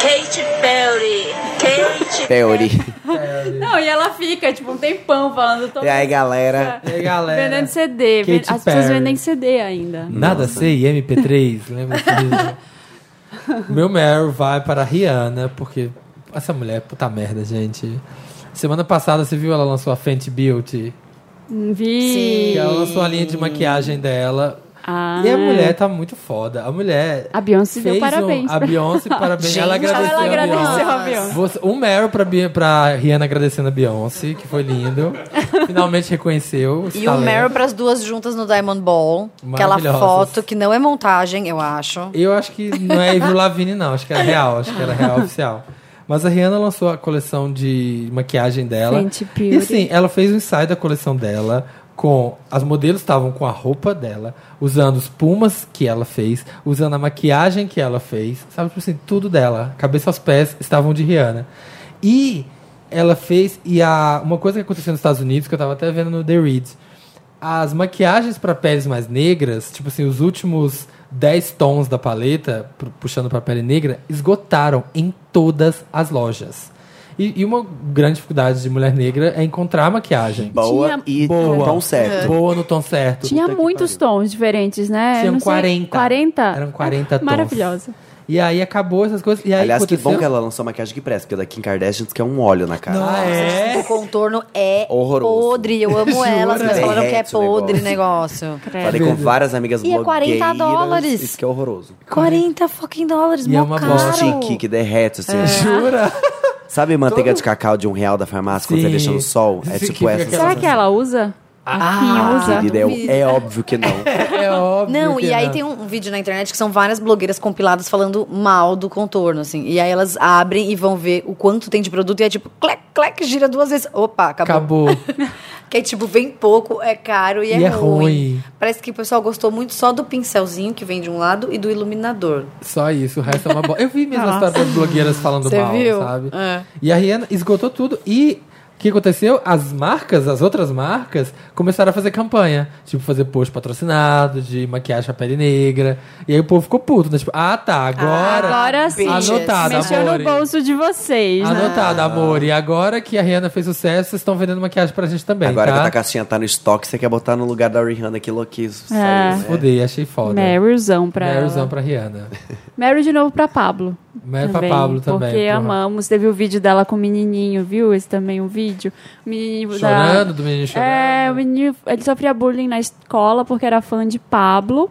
Speaker 10: Kate Perry.
Speaker 5: É,
Speaker 10: Kate
Speaker 4: Theory.
Speaker 2: Não, e ela fica, tipo, um tempão falando...
Speaker 5: É.
Speaker 2: Tô...
Speaker 4: E aí, galera?
Speaker 3: E aí, galera?
Speaker 2: Vendendo CD.
Speaker 3: É, Katy
Speaker 2: Ven- As pessoas
Speaker 3: Perry.
Speaker 2: vendem CD ainda.
Speaker 3: Nada sei, MP3, lembra disso? Meu Meryl vai para a Rihanna, porque essa mulher é puta merda, gente. Semana passada, você viu ela lançou a Fenty Beauty?
Speaker 2: Vi.
Speaker 3: Que ela lançou a linha de maquiagem dela.
Speaker 2: Ah.
Speaker 3: E a mulher tá muito foda. A mulher.
Speaker 2: A Beyoncé deu
Speaker 3: fez um-
Speaker 2: parabéns.
Speaker 3: a Beyoncé, parabéns. ela
Speaker 5: Gente,
Speaker 3: agradeceu.
Speaker 2: Ela
Speaker 3: a Beyoncé.
Speaker 2: agradeceu a Beyoncé.
Speaker 3: Você- um Meryl pra, Bi- pra Rihanna agradecendo a Beyoncé, que foi lindo. Finalmente reconheceu. esse
Speaker 5: E o
Speaker 3: talento.
Speaker 5: Meryl pras duas juntas no Diamond Ball. Aquela
Speaker 3: Maravilhosas.
Speaker 5: foto que não é montagem, eu acho.
Speaker 3: Eu acho que não é Avril Lavigne, não. Acho que era real. Acho que era real oficial. Mas a Rihanna lançou a coleção de maquiagem dela.
Speaker 2: Fenty Beauty.
Speaker 3: e assim, ela fez um ensaio da coleção dela com... As modelos estavam com a roupa dela, usando os pumas que ela fez, usando a maquiagem que ela fez. Sabe, tipo assim, tudo dela. Cabeça aos pés estavam de Rihanna. E ela fez... E a, uma coisa que aconteceu nos Estados Unidos, que eu tava até vendo no The Read, as maquiagens para peles mais negras, tipo assim, os últimos 10 tons da paleta, pu- puxando para pele negra, esgotaram em todas as lojas. E, e uma grande dificuldade de mulher negra é encontrar maquiagem.
Speaker 4: Boa
Speaker 2: Tinha-
Speaker 4: e
Speaker 3: Boa.
Speaker 4: tão certo.
Speaker 3: Boa no tom certo.
Speaker 2: Tinha muitos tons diferentes, né? Eu
Speaker 3: Tinham
Speaker 2: não sei,
Speaker 3: 40.
Speaker 2: 40?
Speaker 3: Eram 40 tons.
Speaker 2: Maravilhosa.
Speaker 3: E aí acabou essas coisas. E aí
Speaker 4: Aliás, que bom
Speaker 3: aconteceu-
Speaker 4: que ela lançou maquiagem que presta, porque da Kim Kardashian diz que é um óleo na cara.
Speaker 3: Ah,
Speaker 5: O
Speaker 3: é?
Speaker 5: contorno é
Speaker 4: Horroroso.
Speaker 5: podre. Eu amo ela. As pessoas falam que é
Speaker 4: Derrete o negócio.
Speaker 5: podre o negócio.
Speaker 4: Falei com várias amigas
Speaker 5: E é 40
Speaker 4: blogueiras.
Speaker 5: dólares.
Speaker 4: Isso que é horroroso.
Speaker 5: 40 fucking dólares,
Speaker 3: E é
Speaker 5: mó
Speaker 3: uma
Speaker 5: caro.
Speaker 3: bosta.
Speaker 4: Stick que derrete, assim.
Speaker 3: Jura?
Speaker 4: Sabe manteiga de cacau de um real da farmácia quando
Speaker 3: Sim.
Speaker 4: você deixa no sol? É
Speaker 3: Sim,
Speaker 4: tipo
Speaker 3: que fica
Speaker 4: essa.
Speaker 3: aquela-
Speaker 2: Será que ela usa?
Speaker 5: Ah,
Speaker 2: Quem usa?
Speaker 4: Querida, é, é óbvio que não.
Speaker 3: É óbvio
Speaker 5: Não,
Speaker 3: que
Speaker 5: e aí tem um, um vídeo na internet que são várias blogueiras compiladas falando mal do contorno, assim. E aí elas abrem e vão ver o quanto tem de produto e é tipo, clec, clec, gira duas vezes. Opa, acabou.
Speaker 3: Acabou.
Speaker 5: Que é tipo, vem pouco, é caro e,
Speaker 3: E
Speaker 5: é,
Speaker 3: é
Speaker 5: ruim.
Speaker 3: ruim.
Speaker 5: Parece que o pessoal gostou muito só do pincelzinho que vem de um lado e do iluminador.
Speaker 3: Só isso, o resto é uma boa. Eu vi mesmo as histórias das blogueiras falando
Speaker 5: Você
Speaker 3: mal,
Speaker 5: viu?
Speaker 3: sabe?
Speaker 5: É.
Speaker 3: E a Rihanna esgotou tudo. E o que aconteceu? As marcas, as outras marcas, começaram a fazer campanha. Tipo, fazer post patrocinado, de maquiagem pra pele negra. E aí o povo ficou puto, né? Tipo, ah tá, agora.
Speaker 2: Ah, Agora sim.
Speaker 3: Anotado,
Speaker 2: Mexeu
Speaker 3: amor.
Speaker 2: no bolso de vocês, né?
Speaker 3: Anotado, amor.
Speaker 4: Ah.
Speaker 3: E agora que a Rihanna fez sucesso, vocês estão vendendo maquiagem pra gente também.
Speaker 4: Agora que
Speaker 3: tá?
Speaker 4: a caixinha tá no estoque, você quer botar no lugar da Rihanna que louquice.
Speaker 2: É.
Speaker 4: saiu, né?
Speaker 3: Fudei, achei foda.
Speaker 2: Merylzão pra
Speaker 3: Maryzão
Speaker 2: ela.
Speaker 3: pra Rihanna.
Speaker 2: Mary de novo pra Pablo.
Speaker 3: Mary pra Pablo também,
Speaker 2: Porque
Speaker 3: porra.
Speaker 2: amamos. Teve o vídeo dela com o menininho, viu? Esse também, o vídeo. O menininho
Speaker 3: Chorando,
Speaker 2: da...
Speaker 3: do menino chorando.
Speaker 2: É, o menino, ele sofria bullying na escola porque era fã de Pablo.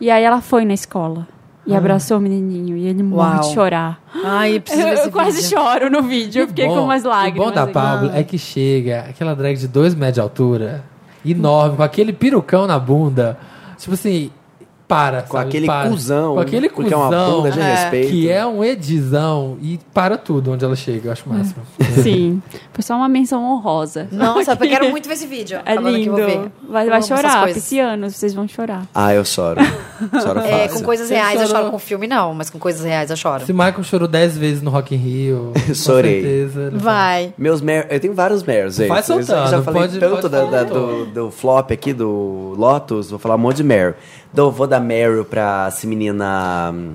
Speaker 2: E aí ela foi na escola
Speaker 3: Ah.
Speaker 2: e abraçou o menininho. E ele morre
Speaker 5: Uau.
Speaker 2: de chorar.
Speaker 5: Ai, eu preciso
Speaker 2: Eu,
Speaker 5: ver esse
Speaker 2: eu quase
Speaker 5: vídeo.
Speaker 2: choro no vídeo. Eu fiquei
Speaker 3: bom-
Speaker 2: com umas lágrimas.
Speaker 3: O bom da
Speaker 2: aqui. Ah.
Speaker 3: Pablo é que chega aquela drag de dois metros de altura, enorme, com aquele perucão na bunda. Tipo assim, para.
Speaker 4: Com
Speaker 3: sabe?
Speaker 4: aquele
Speaker 3: para.
Speaker 4: cuzão.
Speaker 3: Com aquele cuzão.
Speaker 4: Porque é uma bunda de respeito.
Speaker 3: Que é um edizão e para tudo onde ela chega, eu acho o máximo.
Speaker 2: É. Sim. Foi só uma menção honrosa.
Speaker 5: Nossa, eu quero muito ver esse vídeo.
Speaker 2: É
Speaker 5: Falando que
Speaker 2: lindo.
Speaker 5: eu vou ver.
Speaker 2: Vai, vai
Speaker 5: Eu amo essas
Speaker 2: chorar,
Speaker 5: coisas.
Speaker 2: piscianos, vocês vão chorar.
Speaker 4: Ah, eu choro. Choro fácil.
Speaker 5: É, com coisas
Speaker 3: Você
Speaker 5: reais eu choro
Speaker 3: chorou?
Speaker 5: com filme, não, mas com coisas reais eu choro.
Speaker 3: Se Michael chorou dez vezes no Rock in Rio, com
Speaker 4: Chorei.
Speaker 3: certeza. ele
Speaker 5: Vai.
Speaker 4: Meus mer... Eu tenho vários Meryls, gente.
Speaker 3: Vai soltando,
Speaker 4: Eu já falei
Speaker 3: pode-
Speaker 4: tanto
Speaker 3: pode
Speaker 4: da- da-
Speaker 3: falar.
Speaker 4: do, do flop aqui, do Lotus, vou falar um monte de Meryl. Então, eu vou dar Meryl pra essa menina hum,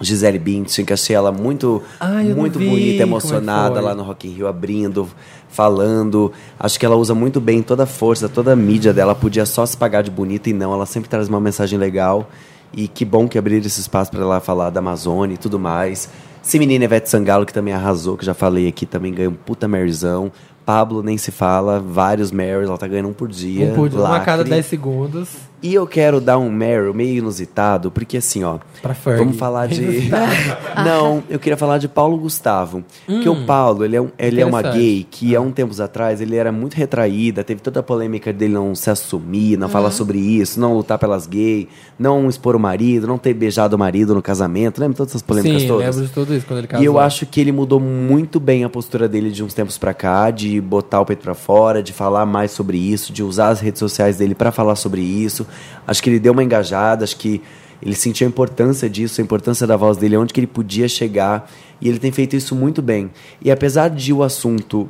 Speaker 4: Gisele Bündchen, que achei ela muito,
Speaker 3: Ai, eu não
Speaker 4: muito
Speaker 3: vi
Speaker 4: bonita,
Speaker 3: como é
Speaker 4: emocionada
Speaker 3: foi.
Speaker 4: lá no Rock in Rio, abrindo, falando. Acho que ela usa muito bem toda a força, toda a mídia dela. Podia só se pagar de bonita e não, ela sempre traz uma mensagem legal. E que bom que abriram esse espaço para ela falar da Amazônia e tudo mais. Esse menino Ivete Sangalo, que também arrasou, que já falei aqui, também ganhou um puta Maryzão. Pablo nem se fala, vários Marys, ela tá ganhando um por dia.
Speaker 3: Um por dia, uma a cada
Speaker 4: lacre.
Speaker 3: 10 segundos
Speaker 4: E eu quero dar um Meryl meio inusitado, porque assim, ó.
Speaker 3: pra Ferg.
Speaker 4: Vamos falar de. Não, eu queria falar de Paulo Gustavo. Porque o Paulo, ele é, um- ele é uma
Speaker 3: Hum. Interessante. Ah.
Speaker 4: gay que há um tempos atrás ele era muito retraída, teve toda a polêmica dele não se assumir, não
Speaker 3: Uhum.
Speaker 4: falar sobre isso, não lutar pelas gays, não expor o marido, não ter beijado o marido no casamento. Lembra todas essas polêmicas
Speaker 3: Sim,
Speaker 4: todas?
Speaker 3: lembro de tudo isso quando ele casou.
Speaker 4: E eu acho que ele mudou muito bem a postura dele de uns tempos pra cá, de botar o peito pra fora, de falar mais sobre isso, de usar as redes sociais dele pra falar sobre isso. Acho que ele deu uma engajada, acho que ele sentiu a importância disso, a importância da voz dele, onde que ele podia chegar, e ele tem feito isso muito bem. E apesar de o assunto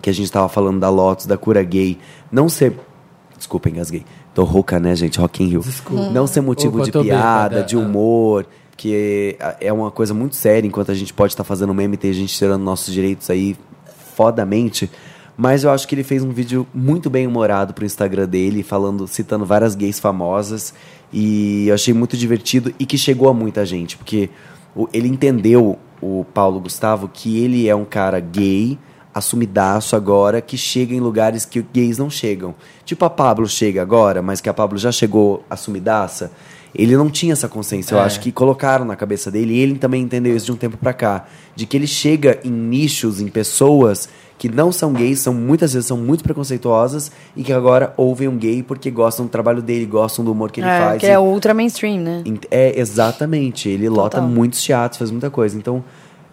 Speaker 4: que a gente tava falando da Lotus, da cura gay, não ser Desculpa, engasguei. Tô rouca, né, gente? Rock in Rio.
Speaker 3: Desculpa.
Speaker 4: Não ser motivo
Speaker 3: Opa,
Speaker 4: de
Speaker 3: tô
Speaker 4: piada,
Speaker 3: bêbada,
Speaker 4: de
Speaker 3: ah.
Speaker 4: humor, que é uma coisa muito séria, enquanto a gente pode estar fazendo meme, tem gente tirando nossos direitos aí fodamente. Mas eu acho que ele fez um vídeo muito bem humorado pro Instagram dele, falando, citando várias gays famosas. E eu achei muito divertido e que chegou a muita gente, porque o- ele entendeu, o Paulo Gustavo, que ele é um cara gay, assumidaço agora, que chega em lugares que gays não chegam. Tipo a Pablo chega agora, mas que a Pablo já chegou assumidaça. Ele não tinha essa consciência, eu
Speaker 3: É.
Speaker 4: acho que colocaram na cabeça dele, e ele também entendeu isso de um tempo pra cá. De que ele chega em nichos, em pessoas que não são gays, são muitas vezes são muito preconceituosas, e que agora ouvem um gay porque gostam do trabalho dele, gostam do humor que ele
Speaker 5: é,
Speaker 4: faz.
Speaker 5: que
Speaker 4: e-
Speaker 5: é ultra mainstream, né?
Speaker 4: Ent- É, exatamente. Ele lota
Speaker 5: Total.
Speaker 4: muitos teatros, faz muita coisa. Então,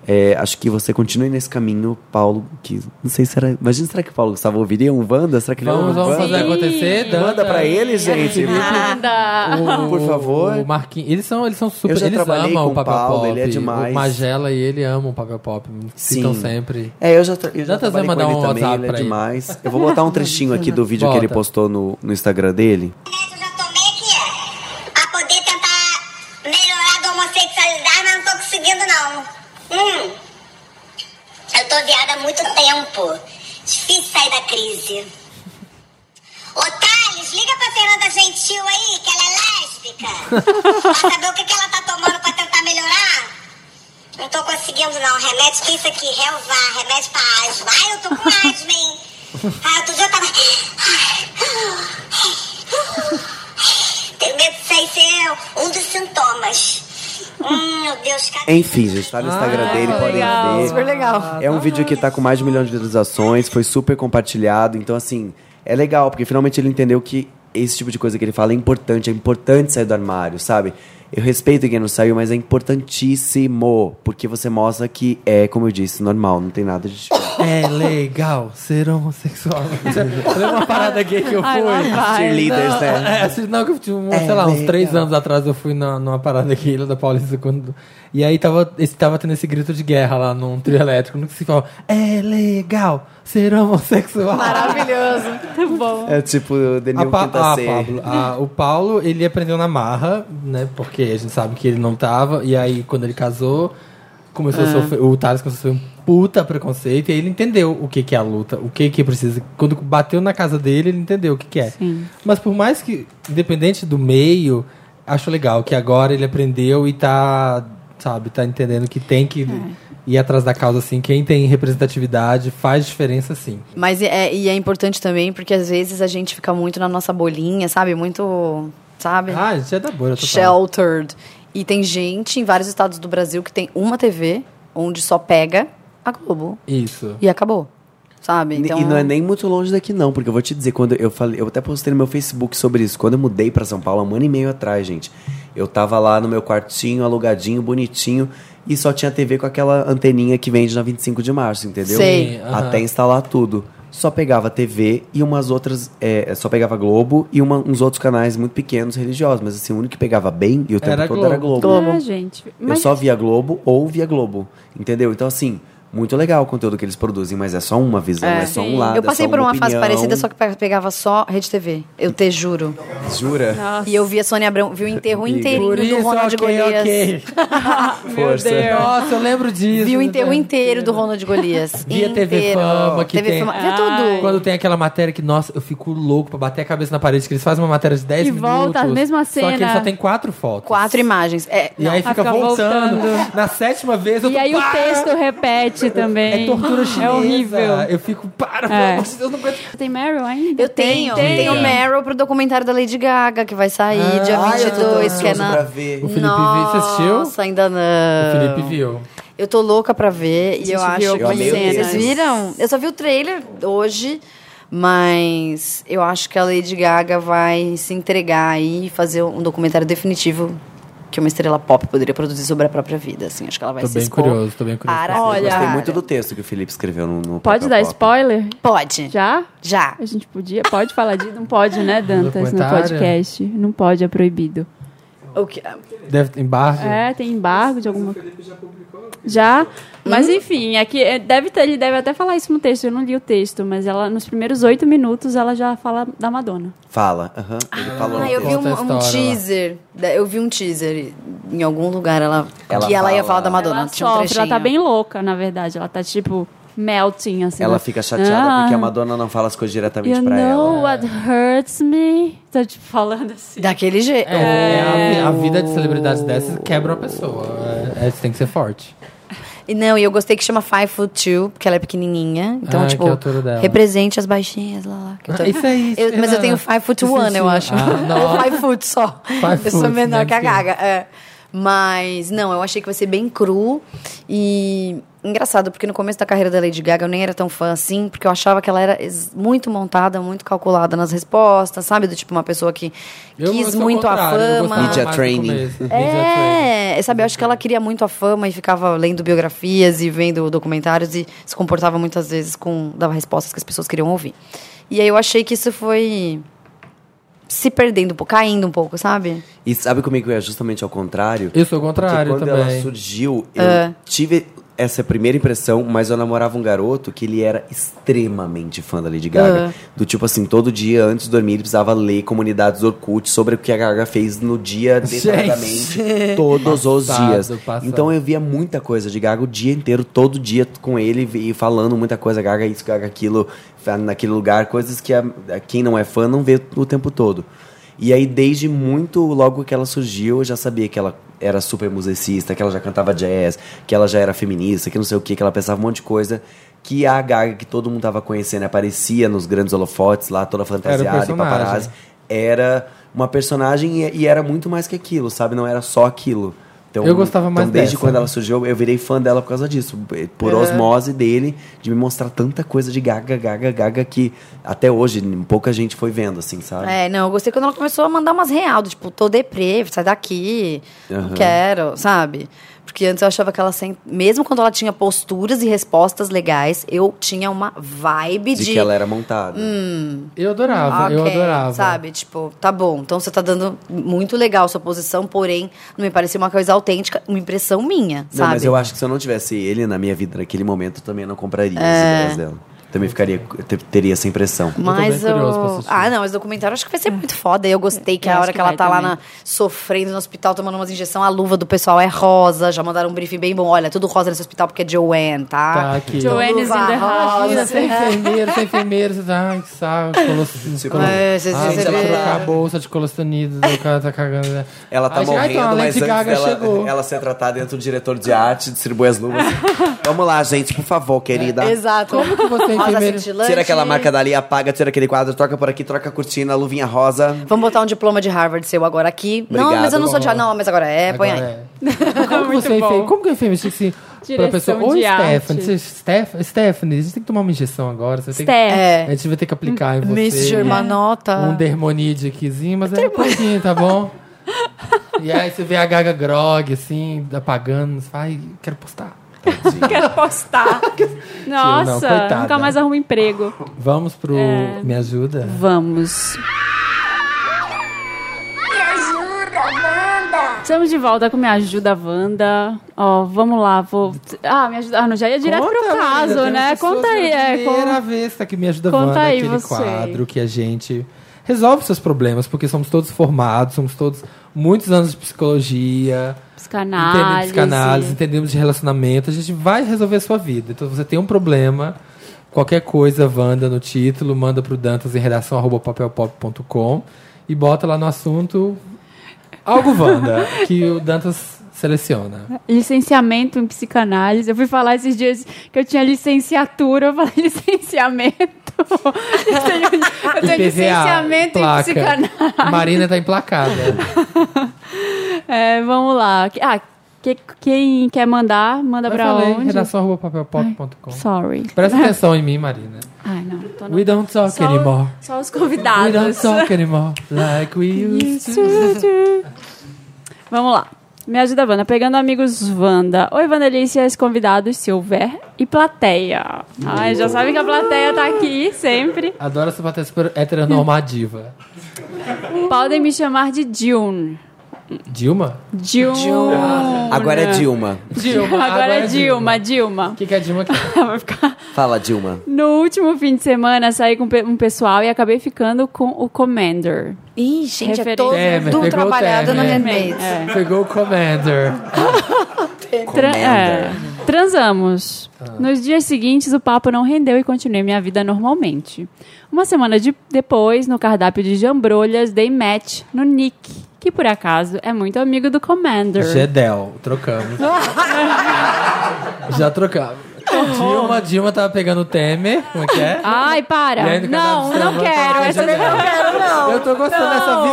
Speaker 4: é, acho que você continue nesse caminho, Paulo. Que não sei se era. Imagina, será que o Paulo Gustavo ouviria um Wanda? Será que ele
Speaker 3: Vamos,
Speaker 4: é um
Speaker 3: vamos
Speaker 4: Wanda?
Speaker 3: fazer acontecer.
Speaker 2: Sim.
Speaker 3: dança.
Speaker 4: Manda pra ele, gente.
Speaker 2: Nada.
Speaker 3: O-
Speaker 4: Por favor.
Speaker 3: Ah. O Marquinhos. Eles são, eles são super.
Speaker 4: Eu já
Speaker 3: eles
Speaker 4: trabalhei
Speaker 3: amam
Speaker 4: com
Speaker 3: o papel
Speaker 4: o Paulo,
Speaker 3: pop.
Speaker 4: ele é demais.
Speaker 3: O Magela e ele amam o papel pop. Citam
Speaker 4: Sim.
Speaker 3: sempre.
Speaker 4: É, eu já, tra eu já
Speaker 3: Dantas vai
Speaker 4: trabalhei
Speaker 3: mandar
Speaker 4: com ele
Speaker 3: um
Speaker 4: também,
Speaker 3: WhatsApp
Speaker 4: ele é
Speaker 3: pra ele.
Speaker 4: demais. Eu vou botar um trechinho aqui do vídeo que ele
Speaker 3: Bota.
Speaker 4: postou no, no Instagram dele.
Speaker 1: remédios eu tomei que é pra poder tentar melhorar da homossexualidade, mas não tô conseguindo não. Hum, eu tô viada há muito tempo. Difícil sair da crise. Ô Thales, liga pra Fernanda Gentil aí, que ela é lésbica. pra saber o que, que ela tá tomando pra tentar melhorar. Não tô conseguindo não. Remédio que isso aqui, relvar, remédio pra asma. Ai, eu tô com asma, hein? Ai, outro dia eu tava. Tenho medo de sair ser um dos sintomas. Hum, meu Deus, cadê?
Speaker 4: Enfim, gente, tá no
Speaker 3: Ah,
Speaker 4: Instagram dele, podem
Speaker 2: legal.
Speaker 4: ver.
Speaker 5: Super legal.
Speaker 4: É um vídeo que tá com mais de um milhão de visualizações, foi super compartilhado. Então, assim, é legal, porque finalmente ele entendeu que esse tipo de coisa que ele fala é importante, é importante sair do armário, sabe? Eu respeito quem não saiu, mas é importantíssimo, porque você mostra que é, como eu disse, normal, não tem nada de diferente.
Speaker 3: É legal ser homossexual. Lembra uma parada gay que eu fui?
Speaker 2: Ai, lá vai.
Speaker 4: Cheerleaders, né?
Speaker 3: É, assim, não, que eu tinha, um,
Speaker 4: É
Speaker 3: sei lá, uns três
Speaker 4: legal.
Speaker 3: anos atrás eu fui na- numa parada aqui lá da Paulista quando. E aí tava, esse, tava tendo esse grito de guerra lá num trio elétrico, no que se fala, é legal ser homossexual.
Speaker 5: Maravilhoso.
Speaker 2: Muito bom.
Speaker 4: É tipo,
Speaker 3: A
Speaker 4: Daniel
Speaker 3: Pa-
Speaker 4: Quinta
Speaker 3: a
Speaker 4: C.
Speaker 3: Pablo- a- o Paulo, ele aprendeu na marra, né? Porque a gente sabe que ele não tava. E aí, quando ele casou, começou a sofrer. O Thales começou a sofrer um puta preconceito. E aí ele entendeu o que, que é a luta, o que, que precisa. Quando bateu na casa dele, ele entendeu o que, que é. Mas por mais que, independente do meio, acho legal que agora ele aprendeu e tá, sabe, tá entendendo que tem que. Ir atrás da causa, assim, quem tem representatividade faz diferença, sim.
Speaker 5: Mas é, e é importante também, porque às vezes a gente fica muito na nossa bolinha, sabe? Muito, sabe?
Speaker 3: Ah, isso é da boa, total.
Speaker 5: Sheltered. E tem gente em vários estados do Brasil que tem uma TV onde só pega a Globo.
Speaker 3: Isso.
Speaker 5: E acabou. Sabe?
Speaker 4: N-
Speaker 5: Então,
Speaker 4: E não é nem muito longe daqui, não, porque eu vou te dizer, quando eu falei, eu até postei no meu Facebook sobre isso. Quando eu mudei pra São Paulo, há um ano e meio atrás, gente, eu tava lá no meu quartinho, alugadinho, bonitinho, e só tinha TV com aquela anteninha que vende na 25 de março, entendeu?
Speaker 5: Sei.
Speaker 3: Sim, aham.
Speaker 4: Até instalar tudo. Só pegava TV e umas outras. é, só pegava Globo e uma- uns outros canais muito pequenos religiosos, mas assim, o único que pegava bem e o tempo
Speaker 3: Era
Speaker 4: todo era
Speaker 3: Globo.
Speaker 4: Globo.
Speaker 2: Ah, gente. Mas
Speaker 4: Eu só via Globo ou via Globo, entendeu? Então, assim, muito legal o conteúdo que eles produzem, mas é só uma visão, é, só um lado.
Speaker 5: eu passei
Speaker 4: é só
Speaker 5: por uma fase
Speaker 4: opinião.
Speaker 5: parecida, só que pe- pegava só Rede TV. Eu te juro.
Speaker 4: Jura?
Speaker 5: E eu vi a Sônia Abrão, vi o enterro
Speaker 4: Amiga.
Speaker 5: inteirinho
Speaker 3: Por
Speaker 5: do
Speaker 3: isso,
Speaker 5: Ronald
Speaker 4: é
Speaker 3: ok,
Speaker 5: Golias.
Speaker 3: ok.
Speaker 4: Força.
Speaker 3: Nossa, eu lembro disso. né,
Speaker 5: Vi o
Speaker 3: meu
Speaker 5: enterro
Speaker 3: Deus.
Speaker 5: inteiro do Ronald Golias.
Speaker 3: Via TV
Speaker 5: Inteiro.
Speaker 3: Fama, que
Speaker 5: TV
Speaker 3: tem... Ah,
Speaker 5: Fama. Via tudo.
Speaker 3: Quando tem aquela matéria que, nossa, eu fico louco pra bater a cabeça na parede, que eles fazem uma matéria de 10
Speaker 2: E
Speaker 3: minutos.
Speaker 2: volta a mesma
Speaker 3: Só que ele
Speaker 2: cena.
Speaker 3: só tem quatro fotos.
Speaker 5: Quatro imagens. É,
Speaker 3: E aí fica,
Speaker 2: fica
Speaker 3: voltando.
Speaker 2: voltando.
Speaker 3: Na sétima vez eu
Speaker 2: E
Speaker 3: tô,
Speaker 2: aí o
Speaker 3: "Para!"
Speaker 2: texto repete também.
Speaker 3: É tortura chinesa.
Speaker 2: É horrível.
Speaker 3: Eu fico, para, pelo
Speaker 2: É.
Speaker 3: amor de Deus, não aguento.
Speaker 2: Tem Meryl ainda?
Speaker 5: Eu tenho.
Speaker 2: Tem,
Speaker 5: Tenho
Speaker 3: Tem. Ah,
Speaker 5: Meryl pro documentário da Lady Gaga, que vai sair dia
Speaker 3: ai, eu tô tão
Speaker 5: 22, que é na.
Speaker 4: pra ver.
Speaker 3: O Felipe
Speaker 5: Nossa,
Speaker 3: viu, você assistiu?
Speaker 5: ainda
Speaker 3: O
Speaker 5: não.
Speaker 3: Felipe viu.
Speaker 5: Eu tô louca pra ver e
Speaker 2: Gente,
Speaker 5: eu acho
Speaker 2: viu
Speaker 5: que.
Speaker 4: algumas Eu amei o
Speaker 5: Vocês
Speaker 4: cenas.
Speaker 5: viram? Eu só vi o trailer hoje, mas eu acho que a Lady Gaga vai se entregar aí e fazer um documentário definitivo que uma estrela pop poderia produzir sobre a própria vida. Assim, acho que ela vai
Speaker 3: Tô
Speaker 5: se
Speaker 3: bem
Speaker 5: expor
Speaker 3: curioso, tô bem curioso.
Speaker 5: Para
Speaker 4: Eu
Speaker 2: Olha.
Speaker 4: gostei muito do texto que o Felipe escreveu no, no
Speaker 2: Pode
Speaker 4: Papel
Speaker 2: dar
Speaker 4: Pop.
Speaker 2: spoiler?
Speaker 5: Pode.
Speaker 2: Já?
Speaker 5: Já.
Speaker 2: A gente podia? Pode falar de... Não pode, né, Dantas, no
Speaker 3: documentário?
Speaker 2: podcast. Não pode, é proibido.
Speaker 5: O que-
Speaker 3: Deve ter embargo.
Speaker 2: É, tem embargo de alguma coisa. Já? Mas enfim, aqui é, deve ter, ele deve até falar isso no texto. Eu não li o texto, mas ela nos primeiros oito minutos ela já fala da Madonna.
Speaker 4: Fala. aham, Ele falou.
Speaker 5: Ah, eu vi
Speaker 3: Conta a
Speaker 5: um, um
Speaker 3: história lá.
Speaker 5: teaser. da- Eu vi um teaser em algum lugar ela,
Speaker 4: Ela
Speaker 5: que ela ia
Speaker 4: fala-
Speaker 5: falar da Madonna.
Speaker 2: ela
Speaker 5: tinha um
Speaker 2: sofre,
Speaker 5: trechinho.
Speaker 2: ela tá bem louca, na verdade. Ela tá tipo melting assim.
Speaker 4: Ela
Speaker 2: né?
Speaker 4: fica chateada
Speaker 5: Ah.
Speaker 4: porque a Madonna não fala as coisas diretamente
Speaker 2: You
Speaker 4: pra
Speaker 2: know
Speaker 4: ela. né?
Speaker 2: what hurts me? Tá tipo falando assim.
Speaker 5: Daquele jeito.
Speaker 3: É, a vi- A, vida de celebridades dessas quebra uma pessoa. É, é, você tem que ser forte.
Speaker 5: E não, e eu gostei que chama Five Foot Two, porque ela é pequenininha. Então,
Speaker 3: Ah,
Speaker 5: tipo,
Speaker 3: que é a altura dela.
Speaker 5: represente as baixinhas lá. lá que eu tô-
Speaker 3: Ah, isso é isso,
Speaker 5: Eu- mas eu
Speaker 3: Fernanda.
Speaker 5: tenho Five Foot
Speaker 3: Isso
Speaker 5: One,
Speaker 3: é
Speaker 5: eu
Speaker 3: isso.
Speaker 5: acho.
Speaker 3: Ah,
Speaker 5: Ou
Speaker 3: nossa.
Speaker 5: five Foot só.
Speaker 3: Five
Speaker 5: eu sou
Speaker 3: foot,
Speaker 5: menor
Speaker 3: né,
Speaker 5: que a
Speaker 3: pequena.
Speaker 5: Gaga. é. Mas, não, eu achei que vai ser bem cru. E engraçado, porque no começo da carreira da Lady Gaga eu nem era tão fã assim, porque eu achava que ela era ex- muito montada, muito calculada nas respostas, sabe? Do tipo, uma pessoa que
Speaker 3: Eu
Speaker 5: quis
Speaker 3: sou o
Speaker 5: muito a
Speaker 3: contrário, eu gostava
Speaker 5: fama.
Speaker 4: Media
Speaker 3: mais do
Speaker 4: training.
Speaker 3: começo. Media training.
Speaker 5: É, sabe, eu acho que ela queria muito a fama e ficava lendo biografias e vendo documentários e se comportava muitas vezes com dava respostas que as pessoas queriam ouvir. E aí eu achei que isso foi se perdendo um pouco, caindo um pouco, sabe?
Speaker 4: E sabe comigo que é justamente ao contrário?
Speaker 3: Eu sou o
Speaker 4: Porque
Speaker 3: contrário
Speaker 4: Tipo, quando ela
Speaker 3: também.
Speaker 4: surgiu, eu tive essa primeira impressão, mas eu namorava um garoto que ele era extremamente fã da Lady Gaga. Do tipo assim, todo dia antes de dormir ele precisava ler comunidades Orkut sobre o que a Gaga fez no dia
Speaker 3: Gente.
Speaker 4: detalhadamente, todos os
Speaker 3: Passado,
Speaker 4: dias.
Speaker 3: passado.
Speaker 4: Então eu via muita coisa de Gaga o dia inteiro, todo dia com ele e falando muita coisa, Gaga isso, Gaga aquilo, naquele lugar, coisas que a- a quem não é fã não vê o tempo todo. E aí, desde muito logo que ela surgiu, eu já sabia que ela era super musicista, que ela já cantava jazz, que ela já era feminista, que não sei o que, que ela pensava um monte de coisa. Que a Gaga, que todo mundo tava conhecendo, aparecia nos grandes holofotes lá, toda fantasiada e
Speaker 3: personagem.
Speaker 4: paparazzi. Era uma personagem e, e era muito mais que aquilo, sabe? Não era só aquilo. Então,
Speaker 3: Eu gostava mais
Speaker 4: Então, desde
Speaker 3: dessa. É.
Speaker 4: quando ela surgiu, eu virei fã dela por causa disso. eh, Por osmose dele, de me mostrar tanta coisa de Gaga, Gaga, Gaga, que até hoje pouca gente foi vendo, assim, sabe?
Speaker 5: É, não, eu gostei quando ela começou a mandar umas real, do tipo, tô deprê, sai daqui, não
Speaker 4: Aham.
Speaker 5: quero, sabe? Porque antes eu achava que ela sem... mesmo quando ela tinha posturas e respostas legais, eu tinha uma vibe
Speaker 4: De que ela era montada.
Speaker 5: Hum,
Speaker 3: Eu adorava, eu
Speaker 5: Ok,
Speaker 3: adorava.
Speaker 5: Sabe, tipo, tá bom. Então você tá dando muito legal sua posição, porém, não me pareceu uma coisa autêntica, uma impressão minha,
Speaker 4: Não,
Speaker 5: sabe?
Speaker 4: mas eu acho que se eu não tivesse ele na minha vida naquele momento, eu também não compraria
Speaker 5: É.
Speaker 4: as ideias dela. Também ficaria, te- teria essa impressão.
Speaker 5: Mas
Speaker 3: Eu tô bem curioso pra
Speaker 5: eu.
Speaker 3: assistir.
Speaker 5: Ah, não, mas o documentário acho que vai ser muito foda. E eu gostei que
Speaker 2: É. Eu
Speaker 5: a
Speaker 2: acho
Speaker 5: hora
Speaker 2: que
Speaker 5: que ela
Speaker 2: vai
Speaker 5: tá lá
Speaker 2: também.
Speaker 5: na- sofrendo no hospital, tomando umas injeções, a luva do pessoal é rosa. Já mandaram um briefing bem bom. Olha, tudo rosa nesse hospital porque é Joanne, tá?
Speaker 3: Tá aqui.
Speaker 2: Joanne's in the house.
Speaker 3: Imagina, sem
Speaker 5: É.
Speaker 3: enfermeiro, sem enfermeiro, você tá, ai, que saco,
Speaker 4: Tipo,
Speaker 3: colostomia. Colo...
Speaker 5: É, você-
Speaker 3: Ai,
Speaker 5: você
Speaker 3: tem que
Speaker 5: vê-
Speaker 3: trocar a bolsa de colostonido, o cara tá cagando. né?
Speaker 4: Ela tá
Speaker 3: Aí chega, "Ah,
Speaker 4: morrendo,
Speaker 3: então, a
Speaker 4: mas
Speaker 3: Lady
Speaker 4: antes
Speaker 3: Gaga
Speaker 4: dela,
Speaker 3: chegou.
Speaker 4: ela ser tratada dentro do diretor de arte, distribui as luvas. Vamos lá, gente, por favor, querida.
Speaker 5: Exato.
Speaker 3: tá. Como que você é
Speaker 5: rosa
Speaker 3: enfermeira?
Speaker 5: cintilante.
Speaker 4: Tira aquela marca dali, apaga, tira aquele quadro, troca por aqui, troca a cortina, a luvinha rosa.
Speaker 5: Vamos botar um diploma de Harvard seu agora aqui. não,
Speaker 4: Obrigado,
Speaker 5: mas eu não sou de
Speaker 3: vamos lá.
Speaker 5: Não, mas agora é, põe aí.
Speaker 3: Agora é. Como que você é enfermeira? Como que é enfermeira? Tinha que se- Pra
Speaker 2: Direção
Speaker 3: pessoa,
Speaker 2: de
Speaker 3: ou
Speaker 2: arte.
Speaker 3: Stephanie, você- Steph- Stephanie, a gente tem que tomar uma injeção agora. Você tem que-
Speaker 2: Steph.
Speaker 5: É.
Speaker 3: A gente vai ter que aplicar em você.
Speaker 5: Miss Germanota.
Speaker 2: Tá.
Speaker 4: né?
Speaker 3: um dermonide aquizinho, mas é um pouquinho, tá bom? e aí você vê a Gaga Grog, assim, apagando, você fala, ai, quero postar.
Speaker 2: Quero postar. Nossa,
Speaker 3: coitada.
Speaker 2: nunca mais arrumo emprego.
Speaker 3: Vamos pro
Speaker 2: É.
Speaker 3: Me Ajuda?
Speaker 2: Vamos.
Speaker 1: Me ajuda, Wanda.
Speaker 2: Estamos de volta com Me Ajuda Wanda. Ó, vamos lá, vou. Ah, me ajuda. Ah, não, já ia direto pro caso, né? Conta aí, é.
Speaker 3: Primeira
Speaker 2: con-
Speaker 3: vez que me ajuda
Speaker 2: Conta
Speaker 3: Wanda,
Speaker 2: aí
Speaker 3: aquele
Speaker 2: você.
Speaker 3: quadro que a gente resolve seus problemas, porque somos todos formados, somos todos muitos anos de psicologia, entendemos de
Speaker 2: Psicanálise.
Speaker 3: psicanálise, entendemos de relacionamento, a gente vai resolver a sua vida. Então, se você tem um problema, qualquer coisa, Wanda no título, manda pro Dantas em redação arroba papelpop.com e bota lá no assunto algo Wanda, que o Dantas seleciona.
Speaker 2: Licenciamento em psicanálise. Eu fui falar esses dias que eu tinha licenciatura, eu falei licenciamento. Eu tenho, eu tenho licenciamento em psicanálise.
Speaker 3: Marina tá emplacada.
Speaker 2: É, vamos lá. Que- Ah, que- quem quer mandar, manda
Speaker 3: Eu
Speaker 2: pra
Speaker 3: falei,
Speaker 2: onde?
Speaker 3: redação arroba papelpop.com.
Speaker 2: Sorry.
Speaker 3: Presta atenção em mim, Marina.
Speaker 2: Ai, não. Tô
Speaker 3: We don't talk
Speaker 2: Só-
Speaker 3: anymore.
Speaker 2: Só os
Speaker 3: We don't
Speaker 2: convidados.
Speaker 3: talk anymore like we used to.
Speaker 2: Vamos lá. Me ajuda, Wanda. Pegando amigos Wanda. Oi, Vandalícias, convidados, se houver. E plateia. Ai, já sabe que a plateia tá aqui sempre.
Speaker 3: Adoro essa plateia super heteronormativa.
Speaker 2: Podem me chamar de June.
Speaker 3: Dilma?
Speaker 2: June.
Speaker 4: Agora é Dilma.
Speaker 3: Dilma.
Speaker 2: Agora é Dilma, Dilma.
Speaker 3: O que, que é Dilma? aqui?
Speaker 2: Vai ficar-
Speaker 4: Fala, Dilma.
Speaker 2: No último fim de semana, saí com pe- um pessoal e acabei ficando com o Commander.
Speaker 5: Ih, gente, é
Speaker 2: Referência.
Speaker 5: todo
Speaker 3: Temer,
Speaker 5: tudo
Speaker 3: pegou o
Speaker 5: trabalhado no
Speaker 3: Temer.
Speaker 5: Handmaids.
Speaker 2: É.
Speaker 3: Pegou o Commander.
Speaker 2: Tran-
Speaker 4: Commander.
Speaker 2: é. transamos.
Speaker 3: Ah.
Speaker 2: Nos dias seguintes, o papo não rendeu e continuei minha vida normalmente. Uma semana de- depois, no cardápio de jambrolhas, dei match no Nick, que por acaso é muito amigo do Commander.
Speaker 3: é Gedel, trocamos. Já trocamos. Dilma, Dilma tava pegando o Temer. Como é que é?
Speaker 2: Ai,
Speaker 3: E
Speaker 2: para!
Speaker 3: aí, no
Speaker 2: Ah, Não, não
Speaker 3: cardápio de jambrolhas,
Speaker 2: quero.
Speaker 3: tá
Speaker 2: Essa
Speaker 3: Gedel.
Speaker 2: não
Speaker 5: Não, não.
Speaker 3: Eu tô gostando
Speaker 5: Não,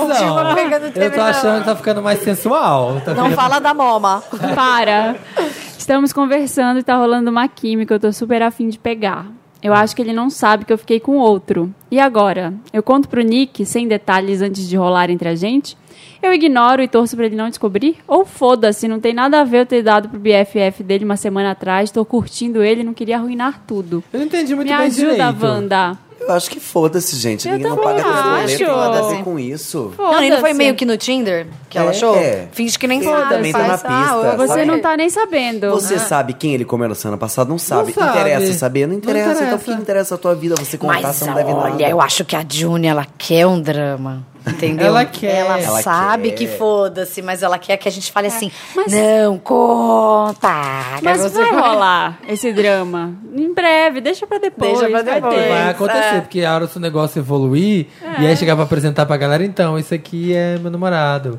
Speaker 3: dessa
Speaker 5: Dilma pegando
Speaker 3: visão. Eu
Speaker 5: Temer,
Speaker 3: tô
Speaker 5: não.
Speaker 3: achando que tá ficando mais sensual. Tá
Speaker 5: Não
Speaker 3: ficando-
Speaker 5: fala da moma.
Speaker 2: Para. Estamos conversando e tá rolando uma química. Eu tô super afim de pegar. Eu acho que ele não sabe que eu fiquei com outro. E agora? Eu conto pro Nick, sem detalhes antes de rolar entre a gente? Eu ignoro e torço pra ele não descobrir? Ou foda-se, não tem nada a ver eu ter dado pro BFF dele uma semana atrás, tô curtindo ele, não queria arruinar tudo.
Speaker 3: Eu não entendi muito
Speaker 2: Me
Speaker 3: bem
Speaker 2: ajuda,
Speaker 3: direito.
Speaker 2: Wanda.
Speaker 4: Eu acho que foda-se, gente.
Speaker 2: Eu
Speaker 4: Ninguém não
Speaker 2: também
Speaker 4: paga teu boleto,
Speaker 2: acho.
Speaker 4: tem nada a ver com isso.
Speaker 5: Não, e não foi
Speaker 2: Foda-se.
Speaker 5: meio que no Tinder que ela
Speaker 4: É.
Speaker 5: achou? Finge que nem sabe.
Speaker 4: também tá na
Speaker 5: faz, ah,
Speaker 4: pista,
Speaker 5: eu-
Speaker 4: sabe?
Speaker 2: Você não tá nem sabendo.
Speaker 4: Você sabe quem ele comeu na semana passada? Não sabe.
Speaker 3: sabe.
Speaker 4: Interessa saber? Não
Speaker 3: Não
Speaker 4: interessa. Então o
Speaker 3: interessa.
Speaker 4: que interessa a tua vida? Você contar,
Speaker 5: Mas
Speaker 4: você não deve nada.
Speaker 5: olha, eu acho que a June, ela quer um drama. Entendeu?
Speaker 3: Ela quer.
Speaker 5: Ela,
Speaker 4: Ela
Speaker 5: sabe
Speaker 4: quer.
Speaker 5: que foda-se, mas ela quer que a gente fale assim, não conta. que
Speaker 2: Mas
Speaker 5: você
Speaker 2: vai rolar esse drama. Em breve, deixa pra depois.
Speaker 5: Deixa pra
Speaker 2: vai
Speaker 5: depois.
Speaker 2: ter.
Speaker 3: Vai acontecer,
Speaker 5: é.
Speaker 3: porque a hora se o negócio evoluir e aí chegar pra apresentar pra galera, então, esse aqui é meu namorado.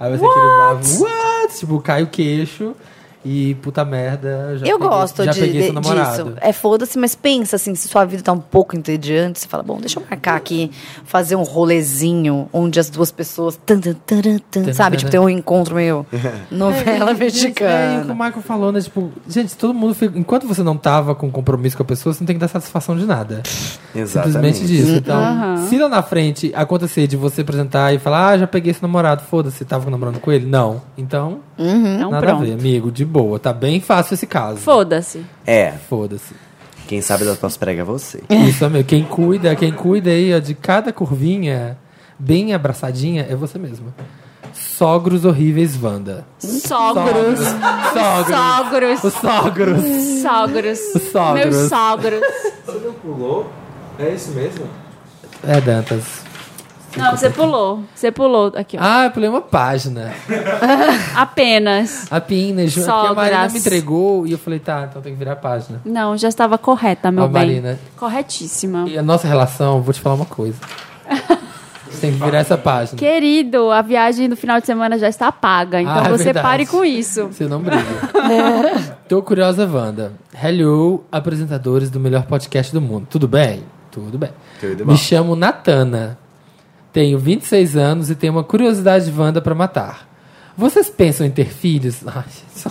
Speaker 3: aí você aquele bravo, what? Tipo, cai o queixo e puta merda. Já
Speaker 5: Eu
Speaker 3: peguei-
Speaker 5: gosto
Speaker 3: já
Speaker 5: de,
Speaker 3: peguei
Speaker 5: de-
Speaker 3: seu namorado.
Speaker 5: disso. É foda-se, mas pensa assim, se sua vida tá um pouco entediante, você fala, bom, deixa eu marcar aqui, fazer um rolezinho onde as duas pessoas. tan, tan, taran, tan,
Speaker 3: Tan,
Speaker 5: sabe,
Speaker 3: tan,
Speaker 5: tipo,
Speaker 3: tan.
Speaker 5: tem um encontro meio novela
Speaker 3: É, e o que o
Speaker 5: mexicana.
Speaker 3: Michael falou, né? Tipo, gente, todo mundo. fica- Enquanto você não tava com compromisso com a pessoa, você não tem que dar satisfação de nada.
Speaker 4: Exatamente.
Speaker 3: Simplesmente disso. Então, se lá na frente acontecer de você apresentar e falar, ah, já peguei esse namorado, foda-se, tava namorando com ele? Não. Então,
Speaker 2: Então
Speaker 3: nada a
Speaker 2: pronto.
Speaker 3: ver, amigo, de boa. Tá bem fácil esse caso.
Speaker 2: Foda-se.
Speaker 4: É,
Speaker 3: Foda-se.
Speaker 4: quem sabe das tuas pregas é você.
Speaker 3: Isso, amigo. Quem cuida, quem cuida aí ó, de cada curvinha, bem abraçadinha, é você mesmo. Sogros horríveis, Wanda.
Speaker 2: Sogros.
Speaker 3: Sogros.
Speaker 2: Sogros.
Speaker 3: Os sogros.
Speaker 2: Sogros.
Speaker 3: Os sogros.
Speaker 2: Meus sogros.
Speaker 8: Você não pulou? É isso mesmo?
Speaker 3: É, Dantas.
Speaker 2: Não, você pulou. Você pulou. Aqui, ó.
Speaker 3: Ah, eu pulei uma página.
Speaker 2: Apenas.
Speaker 3: A Pina, Ju- é porque a
Speaker 2: Sogras.
Speaker 3: Marina me entregou e eu falei, tá, então tem que virar a página.
Speaker 2: Não, já estava correta, meu
Speaker 3: Ó,
Speaker 2: bem.
Speaker 3: Marina.
Speaker 2: Corretíssima.
Speaker 3: E a nossa relação, vou te falar uma coisa. Você tem que virar essa página.
Speaker 2: Querido, a viagem do final de semana já está paga, então
Speaker 3: Ah, é
Speaker 2: você
Speaker 3: verdade.
Speaker 2: pare com isso.
Speaker 3: Você não briga. Tô curiosa, Wanda. Hello, apresentadores do melhor podcast do mundo. Tudo bem? Tudo bem.
Speaker 4: Tudo bom.
Speaker 3: Me chamo Natana. Tenho 26 anos e tenho uma curiosidade, Wanda, pra matar. Vocês pensam em ter filhos? Ai, só-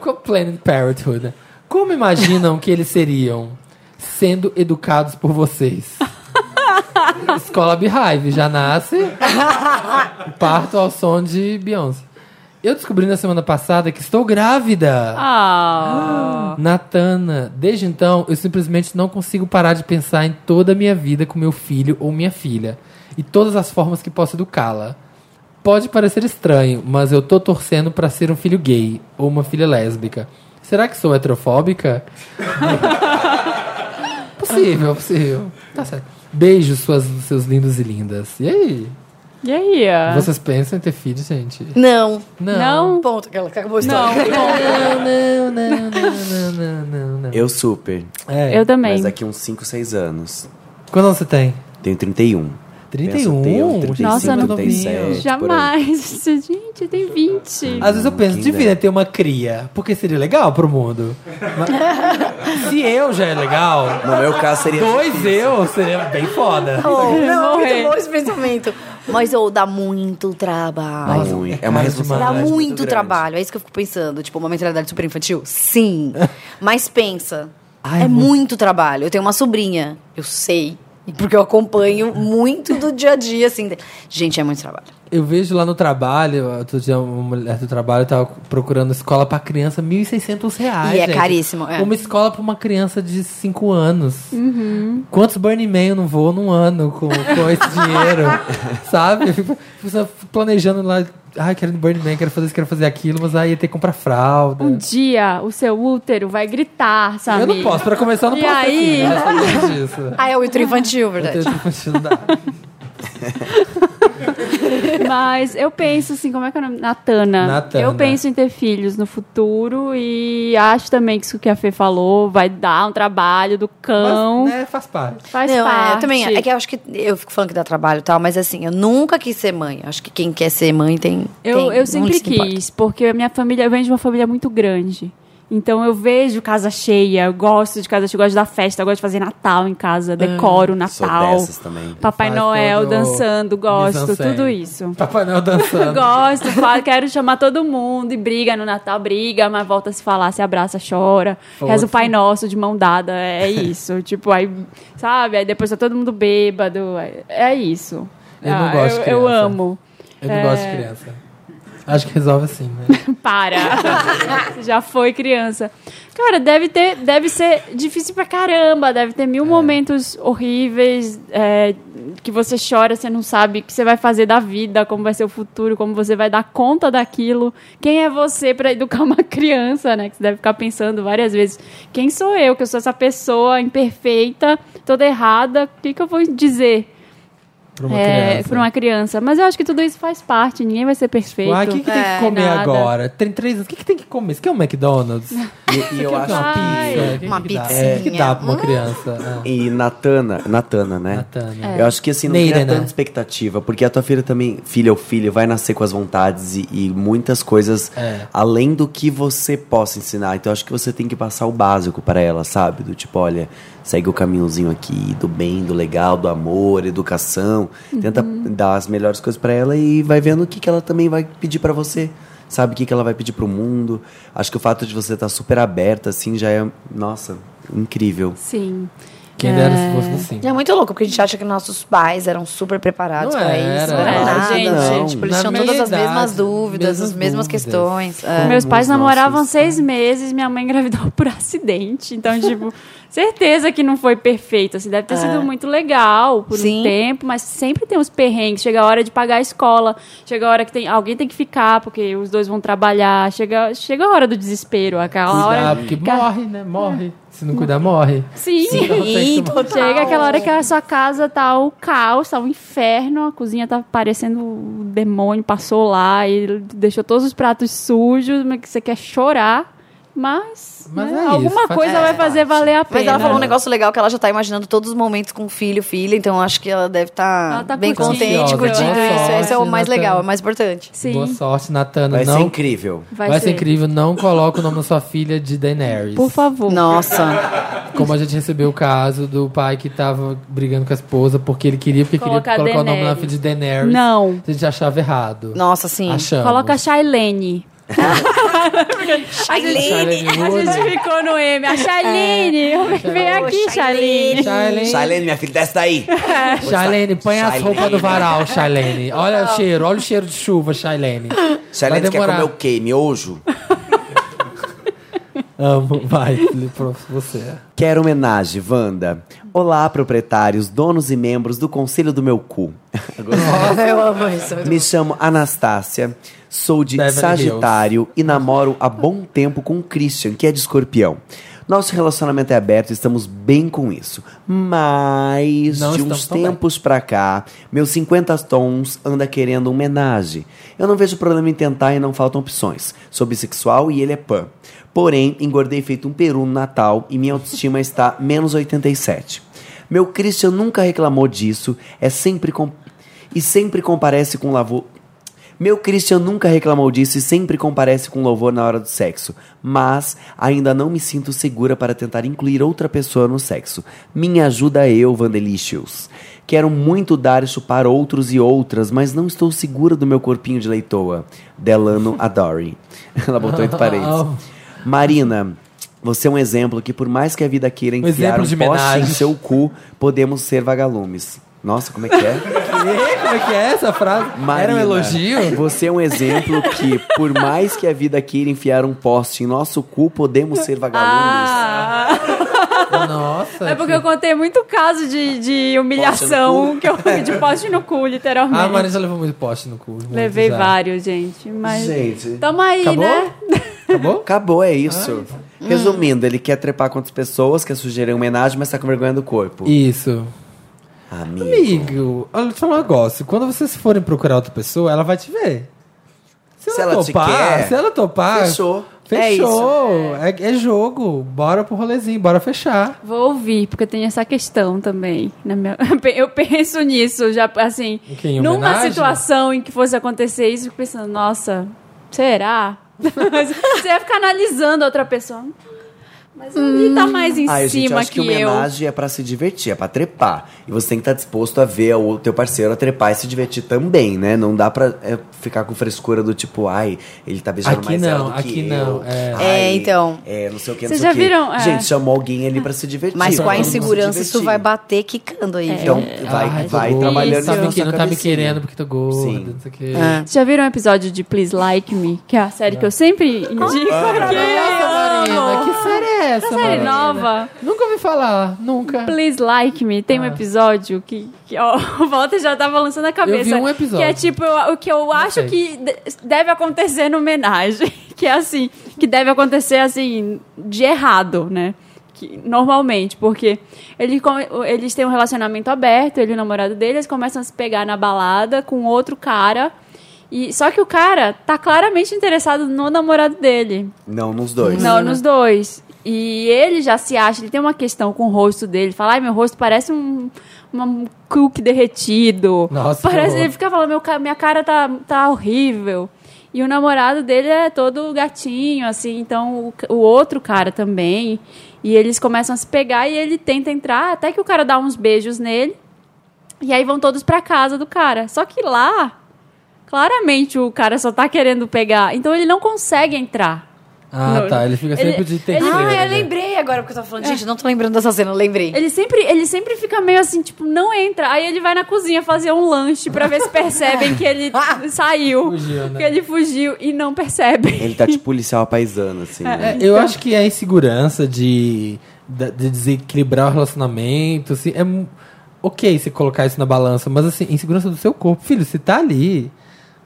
Speaker 3: Com Planned Parenthood. né? Como imaginam que eles seriam sendo educados por vocês? Escola Beehive, já nasce. Parto ao som de Beyoncé. Eu descobri na semana passada que estou grávida.
Speaker 2: Ah,
Speaker 3: Natana, desde então eu simplesmente não consigo parar de pensar em toda a minha vida com meu filho ou minha filha e todas as formas que posso educá-la. Pode parecer estranho, mas eu tô torcendo pra ser um filho gay ou uma filha lésbica. Será que sou heterofóbica? possível, possível. Tá certo. Beijo, suas, seus lindos e lindas. E aí?
Speaker 2: E aí? ó?
Speaker 3: Vocês pensam em ter filhos, gente?
Speaker 5: Não.
Speaker 2: Ah. Não.
Speaker 5: Ponto. Aquela que acabou a
Speaker 2: Não,
Speaker 5: história.
Speaker 3: Não, não, não, não, não, não, não.
Speaker 4: Eu super.
Speaker 3: É.
Speaker 2: eu também.
Speaker 4: Mas daqui uns 5, 6 anos.
Speaker 3: Quanto você tem?
Speaker 4: Tenho 31.
Speaker 3: 31?
Speaker 4: Penso, tenho 35,
Speaker 2: Nossa, não
Speaker 4: 37, por aí.
Speaker 2: Jamais. Gente, tem 20.
Speaker 3: Às vezes eu penso,
Speaker 4: quem
Speaker 3: devia
Speaker 4: dera.
Speaker 3: ter uma cria, porque seria legal pro mundo. Mas- se eu já é legal,
Speaker 4: No meu caso seria.
Speaker 3: dois eu seria bem foda.
Speaker 5: Oh, não,
Speaker 2: Morrer.
Speaker 5: muito bom esse pensamento. Mas ou dá muito trabalho.
Speaker 3: Nossa,
Speaker 4: muito.
Speaker 3: é
Speaker 4: É uma
Speaker 3: caro
Speaker 5: Dá
Speaker 3: demais.
Speaker 4: responsabilidade.
Speaker 5: muito,
Speaker 4: grande.
Speaker 5: trabalho. É isso que eu fico pensando. Tipo, uma mentalidade super infantil? Sim. Mas pensa.
Speaker 3: Ai,
Speaker 5: é
Speaker 3: muito-
Speaker 5: muito... trabalho. Eu tenho uma sobrinha. Eu sei. Porque eu acompanho muito do dia a dia, assim. de- Gente, é muito trabalho.
Speaker 3: Eu vejo lá no trabalho, outro dia uma mulher do trabalho tava procurando escola pra criança, 1.600 reais.
Speaker 5: E é
Speaker 3: gente.
Speaker 5: caríssimo, é.
Speaker 3: Uma escola pra uma criança de 5 anos.
Speaker 2: Uhum.
Speaker 3: Quantos Burning Man eu não vou num ano com, com esse dinheiro? sabe? Eu fico eu fico planejando lá, ai, quero ir no Burning Man, quero fazer isso, quero fazer aquilo, mas aí ia ter que comprar fralda.
Speaker 2: Um dia o seu útero vai gritar, sabe?
Speaker 3: eu não posso, pra começar, eu não
Speaker 2: E
Speaker 3: posso. ter
Speaker 2: aí?
Speaker 3: filho, já sabia disso.
Speaker 5: Ah, é o intro infantil,
Speaker 3: Eu
Speaker 5: verdade.
Speaker 3: tenho que continuar.
Speaker 2: Mas eu penso assim, como é que é o nome? Natana.
Speaker 3: Natana.
Speaker 2: Eu penso em ter filhos no futuro e acho também que isso que a Fê falou vai dar um trabalho do cão.
Speaker 3: Mas, né, faz parte.
Speaker 2: Faz
Speaker 5: Não,
Speaker 2: parte.
Speaker 5: é, eu também. É que eu acho que eu fico falando que dá trabalho e tal, mas assim, eu nunca quis ser mãe. Acho que quem quer ser mãe tem.
Speaker 2: Eu,
Speaker 5: tem-
Speaker 2: eu
Speaker 5: não
Speaker 2: sempre
Speaker 5: se importa.
Speaker 2: quis, porque a minha família, eu venho de uma família muito grande. Então eu vejo casa cheia, eu gosto de casa cheia, eu gosto da festa, eu gosto de fazer Natal em
Speaker 5: Ah.
Speaker 2: casa, decoro
Speaker 4: Sou
Speaker 2: Natal.
Speaker 4: dessas também.
Speaker 2: Papai
Speaker 3: Faz
Speaker 2: Noel
Speaker 3: todo o
Speaker 2: dançando, gosto,
Speaker 3: mise-en-scène.
Speaker 2: tudo isso.
Speaker 3: Papai Noel dançando.
Speaker 2: Gosto, falo, quero chamar todo mundo e briga no Natal, briga, mas volta a se falar, se abraça, chora.
Speaker 3: Foda.
Speaker 2: Reza o Pai Nosso de mão dada, é isso. tipo, aí, sabe? Aí depois tá todo mundo bêbado, é, é isso. Ah,
Speaker 3: Eu não gosto de
Speaker 2: eu, eu
Speaker 3: criança.
Speaker 2: amo.
Speaker 3: Eu não gosto
Speaker 2: É.
Speaker 3: de criança. Acho que resolve assim, né?
Speaker 2: Para. Você Já foi criança. Cara, deve ter, deve ser difícil pra caramba, deve ter
Speaker 3: É.
Speaker 2: mil momentos horríveis é, que você chora, você não sabe o que você vai fazer da vida, como vai ser o futuro, como você vai dar conta daquilo. Quem é você pra educar uma criança, né? Que você deve ficar pensando várias vezes. Quem sou eu? Que eu sou essa pessoa imperfeita, toda errada. O que, que eu vou dizer
Speaker 3: Pra uma
Speaker 2: é,
Speaker 3: criança.
Speaker 2: pra uma criança? Mas eu acho que tudo isso faz parte. Ninguém vai ser perfeito.
Speaker 3: Ah, o que, que tem que
Speaker 5: É,
Speaker 3: comer
Speaker 2: nada.
Speaker 3: agora? Tem três anos. O que, que tem que comer? Isso aqui é um McDonald's? é
Speaker 4: E, e eu acho
Speaker 3: um uma
Speaker 2: Ai.
Speaker 3: pizza? O que
Speaker 5: Uma
Speaker 3: que dá?
Speaker 5: pizzinha.
Speaker 3: É, O que dá
Speaker 2: Hum.
Speaker 3: pra uma criança? É.
Speaker 4: E Natana, Natana, né?
Speaker 3: Natana.
Speaker 4: Eu acho que assim, não
Speaker 3: Neira,
Speaker 4: cria
Speaker 3: né?
Speaker 4: tanta expectativa, porque a tua filha também, filha ou filho, vai nascer com as vontades e, e muitas coisas
Speaker 3: É.
Speaker 4: além do que você possa ensinar. Então eu acho que você tem que passar o básico pra ela, sabe? Do tipo, olha, segue o caminhozinho aqui do bem, do legal, do amor, educação. Tenta dar as melhores coisas pra ela e vai vendo o que, que ela também vai pedir pra você. Sabe o que, que ela vai pedir pro mundo? Acho que o fato de você estar super aberta, assim, já é. Nossa, incrível.
Speaker 2: Sim.
Speaker 3: Quem dera se fosse assim.
Speaker 5: E é muito louco, porque a gente acha que nossos pais eram super preparados
Speaker 3: Não
Speaker 5: pra
Speaker 3: era,
Speaker 5: isso. né?
Speaker 3: não
Speaker 2: era,
Speaker 5: nada,
Speaker 2: gente.
Speaker 4: Não.
Speaker 5: Tipo, eles
Speaker 3: Na
Speaker 5: tinham todas as
Speaker 3: meia-idade,
Speaker 5: mesmas dúvidas,
Speaker 3: mesmas
Speaker 5: as mesmas
Speaker 3: dúvidas.
Speaker 5: questões. é.
Speaker 2: Meus pais
Speaker 4: Nossos,
Speaker 2: namoravam
Speaker 4: né?
Speaker 2: seis meses, minha mãe engravidou por acidente. Então, tipo, certeza que não foi perfeito. Assim, deve ter sido muito legal por um
Speaker 5: É. Sim.
Speaker 2: tempo, mas sempre tem uns perrengues. Chega a hora de pagar a escola, chega a hora que tem, alguém tem que ficar, porque os dois vão trabalhar. Chega, chega a hora do desespero, aquela
Speaker 3: Cuidar,
Speaker 2: hora. Hum.
Speaker 3: porque morre, né? Morre. Se não cuidar, morre.
Speaker 2: Sim,
Speaker 3: Então tem que tomar-
Speaker 2: Chega aquela hora que a sua casa tá o caos, tá o inferno, a cozinha tá parecendo o demônio, passou lá e deixou todos os pratos sujos, mas que você quer chorar. Mas,
Speaker 3: Mas
Speaker 2: né,
Speaker 3: é isso,
Speaker 2: alguma
Speaker 3: faz
Speaker 2: coisa vai fazer valer a pena.
Speaker 5: Mas ela falou um negócio legal que ela já tá imaginando todos os momentos com o filho, filha, então eu acho que ela deve
Speaker 2: Ela
Speaker 5: estar
Speaker 2: tá
Speaker 5: bem
Speaker 2: curtindo.
Speaker 5: contente,
Speaker 2: Ansiosa,
Speaker 5: curtindo
Speaker 2: boa
Speaker 5: isso. Esse é o
Speaker 3: sorte,
Speaker 5: mais
Speaker 3: Nathan.
Speaker 5: legal, é o mais importante.
Speaker 2: Sim,
Speaker 3: Boa sorte, Natana.
Speaker 4: Vai
Speaker 3: não...
Speaker 4: ser incrível.
Speaker 2: vai,
Speaker 3: Vai ser incrível, não coloca o nome da sua filha de Daenerys.
Speaker 2: Por favor.
Speaker 5: Nossa.
Speaker 3: Como a gente recebeu o caso do pai que tava brigando com a esposa porque ele queria, porque
Speaker 2: Colocar
Speaker 3: queria colocar o nome da
Speaker 2: Daenerys.
Speaker 3: filha de Daenerys.
Speaker 2: Não.
Speaker 3: A gente achava errado.
Speaker 5: Nossa, sim.
Speaker 3: Achamos.
Speaker 2: Coloca a Shailene.
Speaker 3: Shailene É.
Speaker 2: A
Speaker 3: Woodley.
Speaker 2: gente ficou no M. A Shailene. Vem aqui, Shailene.
Speaker 3: Shailene,
Speaker 4: Shailene, minha filha, desce daí.
Speaker 3: Shailene, põe as
Speaker 4: Shailene.
Speaker 3: roupas do varal, Shailene. Olha o cheiro, olha o cheiro de chuva, Shailene.
Speaker 4: Shailene, você quer
Speaker 3: Vai demorar.
Speaker 4: comer o quê? Miojo?
Speaker 3: Amo, vai, Felipe, pra você.
Speaker 4: Quero homenagem, Wanda. Olá, proprietários, donos e membros do Conselho do Meu Cu.
Speaker 5: Eu amo isso.
Speaker 4: Me chamo Anastácia, sou de
Speaker 3: Beverly
Speaker 4: Sagitário e namoro há bom tempo com o Christian, que é de escorpião. Nosso relacionamento é aberto, estamos bem com isso. Mas
Speaker 3: Não
Speaker 4: de
Speaker 3: estamos
Speaker 4: uns
Speaker 3: tão bem.
Speaker 4: tempos pra cá, meus 50 tons anda querendo um homenagem. Eu não vejo problema em tentar e não faltam opções. Sou bissexual e ele é pan. Porém, engordei feito um peru no Natal e minha autoestima está menos 87. Meu Christian nunca reclamou disso, é sempre com... e sempre comparece com lavo... Meu Christian nunca reclamou disso e sempre comparece com louvor na hora do sexo, mas ainda não me sinto segura para tentar incluir outra pessoa no sexo. Minha ajuda eu, Vandelicious. Quero muito dar e chupar outros e outras, mas não estou segura do meu corpinho de leitoa. Delano Adori. Ela botou entre parênteses. Marina, você é um exemplo que por mais que a vida queira enfiar
Speaker 3: exemplo
Speaker 4: um
Speaker 3: de
Speaker 4: poste em
Speaker 3: homenagem.
Speaker 4: seu cu, podemos ser vagalumes. Nossa, como é que é?
Speaker 3: Ê, Como é que é essa frase? Era um
Speaker 4: Marina,
Speaker 3: elogio?
Speaker 4: Você é um exemplo que, por mais que a vida queira enfiar um poste em nosso cu, podemos ser vagalumes.
Speaker 2: Ah,
Speaker 3: Nossa.
Speaker 2: é porque eu contei muito caso de, de humilhação que eu, de poste no cu, literalmente.
Speaker 3: Ah, a Marina já levou muito poste no cu. muito
Speaker 2: Levei
Speaker 3: já.
Speaker 2: vários, gente. Mas.
Speaker 4: Gente.
Speaker 2: Tamo aí,
Speaker 3: Acabou?
Speaker 2: né?
Speaker 3: Acabou?
Speaker 4: Acabou, é isso. Resumindo, ele quer trepar com outras pessoas, quer sugerir homenagem, mas tá com vergonha do corpo.
Speaker 3: Isso.
Speaker 4: Amigo.
Speaker 3: Amigo, olha, deixa eu falar um negócio. Quando vocês forem procurar outra pessoa, ela vai te ver. Se
Speaker 4: Se
Speaker 3: ela,
Speaker 4: ela te
Speaker 3: topar,
Speaker 4: quer,
Speaker 3: se ela topar.
Speaker 4: Fechou.
Speaker 5: É
Speaker 3: Fechou. É, é jogo. Bora pro rolezinho, bora fechar.
Speaker 2: Vou ouvir, porque tem essa questão também. na minha- Eu penso nisso, já assim.
Speaker 3: Em quem? Em
Speaker 2: numa
Speaker 3: homenagem?
Speaker 2: situação em que fosse acontecer isso, eu fico pensando, nossa, será? Você vai ficar analisando a outra pessoa. Mas ele
Speaker 3: Hum.
Speaker 2: tá mais em
Speaker 4: Ai, gente, eu
Speaker 2: cima
Speaker 4: acho que,
Speaker 2: eu.
Speaker 4: homenagem é pra se divertir, é pra trepar. E você tem que estar disposto a ver o teu parceiro a trepar e se divertir também, né? Não dá pra é, ficar com frescura do tipo, ai, ele tá beijando
Speaker 3: Aqui
Speaker 4: mais
Speaker 3: não,
Speaker 4: ela do
Speaker 3: aqui
Speaker 4: que
Speaker 3: não,
Speaker 4: eu.
Speaker 3: é.
Speaker 4: Ai,
Speaker 5: É, então.
Speaker 4: É, não sei o que, não
Speaker 2: Vocês
Speaker 4: sei
Speaker 2: já
Speaker 4: o que.
Speaker 2: viram, é.
Speaker 4: Gente, chamou alguém ali pra se divertir.
Speaker 5: Mas com
Speaker 4: pra todo
Speaker 5: a
Speaker 4: mundo se
Speaker 5: insegurança, isso
Speaker 4: divertir.
Speaker 5: vai bater quicando aí. viu?
Speaker 4: Então, vai,
Speaker 3: Ai, tô
Speaker 4: vai
Speaker 3: gorda.
Speaker 4: trabalhando
Speaker 3: Sabe
Speaker 4: na
Speaker 3: que
Speaker 4: sua
Speaker 3: não tá me
Speaker 4: cabecinha.
Speaker 3: querendo porque tô gorda.
Speaker 4: Sim.
Speaker 3: Não sei o quê.
Speaker 5: É.
Speaker 2: Vocês Já viram o episódio de Please Like Me? Que é a série que eu sempre indico aqui.
Speaker 3: Nossa, Marina, que série é essa,
Speaker 2: Série
Speaker 3: Marina?
Speaker 2: nova.
Speaker 3: Nunca ouvi falar, nunca.
Speaker 2: Please Like Me, tem um
Speaker 3: Ah.
Speaker 2: episódio que, que ó, o Walter já tava lançando a cabeça.
Speaker 3: vi um episódio.
Speaker 2: Que é tipo eu- o que eu acho
Speaker 3: sei.
Speaker 2: que de- deve acontecer no homenagem. Que é assim, que deve acontecer assim, de errado, né? Que, normalmente, porque ele, come- eles têm um relacionamento aberto, ele e o namorado dele, eles começam a se pegar na balada com outro cara. E, só que o cara tá claramente interessado no namorado dele.
Speaker 4: Não, nos dois.
Speaker 2: Não, nos dois. E ele já se acha, ele tem uma questão com o rosto dele. Fala, ai, meu rosto parece um, uma- um cookie derretido.
Speaker 3: Nossa, que
Speaker 2: parece,
Speaker 3: horror.
Speaker 2: ele fica falando, meu, ca- minha cara tá, tá horrível. E o namorado dele é todo gatinho, assim, então o, ca- o outro cara também. E eles começam a se pegar e ele tenta entrar, até que o cara dá uns beijos nele. E aí vão todos pra casa do cara. Só que lá, claramente o cara só tá querendo pegar. Então ele não consegue entrar.
Speaker 3: Ah,
Speaker 2: Não,
Speaker 3: tá. Ele fica sempre
Speaker 2: ele-
Speaker 3: de
Speaker 2: ele- é
Speaker 3: terceiro.
Speaker 5: Ah,
Speaker 3: né?
Speaker 5: eu lembrei agora porque eu tava falando. Gente, eu não tô lembrando dessa cena, eu lembrei.
Speaker 2: Ele sempre, ele sempre fica meio assim, tipo, não entra. Aí ele vai na cozinha fazer um lanche pra ver se percebem que ele saiu.
Speaker 3: Fugiu, né?
Speaker 2: Que ele fugiu e não percebem.
Speaker 4: Ele tá tipo policial paisano, assim. né?
Speaker 3: É, eu acho que a insegurança de, da- de desequilibrar o relacionamento, assim, é mu- ok você colocar isso na balança, mas assim, insegurança do seu corpo. Filho, se tá ali,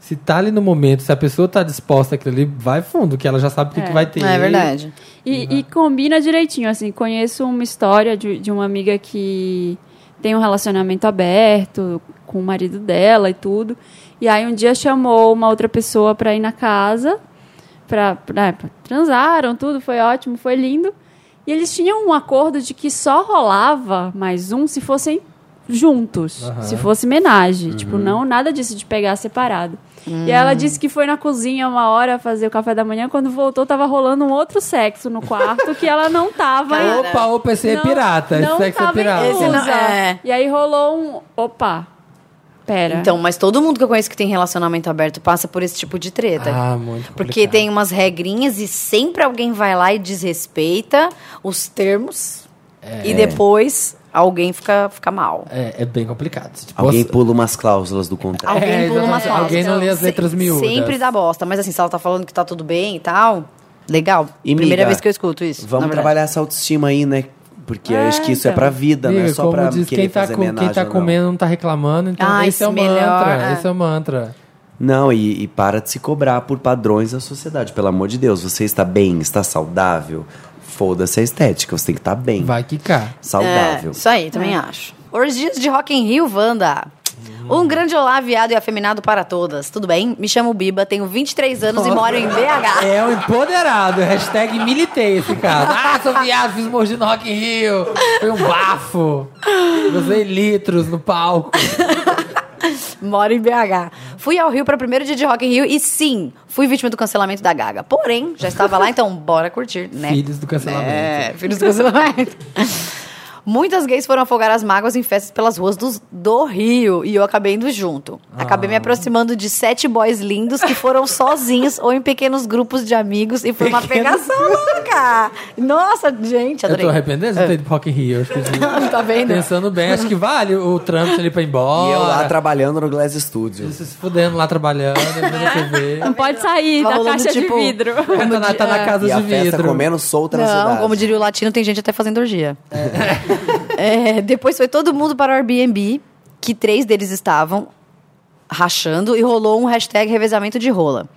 Speaker 3: se tá ali no momento, se a pessoa tá disposta àquilo ali, vai fundo, que ela já sabe o que, que vai ter.
Speaker 5: É verdade.
Speaker 2: E, e combina direitinho, assim. Conheço uma história de, de uma amiga que tem um relacionamento aberto com o marido dela e tudo. E aí um dia chamou uma outra pessoa pra ir na casa. Pra, pra- pra- transaram, tudo, foi ótimo, foi lindo. E eles tinham um acordo de que só rolava mais um se fossem juntos,
Speaker 3: Aham. Uhum.
Speaker 2: se fosse homenagem. Tipo, não, nada disso de pegar separado.
Speaker 3: Hum.
Speaker 2: E ela disse que foi na cozinha uma hora fazer o café da manhã, quando voltou tava rolando um outro sexo no quarto que ela não tava.
Speaker 3: Opa, opa, esse é
Speaker 2: Não,
Speaker 3: pirata.
Speaker 2: não tá
Speaker 3: esse sexo é
Speaker 2: tava
Speaker 3: pirata.
Speaker 2: inclusa.
Speaker 5: Esse não- é.
Speaker 2: E aí rolou um, opa. Pera.
Speaker 5: Então, mas todo mundo que eu conheço que tem relacionamento aberto passa por esse tipo de treta.
Speaker 3: Ah, muito
Speaker 5: Porque
Speaker 3: complicado.
Speaker 5: tem umas regrinhas e sempre alguém vai lá e desrespeita os termos. E depois alguém fica, fica mal.
Speaker 3: É, é bem complicado. Tipo,
Speaker 4: Alguém
Speaker 3: assim,
Speaker 4: pula umas cláusulas do contrato.
Speaker 5: Alguém
Speaker 3: É,
Speaker 5: pula uma
Speaker 3: exatamente. Alguém não lê as letras miúdas.
Speaker 5: Sempre dá bosta. Mas assim, se ela tá falando que tá tudo bem e tal, legal.
Speaker 4: E,
Speaker 5: Primeira
Speaker 4: miga,
Speaker 5: vez que eu escuto isso.
Speaker 4: Vamos
Speaker 5: na verdade.
Speaker 4: trabalhar essa autoestima aí, né? Porque eu acho que isso é
Speaker 2: então.
Speaker 4: pra vida, não é
Speaker 3: Amiga,
Speaker 4: só
Speaker 3: como
Speaker 4: pra
Speaker 3: diz,
Speaker 4: querer
Speaker 3: quem tá,
Speaker 4: fazer
Speaker 3: com- quem
Speaker 4: homenagem né?
Speaker 3: tá
Speaker 4: ou não.
Speaker 3: comendo não tá reclamando, então
Speaker 5: Ah,
Speaker 3: esse é o
Speaker 5: esse melhor,
Speaker 3: mantra.
Speaker 5: é.
Speaker 3: Esse é o mantra.
Speaker 4: Não, e, e para de se cobrar por padrões da sociedade, pelo amor de Deus. Você está bem, está saudável, Foda-se a estética, você tem que estar bem.
Speaker 3: Vai quicar.
Speaker 4: Saudável.
Speaker 5: É, isso aí, também acho. Orgias de Rock in Rio, Wanda. Um grande olá, viado e afeminado para todas. Tudo bem? Me chamo Biba, tenho 23 anos e moro em BH.
Speaker 3: É o empoderado. Hashtag militei esse cara. Ah, sou viado, fiz mordido no Rock in Rio. Foi um bafo. Usei litros no palco.
Speaker 5: Moro em BH. Fui ao Rio para o primeiro dia de Rock in Rio e sim, fui vítima do cancelamento da Gaga. Porém, já estava lá, então bora curtir, né?
Speaker 3: Filhos do cancelamento.
Speaker 4: Né?
Speaker 5: É, filhos do cancelamento. Muitas gays foram afogar as mágoas em festas pelas ruas dos- do Rio e eu acabei indo junto. Acabei
Speaker 3: Ah.
Speaker 5: me aproximando de sete boys lindos que foram sozinhos ou em pequenos grupos de amigos e foi uma
Speaker 3: Pequenos
Speaker 5: pegação louca. Nossa, gente,
Speaker 3: Eu
Speaker 5: adorei.
Speaker 3: tô arrependendo
Speaker 4: É.
Speaker 3: de ter ido pro Rock in Rio. Acho que eu-
Speaker 5: tá vendo?
Speaker 3: Pensando bem, acho que vale o trânsito ali pra ir
Speaker 5: É,
Speaker 3: embora.
Speaker 4: E eu lá trabalhando no Glass Studio.
Speaker 3: Você se fudendo lá trabalhando, vendo TV.
Speaker 2: Não pode sair
Speaker 5: Tá
Speaker 2: da
Speaker 5: rolando,
Speaker 2: caixa
Speaker 5: tipo,
Speaker 2: de vidro.
Speaker 3: Tá na, tá na casa
Speaker 4: E a
Speaker 3: de
Speaker 4: festa
Speaker 3: vidro.
Speaker 4: comendo solta na
Speaker 5: Não,
Speaker 4: cidade.
Speaker 5: como diria o latino, tem gente até fazendo orgia. É, depois foi todo mundo para o Airbnb, que três deles estavam rachando, e rolou um hashtag revezamento de rola.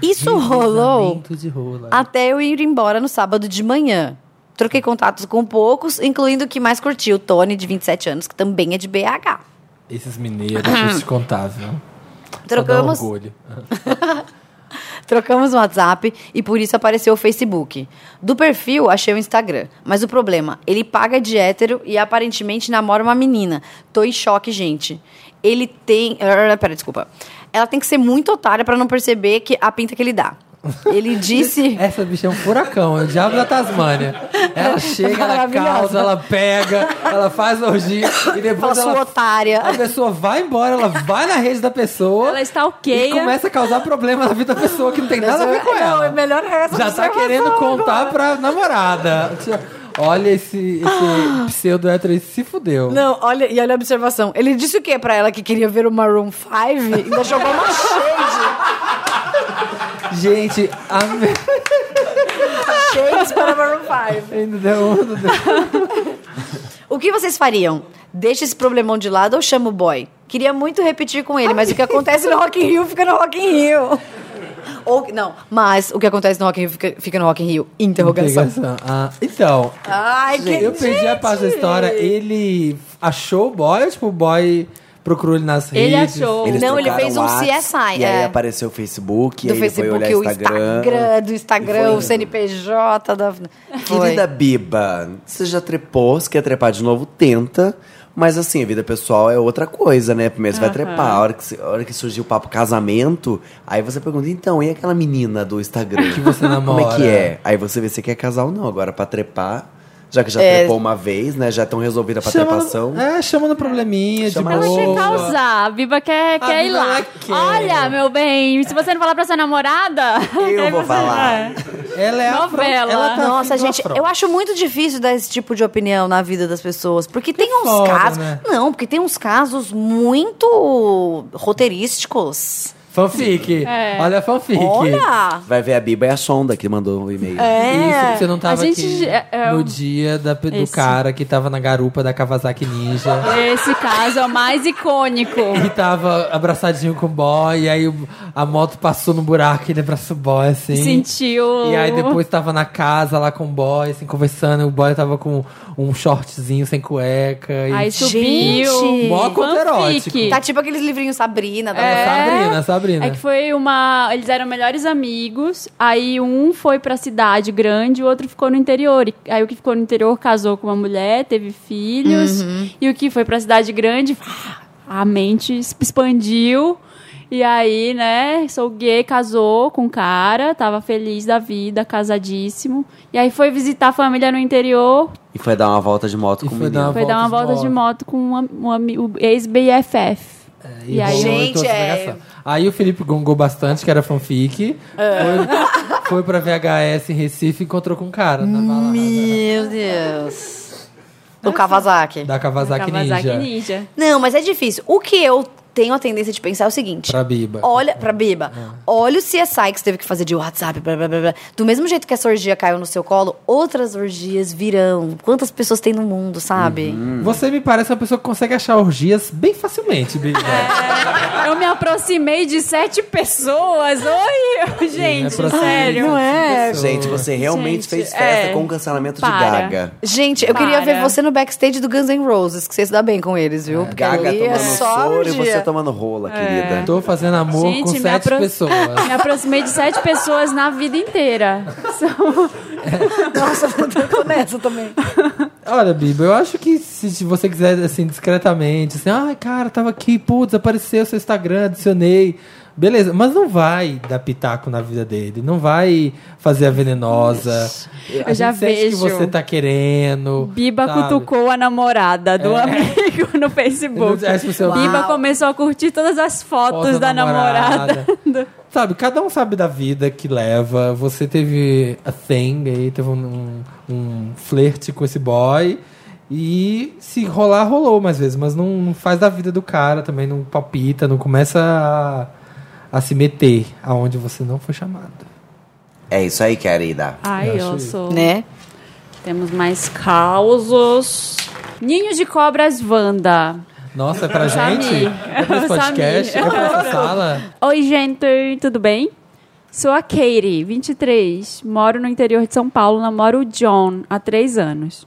Speaker 5: Isso rolou
Speaker 3: Revezamento de rola.
Speaker 5: até eu ir embora no sábado de manhã. Troquei contatos com poucos, incluindo o que mais curtiu, Tony, de 27 anos, que também é de BH.
Speaker 3: Esses mineiros, deixa eu te contar, viu? Só dá
Speaker 5: Trocamos,
Speaker 3: orgulho.
Speaker 5: Trocamos o WhatsApp e por isso apareceu o Facebook. Do perfil, achei o Instagram. Mas o problema, ele paga de hétero e aparentemente namora uma menina. Tô em choque, gente. Ele tem. ah, Pera, desculpa. Ela tem que ser muito otária pra não perceber que a pinta que ele dá. Ele disse.
Speaker 3: Essa bicha é um furacão, é o diabo da Tasmânia. Ela chega, ela
Speaker 5: Maravilhosa.
Speaker 3: causa, ela pega, ela faz orgia e
Speaker 5: Fala,
Speaker 3: depois
Speaker 5: sua
Speaker 3: ela.
Speaker 5: otária.
Speaker 3: A pessoa vai embora, ela vai na rede da pessoa.
Speaker 2: Ela stalkeia.
Speaker 3: E começa a causar problema na vida da pessoa que não tem nada a ver com ela.
Speaker 5: Não, é melhor essa
Speaker 3: Já tá
Speaker 5: observação
Speaker 3: querendo contar pra namorada. Olha esse, esse pseudo hétero aí se fudeu.
Speaker 5: Ah. Não, olha, e olha a observação. Ele disse o que pra ela que queria ver o Maroon 5? Ainda jogou uma shade.
Speaker 3: Gente, a me-
Speaker 5: Shades para Maroon 5.
Speaker 3: ainda deu um, não deu-
Speaker 5: O que vocês fariam? Deixa esse problemão de lado ou chama o boy? Queria muito repetir com ele, mas o que acontece no Rock in Rio fica no Rock in Rio. Ou, não, mas o que acontece no Rock in Rio fica, fica no Rock in Rio. Interrogação.
Speaker 3: Interrogação. Ah, então,
Speaker 5: Ai, que
Speaker 3: eu perdi a parte da história. Ele achou o boy, ou, tipo, o boy procurou ele nas
Speaker 2: Ele
Speaker 3: redes.
Speaker 2: achou.
Speaker 4: Eles
Speaker 5: Não, ele
Speaker 4: trocaram
Speaker 5: fez um
Speaker 4: WhatsApp,
Speaker 5: CSI,
Speaker 4: E aí
Speaker 5: é.
Speaker 4: apareceu o Facebook, e
Speaker 5: do
Speaker 4: aí foi
Speaker 5: Facebook,
Speaker 4: olhar
Speaker 5: o Instagram, do Instagram, o CNPJ. Da... Foi.
Speaker 4: Querida Biba, você já trepou, se quer trepar de novo, tenta. Mas assim, a vida pessoal é outra coisa, né? Primeiro você vai trepar, a hora, que, se- a hora que surgir o papo casamento, aí você pergunta, então, e aquela menina do Instagram? Que
Speaker 3: você
Speaker 4: Como é
Speaker 3: namora?
Speaker 4: que é? Aí você vê se quer casar ou não. Agora, pra trepar, já que já trepou uma vez, né? Já estão resolvida pra
Speaker 3: Chama
Speaker 4: trepação.
Speaker 3: no, é, chama no probleminha,
Speaker 4: Chama
Speaker 2: Ela
Speaker 3: de boa.
Speaker 2: quer causar, a Biba quer, quer ir
Speaker 3: Biba,
Speaker 2: lá.
Speaker 3: Ah, ela quer.
Speaker 2: Olha, meu bem, se você não falar pra sua namorada...
Speaker 4: Eu
Speaker 2: aí
Speaker 4: vou
Speaker 2: você
Speaker 4: falar.
Speaker 2: vai.
Speaker 3: Ela é afronta-
Speaker 2: Novela.
Speaker 3: ela tá
Speaker 5: Ah, Nossa,
Speaker 3: afim do
Speaker 5: gente,
Speaker 3: afronta.
Speaker 5: eu acho muito difícil dar esse tipo de opinião na vida das pessoas. Porque tem uns
Speaker 3: foda,
Speaker 5: casos.
Speaker 3: né?
Speaker 5: Não, porque tem uns casos muito roteirísticos.
Speaker 3: Fanfic.
Speaker 2: É.
Speaker 3: Olha a fanfic.
Speaker 5: Olha!
Speaker 4: Vai ver a Biba é a sonda que mandou o e-mail.
Speaker 3: É.
Speaker 5: é.
Speaker 3: Isso, que você não tava
Speaker 2: A gente
Speaker 3: aqui
Speaker 2: já- é
Speaker 3: no
Speaker 2: um-
Speaker 3: dia da- do
Speaker 2: Esse.
Speaker 3: cara que tava na garupa da Kawasaki Ninja.
Speaker 2: Esse caso é o mais icônico.
Speaker 3: Ele tava abraçadinho com o boy, e aí o- a moto passou no buraco, ele abraçou o boy, assim.
Speaker 2: Sentiu...
Speaker 3: E aí depois tava na casa lá com o boy, assim, conversando, e o boy tava com um shortzinho sem cueca. E... tipo,
Speaker 2: Aí
Speaker 5: Gente!
Speaker 2: subiu.
Speaker 3: Mó conto
Speaker 2: fanfic.
Speaker 3: erótico.
Speaker 5: Tá tipo aqueles livrinhos Sabrina. Da
Speaker 3: É, Sabrina, Sabrina.
Speaker 2: É que foi uma. Eles eram melhores amigos. Aí um foi pra cidade grande, o outro ficou no interior. E aí o que ficou no interior casou com uma mulher, teve filhos. E o que foi pra cidade grande, a mente se expandiu. E aí, né, sou gay, casou com um cara, tava feliz da vida, casadíssimo. E aí foi visitar a família no interior,
Speaker 4: E foi dar uma volta de moto
Speaker 3: E
Speaker 4: com o
Speaker 3: foi
Speaker 4: menino.
Speaker 3: dar
Speaker 2: foi dar uma volta de moto com uma- um, ami- o ex-BFF. e aí,
Speaker 3: rolou
Speaker 5: Gente,
Speaker 3: toda essa
Speaker 5: é-
Speaker 3: negação. Aí o Felipe gongou bastante, que era fanfic.
Speaker 2: Ah.
Speaker 3: Foi, foi pra VHS em Recife e encontrou com um cara na balada.
Speaker 5: Meu Deus. Do Kawasaki.
Speaker 3: Da Kawasaki,
Speaker 2: Kawasaki
Speaker 3: Ninja.
Speaker 2: Ninja.
Speaker 5: Não, mas é difícil. O que eu tenho a tendência de pensar é o seguinte.
Speaker 3: Pra Biba.
Speaker 5: Olha, pra Biba, olha o CSI que você teve que fazer de WhatsApp, blá, blá, blá, blá. Do mesmo jeito que essa orgia caiu no seu colo, outras orgias virão. Quantas pessoas tem no mundo, sabe?
Speaker 4: Uhum.
Speaker 2: É,
Speaker 3: Você me parece uma pessoa que consegue achar orgias bem facilmente, Biba.
Speaker 2: Eu me aproximei de sete pessoas. Oi, gente,
Speaker 3: aproximei
Speaker 2: sério.
Speaker 3: de Não é? pessoas.
Speaker 4: Gente, você realmente
Speaker 2: Gente,
Speaker 4: fez festa
Speaker 2: é.
Speaker 4: com o cancelamento de
Speaker 2: Para.
Speaker 4: Gaga.
Speaker 5: Gente, eu queria
Speaker 2: Para.
Speaker 5: ver você no backstage do Guns N' Roses, que você se dá bem com eles, viu? Porque
Speaker 4: Gaga
Speaker 5: ali é
Speaker 4: tomando um
Speaker 5: só
Speaker 4: soro e você
Speaker 5: orgia.
Speaker 4: tomando rola,
Speaker 3: É.
Speaker 4: querida.
Speaker 3: Tô fazendo amor
Speaker 2: Gente,
Speaker 3: com
Speaker 2: me
Speaker 3: sete
Speaker 2: apro-
Speaker 3: pessoas.
Speaker 2: Me aproximei de sete pessoas na vida inteira. São-
Speaker 5: Nossa, eu tô nessa também.
Speaker 3: Olha, Biba, eu acho que se você quiser, assim, discretamente, assim, ai, cara, tava aqui, pô, desapareceu seu Instagram, adicionei. Beleza, mas não vai dar pitaco na vida dele, não vai fazer a venenosa. a
Speaker 2: Eu já
Speaker 3: gente sente
Speaker 2: vejo.
Speaker 3: que você tá querendo.
Speaker 2: Biba
Speaker 3: sabe? É.
Speaker 2: cutucou a namorada do amigo no Facebook.
Speaker 3: As pessoas-
Speaker 2: Biba
Speaker 5: Uau.
Speaker 2: começou a curtir todas as fotos
Speaker 3: Foto
Speaker 2: da namorada.
Speaker 3: Sabe, cada um sabe da vida que leva. Você teve a thing aí, teve um, um, um flerte com esse boy. E se rolar, rolou mais vezes. Mas não, não faz da vida do cara também, não palpita, não começa a, a se meter aonde você não foi chamado.
Speaker 4: É isso aí, querida.
Speaker 2: Ai,
Speaker 3: Eu
Speaker 2: eu,
Speaker 3: acho
Speaker 2: sou.
Speaker 5: Né?
Speaker 2: Temos mais causos. Ninho de cobras Wanda.
Speaker 3: Nossa, é pra
Speaker 2: Samir.
Speaker 3: gente? É pra esse podcast? É pra essa sala?
Speaker 2: Oi, gente, tudo bem? Sou a Katie, 23. Moro no interior de São Paulo, namoro o John há três anos.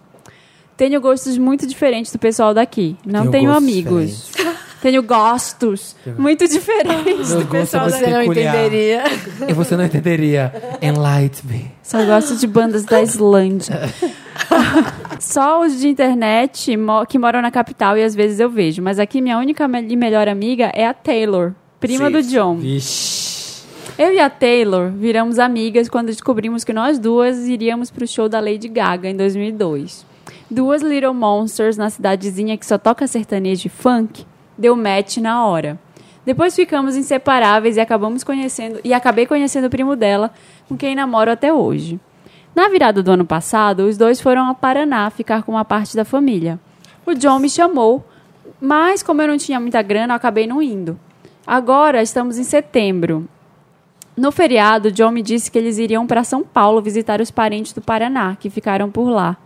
Speaker 2: Tenho gostos muito diferentes do pessoal daqui. Não
Speaker 3: Tenho
Speaker 2: tenho,
Speaker 3: gostos
Speaker 2: amigos. Tenho gostos muito diferentes
Speaker 3: Meu
Speaker 2: do
Speaker 3: gosto é
Speaker 2: pessoal
Speaker 3: mais
Speaker 2: daqui.
Speaker 5: Você não
Speaker 3: peculiar.
Speaker 5: entenderia.
Speaker 3: E você não entenderia. Enlight me.
Speaker 2: Só gosto de bandas da Islândia. Só os de internet mo- que moram na capital e às vezes eu vejo. Mas aqui minha única me- e melhor amiga é a Taylor, prima
Speaker 4: Sim.
Speaker 2: do John.
Speaker 3: Vixe.
Speaker 2: Eu e a Taylor viramos amigas quando descobrimos que nós duas iríamos pro show da Lady Gaga em 2002. Duas Little Monsters na cidadezinha que só toca sertanejo e funk deu match na hora. Depois ficamos inseparáveis e acabamos conhecendo e acabei conhecendo o primo dela, com quem namoro até hoje. Na virada do ano passado, os dois foram ao Paraná ficar com uma parte da família. O John me chamou, mas como eu não tinha muita grana, eu acabei não indo. Agora estamos em setembro no feriado, John me disse que eles iriam para São Paulo visitar os parentes do Paraná, que ficaram por lá.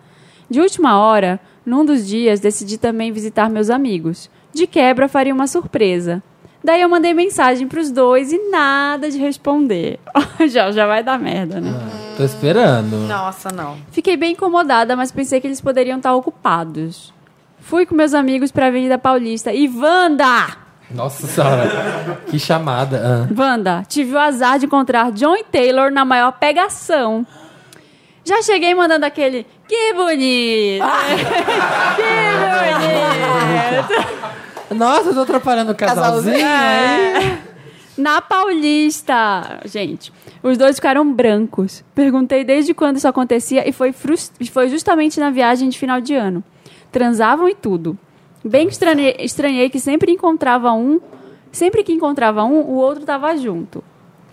Speaker 2: De última hora, num dos dias, decidi também visitar meus amigos. De quebra, faria uma surpresa. Daí eu mandei mensagem para os dois e nada de responder. já, já vai dar merda, né?
Speaker 3: Tô esperando.
Speaker 5: Nossa, não.
Speaker 2: Fiquei bem incomodada, mas pensei que eles poderiam estar ocupados. Fui com meus amigos para a Avenida Paulista e Wanda!
Speaker 3: Nossa senhora, que chamada. Ah.
Speaker 2: Wanda, tive o azar de encontrar John e Taylor na maior pegação. Já cheguei mandando aquele que bonito! que bonito!
Speaker 3: Nossa, eu tô atrapalhando o casalzinho.
Speaker 2: Na Paulista! Gente, os dois ficaram brancos. Perguntei desde quando isso acontecia e foi, frus- e foi justamente na viagem de final de ano. Transavam e tudo. Bem que estranhei, estranhei que sempre encontrava um, sempre que encontrava um, o outro tava junto.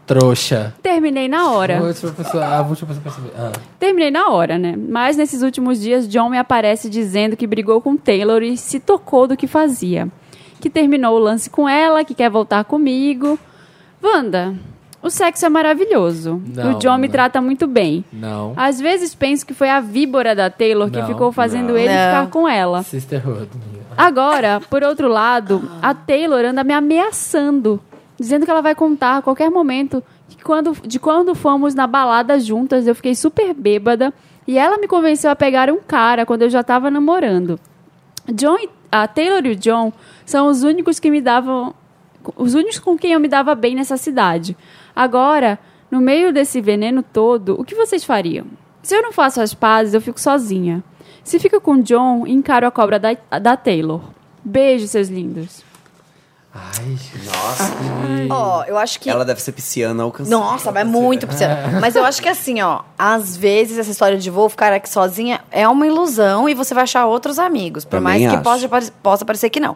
Speaker 3: Trouxa.
Speaker 2: Terminei na hora.
Speaker 3: A última pessoa, a última pessoa perceber. Ah.
Speaker 2: Terminei na hora, né? Mas nesses últimos dias, John me aparece dizendo que brigou com Taylor e se tocou do que fazia. Que terminou o lance com ela, que quer voltar comigo. Wanda, o sexo é maravilhoso.
Speaker 3: Não,
Speaker 2: o John me
Speaker 3: não.
Speaker 2: trata muito bem.
Speaker 3: Não.
Speaker 2: Às vezes penso que foi a víbora da Taylor
Speaker 3: Não,
Speaker 2: que ficou fazendo
Speaker 3: não.
Speaker 2: ele
Speaker 5: Não.
Speaker 2: ficar com ela.
Speaker 3: Sisterhood. amiga.
Speaker 2: Agora, por outro lado, a Taylor anda me ameaçando, dizendo que ela vai contar a qualquer momento que quando, de quando fomos na balada juntas, eu fiquei super bêbada e ela me convenceu a pegar um cara quando eu já estava namorando. John e- a Taylor e o John são os únicos que me davam os únicos com quem eu me dava bem nessa cidade. Agora, no meio desse veneno todo, o que vocês fariam? Se eu não faço as pazes, eu fico sozinha. Se fico com o John, encaro a cobra da, da Taylor. Beijo, seus lindos.
Speaker 3: Ai,
Speaker 4: Nossa,
Speaker 5: Ó, eu acho que.
Speaker 4: ela deve ser pisciana ao cancelamento.
Speaker 5: Nossa, mas muito pisciana. Mas eu acho que assim, ó, às vezes essa história de vou ficar aqui sozinha é uma ilusão e você vai achar outros amigos. Por
Speaker 4: Também
Speaker 5: mais que
Speaker 4: acho.
Speaker 5: possa, pare- possa parecer que não.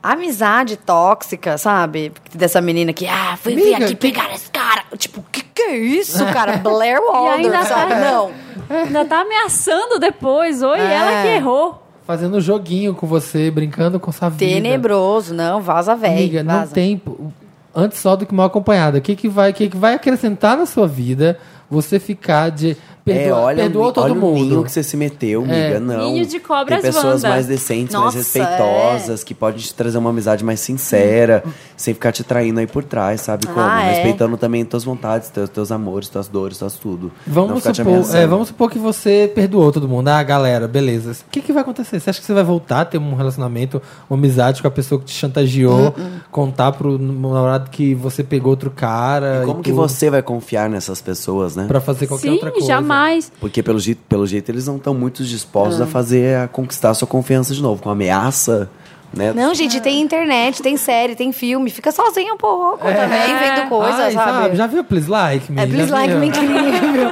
Speaker 5: Amizade tóxica, sabe? Dessa menina que, ah, fui vir
Speaker 3: Amiga,
Speaker 5: aqui pegar esse cara. Tipo, o que, que é isso, cara? Blair
Speaker 2: E ainda
Speaker 5: Waldorf, sabe?
Speaker 2: tá-
Speaker 5: Não.
Speaker 2: Ainda tá ameaçando depois. Oi,
Speaker 5: É.
Speaker 2: ela que errou.
Speaker 3: fazendo joguinho com você, brincando com sua vida.
Speaker 5: Tenebroso, não. Vaza, velho.
Speaker 3: Amiga, não tem po- antes só do que mal acompanhada. O que que vai, o que que vai acrescentar na sua vida você ficar de Perdoa,
Speaker 4: é, olha,
Speaker 3: perdoou
Speaker 4: o,
Speaker 3: todo
Speaker 4: olha
Speaker 3: mundo.
Speaker 4: o ninho que você se meteu, amiga.
Speaker 3: É.
Speaker 4: Não.
Speaker 2: Ninho de cobras
Speaker 4: Tem pessoas
Speaker 2: Wanda.
Speaker 4: mais decentes, mais
Speaker 5: Nossa,
Speaker 4: respeitosas, que podem te trazer uma amizade mais sincera, sem ficar te traindo aí por trás, sabe como?
Speaker 5: Ah, é.
Speaker 4: Respeitando também tuas vontades, teus, teus amores, tuas dores, tuas tudo. Não
Speaker 3: Vamos
Speaker 4: ficar te
Speaker 3: supor,
Speaker 4: ameaçando.
Speaker 3: é, vamos supor que você perdoou todo mundo. Ah, galera, beleza. O que, que vai acontecer? Você acha que você vai voltar a ter um relacionamento, uma amizade com a pessoa que te chantageou, contar pro namorado que você pegou outro cara?
Speaker 4: E como
Speaker 3: e
Speaker 4: que
Speaker 3: tudo,
Speaker 4: você vai confiar nessas pessoas, né?
Speaker 3: Pra fazer qualquer
Speaker 2: Sim,
Speaker 3: outra coisa.
Speaker 2: jamais.
Speaker 4: Porque pelo jeito, pelo jeito eles não estão muito dispostos a fazer, a conquistar a sua confiança de novo, com ameaça, né?
Speaker 11: Não, gente, tem internet, tem série, tem filme. Fica sozinha um pouco também, vendo coisa,
Speaker 3: Ai,
Speaker 11: sabe?
Speaker 3: Já viu Please Like Me?
Speaker 11: É Please
Speaker 3: Já
Speaker 11: Like
Speaker 3: viu?
Speaker 11: Me incrível.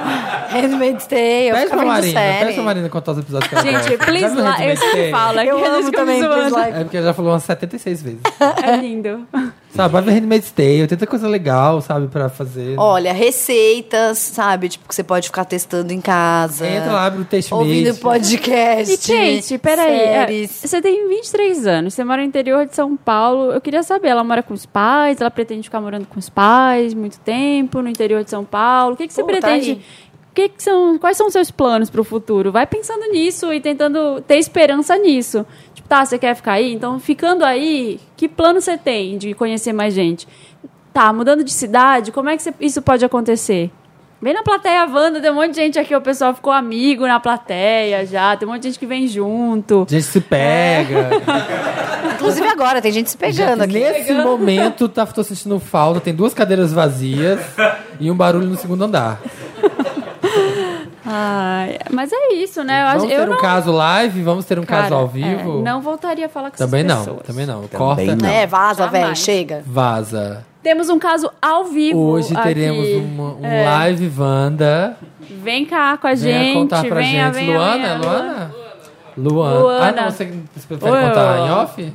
Speaker 11: Handmaid's Tale. Eu
Speaker 3: Pede
Speaker 11: ficava
Speaker 3: pra
Speaker 11: vendo
Speaker 3: Marina,
Speaker 11: série.
Speaker 3: pede pra Marina contar os episódios que ela
Speaker 2: Gente,
Speaker 3: gosta. Já
Speaker 2: please like.
Speaker 3: viu
Speaker 2: Eu
Speaker 3: Handmaid's
Speaker 2: sempre
Speaker 3: Tale?
Speaker 2: falo, é que
Speaker 11: Eu
Speaker 2: eles
Speaker 11: amo
Speaker 2: ficam
Speaker 11: também
Speaker 2: me
Speaker 11: Please
Speaker 2: zoando.
Speaker 11: Like.
Speaker 3: É porque ela já falou umas 76 vezes.
Speaker 2: É lindo.
Speaker 3: sabe, vai ver Handmaid's Tale, tenta coisa legal, sabe, pra fazer.
Speaker 5: Olha, receitas, sabe? Tipo, que você pode ficar testando em casa.
Speaker 3: Entra lá, abre o texto
Speaker 11: Ouvindo
Speaker 3: mesmo.
Speaker 11: podcast.
Speaker 2: E, gente, peraí. é,
Speaker 11: séries.
Speaker 2: Você tem 23 anos, você mora no interior de São Paulo. Eu queria saber, ela mora com os pais? Ela pretende ficar morando com os pais muito tempo no interior de São Paulo? O que, que você
Speaker 5: Pô, tá
Speaker 2: pretende?
Speaker 5: aí.
Speaker 2: O que que são, quais são os seus planos pro futuro? Vai pensando nisso e tentando ter esperança nisso. Tipo, tá, você quer ficar aí? Então, ficando aí, que plano você tem de conhecer mais gente? Tá, mudando de cidade, como é que você- isso pode acontecer? Vem na plateia Wanda, tem um monte de gente aqui, o pessoal ficou amigo na plateia já, tem um monte de gente que vem junto.
Speaker 3: A gente se
Speaker 2: É.
Speaker 3: pega.
Speaker 11: Inclusive agora, tem gente se pegando
Speaker 3: Gente,
Speaker 11: aqui.
Speaker 3: Nesse momento, tá, tô sentindo falta. Tem duas cadeiras vazias e um barulho no segundo andar.
Speaker 2: Ai, mas é isso, né? Eu acho-
Speaker 3: Vamos ter
Speaker 2: eu
Speaker 3: um
Speaker 2: não-
Speaker 3: caso live, vamos ter um
Speaker 2: Cara,
Speaker 3: caso ao
Speaker 2: é,
Speaker 3: vivo.
Speaker 2: não voltaria a falar com
Speaker 3: também
Speaker 2: essas
Speaker 3: não,
Speaker 2: pessoas.
Speaker 3: também não. Corta,
Speaker 4: não.
Speaker 11: É, vaza,
Speaker 2: Jamais.
Speaker 11: velho, chega.
Speaker 3: vaza.
Speaker 2: Temos um caso ao vivo.
Speaker 3: Hoje
Speaker 2: aqui. É,
Speaker 3: teremos uma- um live Wanda.
Speaker 2: Vem cá com a
Speaker 3: Venha
Speaker 2: gente.
Speaker 3: contar pra
Speaker 2: venha,
Speaker 3: gente.
Speaker 2: venha,
Speaker 3: Luana, é
Speaker 2: venha,
Speaker 3: Luana? Luana.
Speaker 2: Luana.
Speaker 3: Ah, não, você você prefere
Speaker 2: Oi,
Speaker 3: contar
Speaker 2: Luana.
Speaker 3: em off?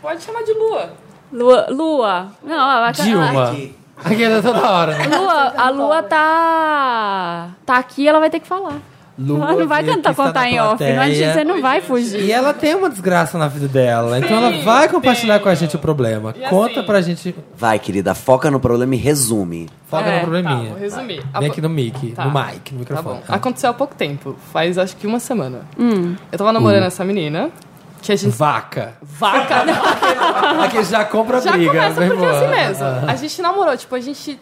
Speaker 9: Pode chamar de Lua.
Speaker 2: Lua. Lua. Não, a, a,
Speaker 3: Dilma. Aquela toda hora, né?
Speaker 2: a Lua, a Lua tá. tá aqui, ela vai ter que falar.
Speaker 3: Lua
Speaker 2: ela não vai
Speaker 3: vê que
Speaker 2: cantar
Speaker 3: está
Speaker 2: contar
Speaker 3: na
Speaker 2: em off. Não,
Speaker 3: plateia.
Speaker 2: adianta, você não vai fugir.
Speaker 3: E ela tem uma desgraça na vida dela, então ela vai compartilhar com a gente o problema. Conta
Speaker 9: assim,
Speaker 3: pra gente.
Speaker 4: Vai, querida, foca no problema e resume.
Speaker 3: Foca
Speaker 9: É,
Speaker 3: no
Speaker 9: tá,
Speaker 3: probleminha.
Speaker 9: vou resumir.
Speaker 3: Vem
Speaker 9: A-
Speaker 3: aqui no mic,
Speaker 9: Tá.
Speaker 3: no mic, no
Speaker 9: Tá
Speaker 3: microfone.
Speaker 9: bom. Aconteceu há pouco tempo. Faz acho que uma semana. Eu tava namorando essa menina. Que a gente.
Speaker 3: Uh. Ah, Vaca.
Speaker 9: Vaca!
Speaker 3: Aqui já compra
Speaker 9: Já
Speaker 3: briga.
Speaker 9: começa
Speaker 3: meu
Speaker 9: porque é assim
Speaker 3: irmão. Ah.
Speaker 9: mesmo. A gente namorou, tipo, a gente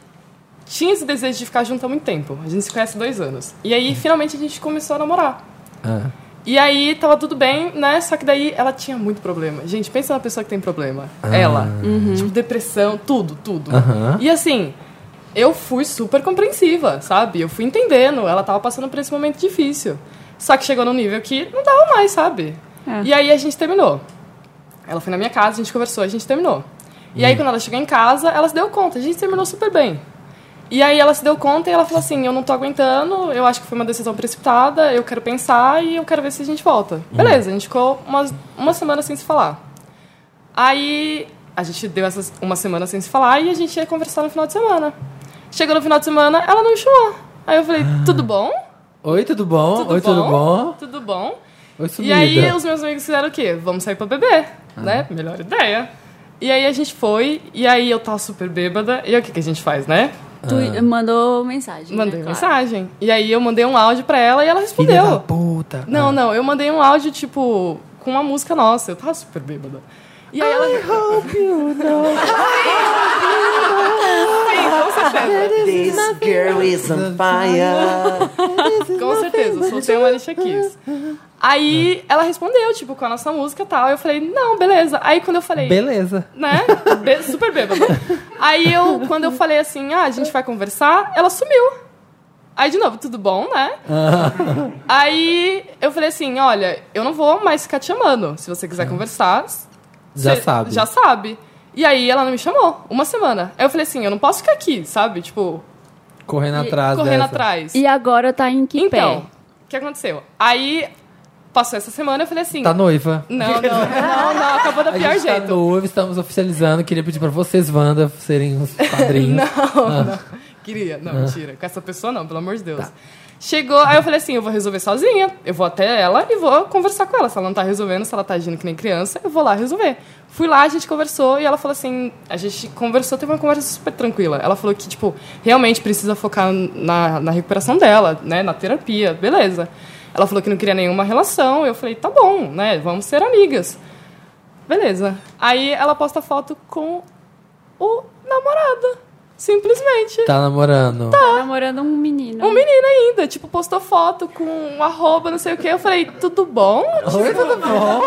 Speaker 9: tinha esse desejo de ficar junto há muito tempo. A gente se conhece há dois anos. E aí, finalmente, a gente começou a namorar.
Speaker 3: Ah.
Speaker 9: E aí, tava tudo bem, né? Só que daí ela tinha muito problema. Gente, pensa na pessoa que tem problema. Ela. Tipo, depressão, tudo, tudo.
Speaker 3: Aham.
Speaker 9: E assim, eu fui super compreensiva, sabe? Eu fui entendendo. Ela tava passando por esse momento difícil. Só que chegou num nível que não dava mais, sabe? E aí a gente terminou. Ela foi na minha casa, a gente conversou, a gente terminou. E aí, quando ela chegou em casa, ela se deu conta, a gente terminou super bem. E aí ela se deu conta e ela falou assim: Eu não tô aguentando, eu acho que foi uma decisão precipitada, eu quero pensar e eu quero ver se a gente volta.
Speaker 3: Uhum.
Speaker 9: Beleza, a gente ficou umas, uma semana sem se falar. Aí a gente deu essas uma semana sem se falar e a gente ia conversar no final de semana. Chegou no final de semana, ela não chorou. Aí eu falei: Tudo bom?
Speaker 3: Oi, tudo Ah. bom? Oi, tudo bom?
Speaker 9: Tudo bom?
Speaker 3: Oi,
Speaker 9: E
Speaker 3: sumida. Ah.
Speaker 9: aí os meus amigos fizeram o quê? Vamos sair pra beber, né? Melhor ideia. E aí a gente foi, e aí eu tava super bêbada, e aí o que, que a gente faz, né?
Speaker 2: Tu
Speaker 3: Ah.
Speaker 2: mandou mensagem.
Speaker 9: Mandei
Speaker 2: né, claro.
Speaker 9: mensagem. E aí eu mandei um áudio pra ela e ela
Speaker 3: Filha da
Speaker 9: respondeu.
Speaker 3: puta.
Speaker 9: Não, não, eu mandei um áudio, tipo, com uma música nossa, eu tava super bêbada. E aí ela.
Speaker 4: This girl is on fire.
Speaker 9: Com certeza, soltei uma lixa Kiss. Aí ela respondeu, tipo, com a nossa música e tal. Eu falei, não, beleza. Aí quando eu falei.
Speaker 3: Ah, Beleza.
Speaker 9: né? Bê- super bêbada. Aí eu, quando eu falei assim, ah, a gente vai conversar, ela sumiu. Aí de novo, tudo bom, né? Aí eu falei assim, olha, eu não vou mais ficar te chamando. Se você quiser conversar,
Speaker 3: Já
Speaker 9: cê-
Speaker 3: sabe.
Speaker 9: Já sabe. E aí ela não me chamou, uma semana. Aí eu falei assim, eu não posso ficar aqui, sabe? Tipo,
Speaker 3: Correndo atrás
Speaker 9: correndo
Speaker 3: dessa.
Speaker 9: atrás.
Speaker 2: E agora tá em que
Speaker 9: então,
Speaker 2: pé?
Speaker 9: o que aconteceu? Aí passou essa semana, eu falei assim,
Speaker 3: Tá noiva.
Speaker 9: não, não, não, não, acabou da
Speaker 3: A
Speaker 9: pior
Speaker 3: gente tá
Speaker 9: jeito.
Speaker 3: noiva, estamos oficializando. Queria pedir pra vocês, Wanda, serem os padrinhos.
Speaker 9: Não, não. O Queria. Não, mentira. Com essa pessoa não, pelo amor de Deus. Chegou, aí eu falei assim, eu vou resolver sozinha. Eu vou até ela e vou conversar com ela. Se ela não tá resolvendo, se ela tá agindo que nem criança, eu vou lá resolver. Fui lá, a gente conversou e ela falou assim, a gente conversou, teve uma conversa super tranquila. Ela falou que, tipo, realmente precisa focar na, na recuperação dela, né, na terapia, beleza. Ela falou que não queria nenhuma relação, eu falei, tá bom, né, vamos ser amigas. Beleza. Aí ela posta foto com o namorado, simplesmente.
Speaker 3: Tá namorando.
Speaker 2: Tá namorando um menino.
Speaker 9: Um menino ainda, tipo, postou foto com um arroba, não sei o que. Eu falei, tudo bom?
Speaker 3: Oi, tudo bom?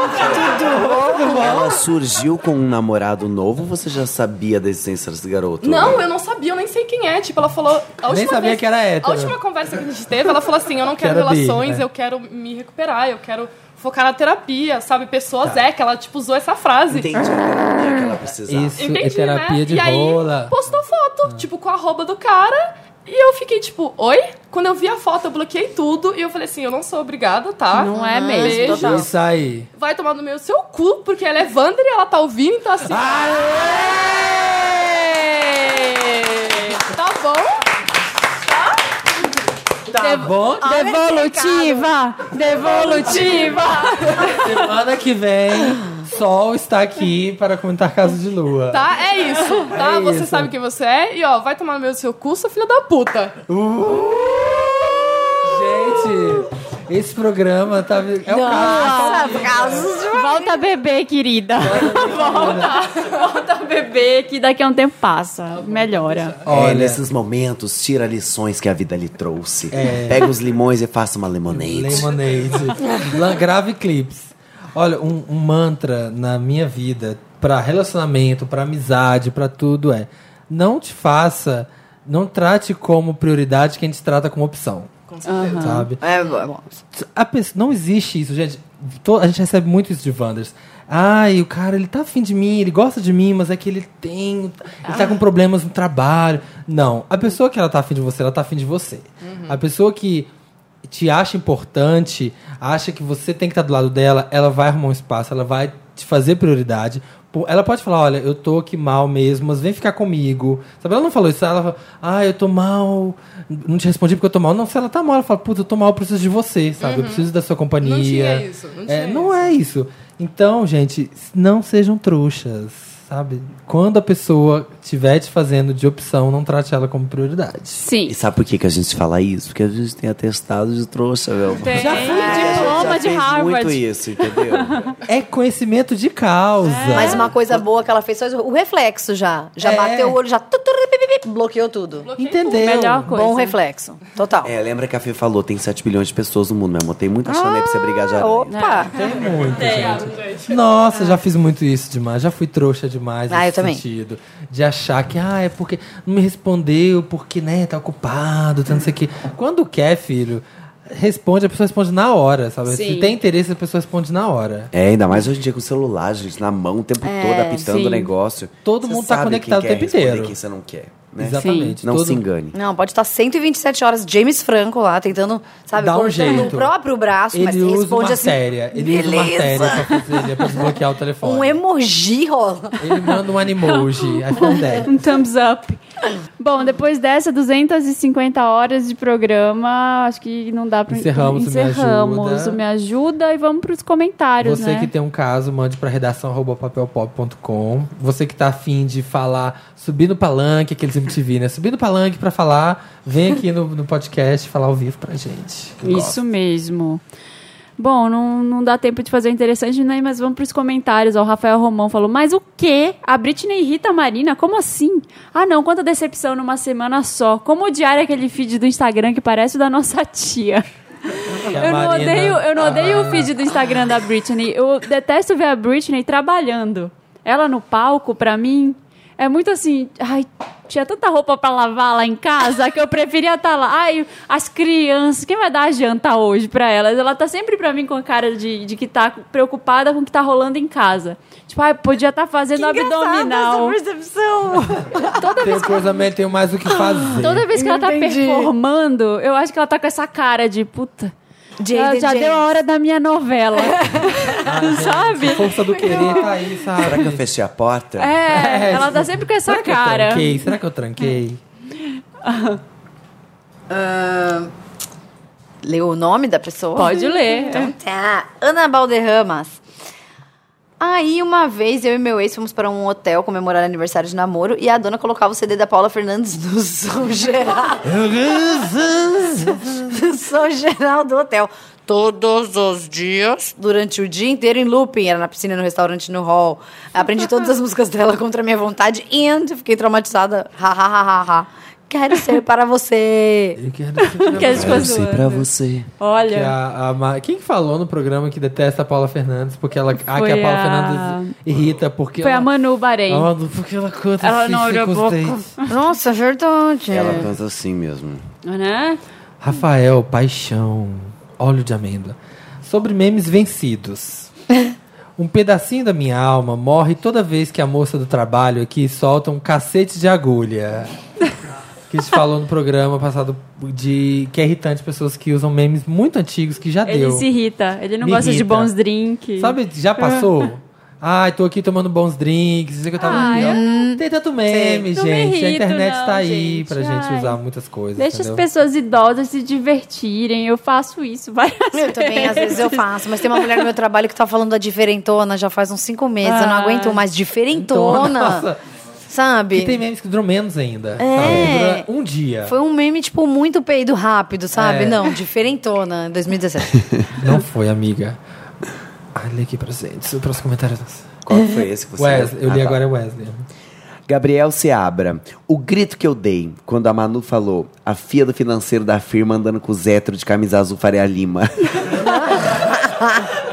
Speaker 9: tudo
Speaker 4: Ela surgiu com um namorado novo, você já sabia da existência desse garoto?
Speaker 9: Não, eu não sabia, eu nem sei quem é. Tipo, ela falou. A última
Speaker 4: sabia
Speaker 9: vez-
Speaker 4: que era hétero.
Speaker 9: A última conversa que a gente teve, ela falou assim: eu não
Speaker 4: Que
Speaker 9: quero
Speaker 4: era bi,
Speaker 9: relações,
Speaker 4: né?
Speaker 9: eu quero me recuperar, eu quero focar na terapia, sabe? Pessoas
Speaker 4: Tá.
Speaker 9: é que ela, tipo, usou essa frase.
Speaker 4: Entendi. É que ela precisava.
Speaker 3: Isso, é terapia de
Speaker 9: né? e aí,
Speaker 3: rola. Ah.
Speaker 9: postou foto, tipo, com a arroba do cara. E eu fiquei tipo, oi? Quando eu vi a foto, eu bloqueei tudo. E eu falei assim, eu não sou obrigada, tá?
Speaker 2: Não é mesmo,
Speaker 9: Beijo.
Speaker 2: total.
Speaker 3: Isso aí.
Speaker 9: Vai tomar no meu seu cu, porque ela é Wander e ela tá ouvindo, então assim.
Speaker 3: Ah!
Speaker 9: Tá bom?
Speaker 3: Tá bom?
Speaker 2: Devolutiva! Devolutiva!
Speaker 3: Semana que vem, Sol está aqui para comentar Caso de Lua.
Speaker 9: Tá, é isso, tá?
Speaker 3: É
Speaker 9: você
Speaker 3: isso.
Speaker 9: sabe quem você é. E ó, vai tomar no meu seu cu, sua filha da puta.
Speaker 3: Uh! Gente, esse programa tá. É o caso.
Speaker 2: Nossa, casos de Volta a beber, querida. Volta, volta a beber, que daqui a um tempo passa. Melhora.
Speaker 4: É,
Speaker 3: Olha.
Speaker 4: nesses momentos, tira lições que a vida lhe trouxe.
Speaker 3: É.
Speaker 4: Pega os limões e faça uma lemonade.
Speaker 3: Lemonade. Lan- Grave clips. Olha, um, um mantra na minha vida, pra relacionamento, pra amizade, pra tudo é: não te faça, não trate como prioridade quem te trata como opção.
Speaker 9: Com
Speaker 3: certeza. Sabe?
Speaker 5: É, bom, é bom.
Speaker 3: A pessoa- não existe isso, gente. To- a gente recebe muito isso de Wanders. Ai, o cara, ele tá afim de mim, ele gosta de mim, mas é que ele tem. Ele tá com problemas no trabalho. Não. A pessoa que ela tá afim de você, ela tá afim de você. A pessoa que te acha importante, acha que você tem que estar do lado dela, ela vai arrumar um espaço, ela vai te fazer prioridade. Pô, Ela pode falar, olha, eu tô aqui mal mesmo, mas vem ficar comigo. Sabe, ela não falou isso, ela fala, ah, eu tô mal, não te respondi porque eu tô mal. Não, se ela tá mal, ela fala, puta, eu tô mal, eu preciso de você, sabe? Eu preciso da sua companhia.
Speaker 9: Uhum. Não tinha isso, não tinha
Speaker 3: É, não é isso. Então, gente, não sejam trouxas, sabe? Quando a pessoa estiver te fazendo de opção, não trate ela como prioridade.
Speaker 2: Sim.
Speaker 4: E sabe por que, que a gente fala isso? Porque a gente tem atestado de trouxa, meu.
Speaker 2: Tem.
Speaker 3: Já fui de
Speaker 2: diploma de
Speaker 4: fez muito
Speaker 2: Harvard.
Speaker 4: isso, entendeu?
Speaker 3: É conhecimento de causa.
Speaker 11: Mas uma coisa boa que ela fez foi o reflexo já. Já
Speaker 3: É.
Speaker 11: bateu o olho, já tu, tu, pi, pi, pi, bloqueou tudo.
Speaker 3: Entendeu?
Speaker 2: Melhor coisa.
Speaker 11: Bom reflexo. Total.
Speaker 4: É, lembra que a Fê falou, tem 7 bilhões de pessoas no mundo, meu amor. Tem muita
Speaker 2: Ah,
Speaker 4: chana aí pra você brigar já.
Speaker 11: Opa!
Speaker 3: Tem muito,
Speaker 10: Tem.
Speaker 3: gente. Nossa, já fiz muito isso demais. Já fui trouxa demais
Speaker 11: Ah,
Speaker 3: nesse
Speaker 11: eu também.
Speaker 3: sentido. De achar que, ah, é porque não me respondeu, porque, né, tá ocupado, tá não sei o quê. Quando quer, filho, responde, a pessoa responde na hora, sabe?
Speaker 2: Sim.
Speaker 3: Se tem interesse, a pessoa responde na hora.
Speaker 4: É, ainda mais hoje em dia com o celular, gente, na mão o tempo todo, apitando
Speaker 2: sim.
Speaker 4: o negócio.
Speaker 3: É, Todo
Speaker 4: Você
Speaker 3: mundo tá
Speaker 4: sabe
Speaker 3: conectado
Speaker 4: quem
Speaker 3: o
Speaker 4: quer
Speaker 3: tempo
Speaker 4: responder,
Speaker 3: inteiro.
Speaker 4: Quem você não quer, né?
Speaker 3: Exatamente.
Speaker 4: Não
Speaker 3: Todo-
Speaker 4: se engane.
Speaker 11: Não, pode estar 127 horas James Franco lá, tentando, sabe,
Speaker 3: Dá um
Speaker 11: cortando
Speaker 3: jeito.
Speaker 11: o próprio braço, mas
Speaker 3: Ele
Speaker 11: ele
Speaker 3: usa
Speaker 11: responde
Speaker 3: uma
Speaker 11: assim.
Speaker 3: séria. Ele usa uma
Speaker 11: beleza.
Speaker 3: séria pra fazer, ele é pra desbloquear o telefone.
Speaker 11: Um emoji rola.
Speaker 3: Ele manda um emoji, iPhone 10.
Speaker 2: Um thumbs up. Bom, depois dessa 250 horas de programa, acho que não dá pra
Speaker 3: Encerramos o Me
Speaker 2: Encerramos o
Speaker 3: Ajuda.
Speaker 2: Me Ajuda e vamos pros comentários,
Speaker 3: Você
Speaker 2: né?
Speaker 3: que tem um caso, mande pra redação arroba papelpop.com. Você que tá afim de falar, subir no palanque, aqueles MTV, né? Subir no palanque pra falar, vem aqui no, no podcast falar ao vivo pra gente. Eu gosto.
Speaker 2: Isso mesmo. Bom, não, não dá tempo de fazer o interessante, né? Mas vamos pros comentários. Ó, O Rafael Romão falou: Mas o quê? A Britney irrita a Marina? Como assim? Ah, não, quanta decepção numa semana só. Como odiar aquele feed do Instagram que parece o da nossa tia.
Speaker 3: Que a
Speaker 2: Eu não
Speaker 3: Marina-
Speaker 2: odeio, eu não
Speaker 3: a
Speaker 2: odeio o
Speaker 3: Marina-
Speaker 2: feed do Instagram da Britney. Eu detesto ver a Britney trabalhando. Ela no palco, pra mim, é muito assim. Ai, tinha tanta roupa pra lavar lá em casa que eu preferia estar lá. Ai, as crianças, quem vai dar a janta hoje pra elas? Ela tá sempre pra mim com a cara de, de que tá preocupada com o que tá rolando em casa. Tipo, ai, podia estar fazendo abdominal.
Speaker 3: Tem coisa meio, Ah, tenho mais o que fazer.
Speaker 2: Ah, Toda vez que ela tá performando, eu acho que ela tá com essa cara de puta.
Speaker 11: Jaden
Speaker 2: já
Speaker 11: James.
Speaker 2: deu a hora da minha novela.
Speaker 3: Ah, gente,
Speaker 2: sabe?
Speaker 3: Força do querer tá aí,
Speaker 4: Será que eu
Speaker 3: sabe?
Speaker 4: fechei a porta?
Speaker 2: É, ela tá sempre com essa
Speaker 3: Será É. que eu
Speaker 2: cara.
Speaker 3: tranquei? Será que eu tranquei?
Speaker 5: Ahn, Lê o nome da pessoa?
Speaker 2: Pode ler.
Speaker 5: Então tá. Ana Balderramas. Aí, uma vez, eu e meu ex fomos para um hotel comemorar aniversário de namoro e a dona colocava o CD da Paula Fernandes no som geral. no som geral do hotel. Todos os dias, durante o dia inteiro em looping. Era na piscina, no restaurante, no hall. Aprendi todas as músicas dela contra a minha vontade e fiquei traumatizada. Ha, ha, ha, ha, ha. Quero ser para você. Eu
Speaker 3: quero
Speaker 2: Quero ser
Speaker 4: Eu sei pra você.
Speaker 3: Que
Speaker 2: Olha.
Speaker 3: a- a Ma- Quem que falou no programa que detesta a Paula Fernandes? Porque ela. Ah, que a Paula
Speaker 2: a-
Speaker 3: Fernandes irrita porque.
Speaker 2: Foi
Speaker 3: ela...
Speaker 2: a Manu Bahrein.
Speaker 3: Ela mandou porque ela canta
Speaker 2: Ela
Speaker 3: assim,
Speaker 2: não abriu a
Speaker 3: com os
Speaker 2: boca.
Speaker 3: dentes.
Speaker 5: Nossa,
Speaker 3: É.
Speaker 5: verdade.
Speaker 4: Ela canta assim mesmo.
Speaker 2: Né?
Speaker 3: Rafael, paixão, óleo de amêndoa. Sobre memes vencidos. Um pedacinho da minha alma morre toda vez que a moça do trabalho aqui solta um cacete de agulha. Que se falou no programa passado de que é irritante pessoas que usam memes muito antigos que já
Speaker 2: Ele
Speaker 3: deu.
Speaker 2: se irrita. Ele não
Speaker 3: Me
Speaker 2: gosta de
Speaker 3: irrita.
Speaker 2: bons drinks.
Speaker 3: Sabe, já passou? Ai, tô aqui tomando bons drinks, dizer que eu tava
Speaker 2: Ah,
Speaker 3: melhor.
Speaker 2: eu
Speaker 3: Tem tanto meme,
Speaker 2: Não me
Speaker 3: gente. a
Speaker 2: irrito,
Speaker 3: internet
Speaker 2: não,
Speaker 3: tá aí
Speaker 2: gente.
Speaker 3: pra gente
Speaker 2: Ai.
Speaker 3: usar muitas coisas.
Speaker 2: Deixa as
Speaker 3: entendeu?
Speaker 2: pessoas idosas se divertirem. Eu faço isso várias
Speaker 5: Eu também, às vezes eu faço, mas tem uma mulher no meu trabalho que tá falando da diferentona já faz uns cinco meses. Eu não
Speaker 2: Ah.
Speaker 5: aguento mais diferentona.
Speaker 3: Então, Nossa.
Speaker 5: Sabe?
Speaker 3: E tem memes que duram menos ainda.
Speaker 5: É.
Speaker 3: sabe? Dura um dia.
Speaker 5: Foi um meme, tipo, muito peido rápido, sabe?
Speaker 3: É.
Speaker 5: Não, diferentona, 2017.
Speaker 3: Não foi, amiga. Ai, lê aqui pra gente. Os próximos comentários.
Speaker 4: Qual foi esse que você
Speaker 3: é Wesley, eu li
Speaker 4: Ah, tá.
Speaker 3: agora é Wesley.
Speaker 4: Gabriel Seabra. O grito que eu dei quando a Manu falou a fia do financeiro da firma andando com o Zetro de camisa azul Faria Lima.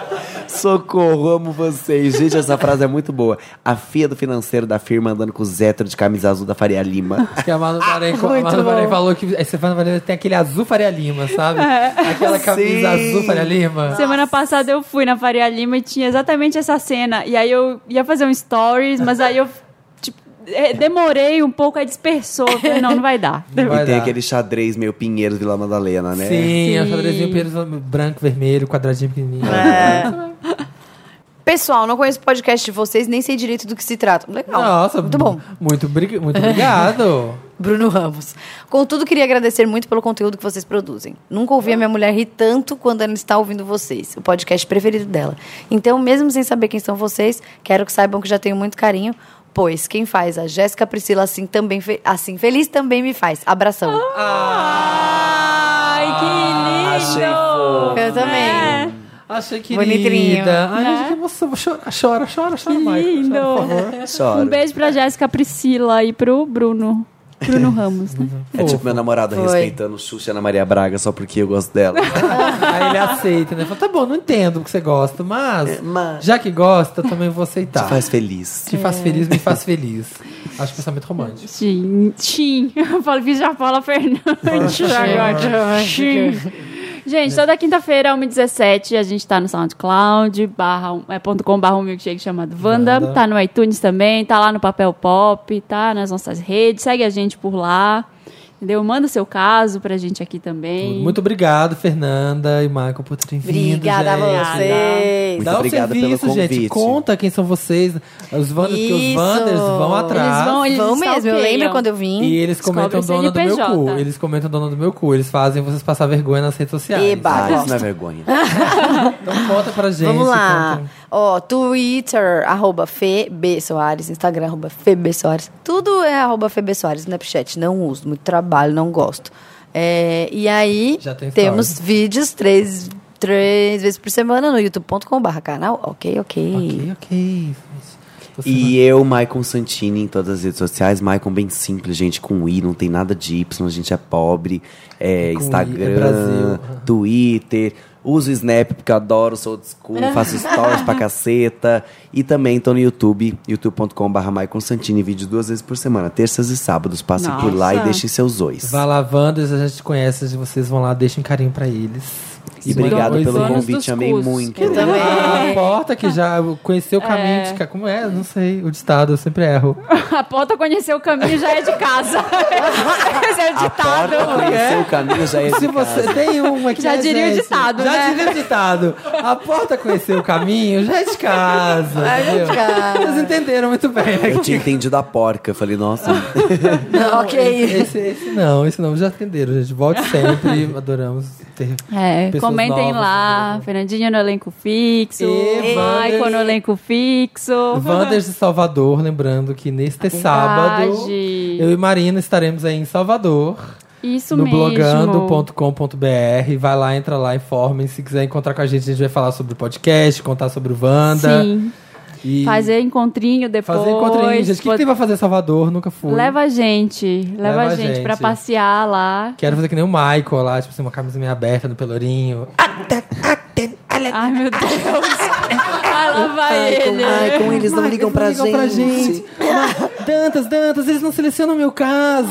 Speaker 4: Socorro, amo vocês. Gente, essa frase é muito boa. A fia do financeiro da firma andando com o Zetro de camisa azul da Faria Lima.
Speaker 3: Que a Manu
Speaker 2: Ah,
Speaker 3: Bahrein, a Manu Bahrein falou que a Stefana Valentina tem aquele azul Faria Lima, sabe? Aquela camisa
Speaker 4: Sim.
Speaker 3: azul Faria Lima.
Speaker 2: Semana passada eu fui na Faria Lima e tinha exatamente essa cena. E aí eu ia fazer um stories, mas aí eu tipo, eh, demorei um pouco, aí dispersou. Eu falei, não, não vai dar.
Speaker 3: Não vai
Speaker 4: e tem
Speaker 3: dar.
Speaker 4: aquele xadrez meio Pinheiros Vila Madalena, né?
Speaker 3: Sim, É. a xadrezinho peso branco, vermelho, quadradinho pequenininho.
Speaker 5: Pessoal, não conheço o podcast de vocês, nem sei direito do que se trata. Legal.
Speaker 3: Nossa,
Speaker 5: Muito bom.
Speaker 3: Muito, bri- muito obrigado.
Speaker 5: Bruno Ramos. Contudo, queria agradecer muito pelo conteúdo que vocês produzem. Nunca ouvi a minha mulher rir tanto quando ela está ouvindo vocês, o podcast preferido dela. Então, mesmo sem saber quem são vocês, quero que saibam que já tenho muito carinho, pois quem faz a Jéssica Priscila assim também fe- assim feliz também me faz. Abração.
Speaker 2: Ai, que
Speaker 4: Achei
Speaker 2: lindo! É,
Speaker 4: fofo.
Speaker 5: Eu também.
Speaker 3: Achei querida.
Speaker 5: Bonitinho.
Speaker 3: Ai, gente, que emoção. Chora, chora, chora, chora, Michael.
Speaker 2: lindo.
Speaker 3: Chora, por favor.
Speaker 4: Choro.
Speaker 2: Um beijo pra Jéssica Priscila e pro Bruno. Bruno Ramos, né?
Speaker 4: É tipo meu namorado
Speaker 5: Foi.
Speaker 4: respeitando o Xuxa e Ana Maria Braga só porque eu gosto dela.
Speaker 3: Aí ele aceita, né? Fala, tá bom, não entendo o que você gosta, mas,
Speaker 4: É, mas-
Speaker 3: já que gosta, também vou aceitar.
Speaker 4: Te faz feliz.
Speaker 3: Te faz feliz, me faz feliz. Acho é um pensamento romântico.
Speaker 2: Tim. Tim. Eu falo, fiz já Paula Fernandes agora. Tim. Gente, toda quinta-feira, 1h17, a gente tá no SoundCloud, barra, é, ponto com, barra um milkshake chamado Wanda.
Speaker 3: Wanda.
Speaker 2: Tá no iTunes também, tá lá no Papel Pop, tá nas nossas redes, segue a gente por lá. Entendeu? Manda seu caso pra gente aqui também.
Speaker 3: Muito obrigado, Fernanda e Michael, por terem vindo.
Speaker 5: Obrigada a
Speaker 3: gente.
Speaker 5: vocês.
Speaker 4: Muito
Speaker 3: Dá um
Speaker 4: obrigado pelo
Speaker 3: serviço,
Speaker 4: convite.
Speaker 3: gente. Conta quem são vocês. Os Wanders, porque os
Speaker 5: Isso.
Speaker 3: Wanders vão atrás.
Speaker 2: Eles vão, eles
Speaker 5: Vão mesmo, eu
Speaker 2: stalkeiam.
Speaker 5: lembro quando eu vim.
Speaker 3: E eles
Speaker 2: Descobre
Speaker 3: comentam
Speaker 2: o
Speaker 3: dona do meu
Speaker 2: CNPJ.
Speaker 3: cu. Eles comentam dona do meu cu. Eles fazem vocês passar vergonha nas redes sociais.
Speaker 5: Eba.
Speaker 4: Ah, isso
Speaker 5: Gosto.
Speaker 4: não é vergonha.
Speaker 3: Então conta pra gente.
Speaker 5: Vamos lá.
Speaker 3: conta-
Speaker 5: Ó, Twitter, arroba FeB Soares, Instagram, arroba FeB Soares. Tudo é arroba FeB Soares, Snapchat. Não uso, muito trabalho, não gosto. É, e aí,
Speaker 3: Já tem
Speaker 5: temos
Speaker 3: stories.
Speaker 5: vídeos três, três vezes por semana no youtube.com.br canal. Ok, ok.
Speaker 3: um- Ok, ok. Você
Speaker 4: E eu, Maicon Santini, em todas as redes sociais. Maicon bem simples, gente, com I, não tem nada de Y, a gente é pobre. É
Speaker 3: Com I, é
Speaker 4: Instagram,
Speaker 3: Brasil.
Speaker 4: Twitter. Uso o Snap, porque eu adoro, sou old school, faço stories pra caceta. E também tô no YouTube, youtube.com.br Maicon Santini, vídeo duas vezes por semana, terças e sábados. Passem por lá e
Speaker 2: Nossa.
Speaker 4: deixem seus ois.
Speaker 3: Vá lá, Wanders, a gente conhece, vocês vão lá, deixem carinho pra eles.
Speaker 4: E obrigado
Speaker 3: Dois
Speaker 4: pelo
Speaker 3: anos dos
Speaker 4: convite, amei
Speaker 3: cursos.
Speaker 4: muito.
Speaker 3: Que legal. A porta que já conheceu o caminho de ca- Como é? Não sei. O ditado, eu sempre erro.
Speaker 2: A porta conheceu o caminho já é de casa. Esse é o ditado.
Speaker 3: tá
Speaker 4: porta conheceu
Speaker 3: né?
Speaker 4: o caminho, já é de
Speaker 3: Se você
Speaker 4: casa.
Speaker 3: tem um aqui.
Speaker 2: Já
Speaker 3: né,
Speaker 2: diria o
Speaker 3: gente?
Speaker 2: ditado,
Speaker 3: Já
Speaker 2: né?
Speaker 3: diria o ditado. A porta conheceu o caminho, já é de casa.
Speaker 4: Já é de
Speaker 3: entendeu?
Speaker 4: casa.
Speaker 3: Vocês entenderam muito bem. né?
Speaker 4: Eu tinha entendido a porca. Falei, nossa,
Speaker 5: ok.
Speaker 3: Esse, esse não, esse não, já entenderam, gente. Volte sempre. Adoramos ter.
Speaker 2: É,
Speaker 3: pessoas
Speaker 2: comentem
Speaker 3: novas. né?
Speaker 2: lá. Fernandinha no elenco fixo.
Speaker 3: E
Speaker 2: Maicon
Speaker 3: Wanders.
Speaker 2: no elenco fixo.
Speaker 3: Wanders de Salvador, lembrando que neste sábado
Speaker 2: Verdade.
Speaker 3: eu e Marina estaremos aí em Salvador.
Speaker 2: Isso
Speaker 3: no
Speaker 2: mesmo.
Speaker 3: blogando.com.br. Vai lá, entra lá, informem. Se quiser encontrar com a gente, a gente vai falar sobre o podcast, contar sobre o Wanda.
Speaker 2: Sim.
Speaker 3: E
Speaker 2: Fazer encontrinho depois.
Speaker 3: fazer encontrinho, gente. O que, que
Speaker 2: Pod-
Speaker 3: tem pra fazer em Salvador? Nunca fui.
Speaker 2: Leva a gente. Leva, a gente, pra passear lá.
Speaker 3: Quero fazer que nem o Michael lá, tipo assim, uma camisa meio aberta no pelourinho.
Speaker 2: Ai, meu Deus. Ai, lá vai ele.
Speaker 3: não ligam
Speaker 2: pra
Speaker 3: gente. Ah, Dantas, Dantas, eles não selecionam o meu caso.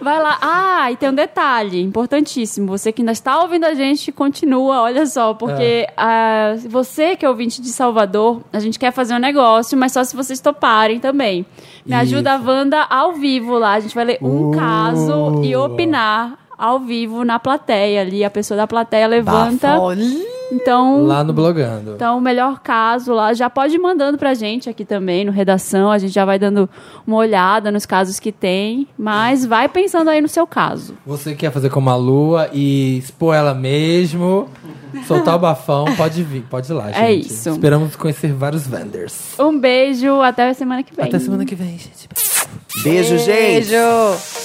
Speaker 2: Vai lá. Ah, e tem um detalhe importantíssimo. Você que ainda está ouvindo a gente, continua, olha só. Porque ah, você que é ouvinte de Salvador, a gente quer fazer um negócio, mas só se vocês toparem também. Me ajuda a Wanda ao vivo lá. A gente vai ler um caso e opinar ao vivo na plateia ali. A pessoa da plateia levanta. Então,
Speaker 3: lá no Blogando.
Speaker 2: então, o melhor caso lá, já pode ir mandando pra gente aqui também, no redação. A gente já vai dando uma olhada nos casos que tem. Mas vai pensando aí no seu caso.
Speaker 3: Você quer fazer como a Lua e expor ela mesmo, soltar o bafão, pode vir, pode ir lá, gente.
Speaker 2: É isso.
Speaker 3: Esperamos conhecer vários vendors.
Speaker 2: Um beijo, até semana que vem.
Speaker 3: Até semana que vem, gente.
Speaker 4: beijo, gente.
Speaker 11: Beijo.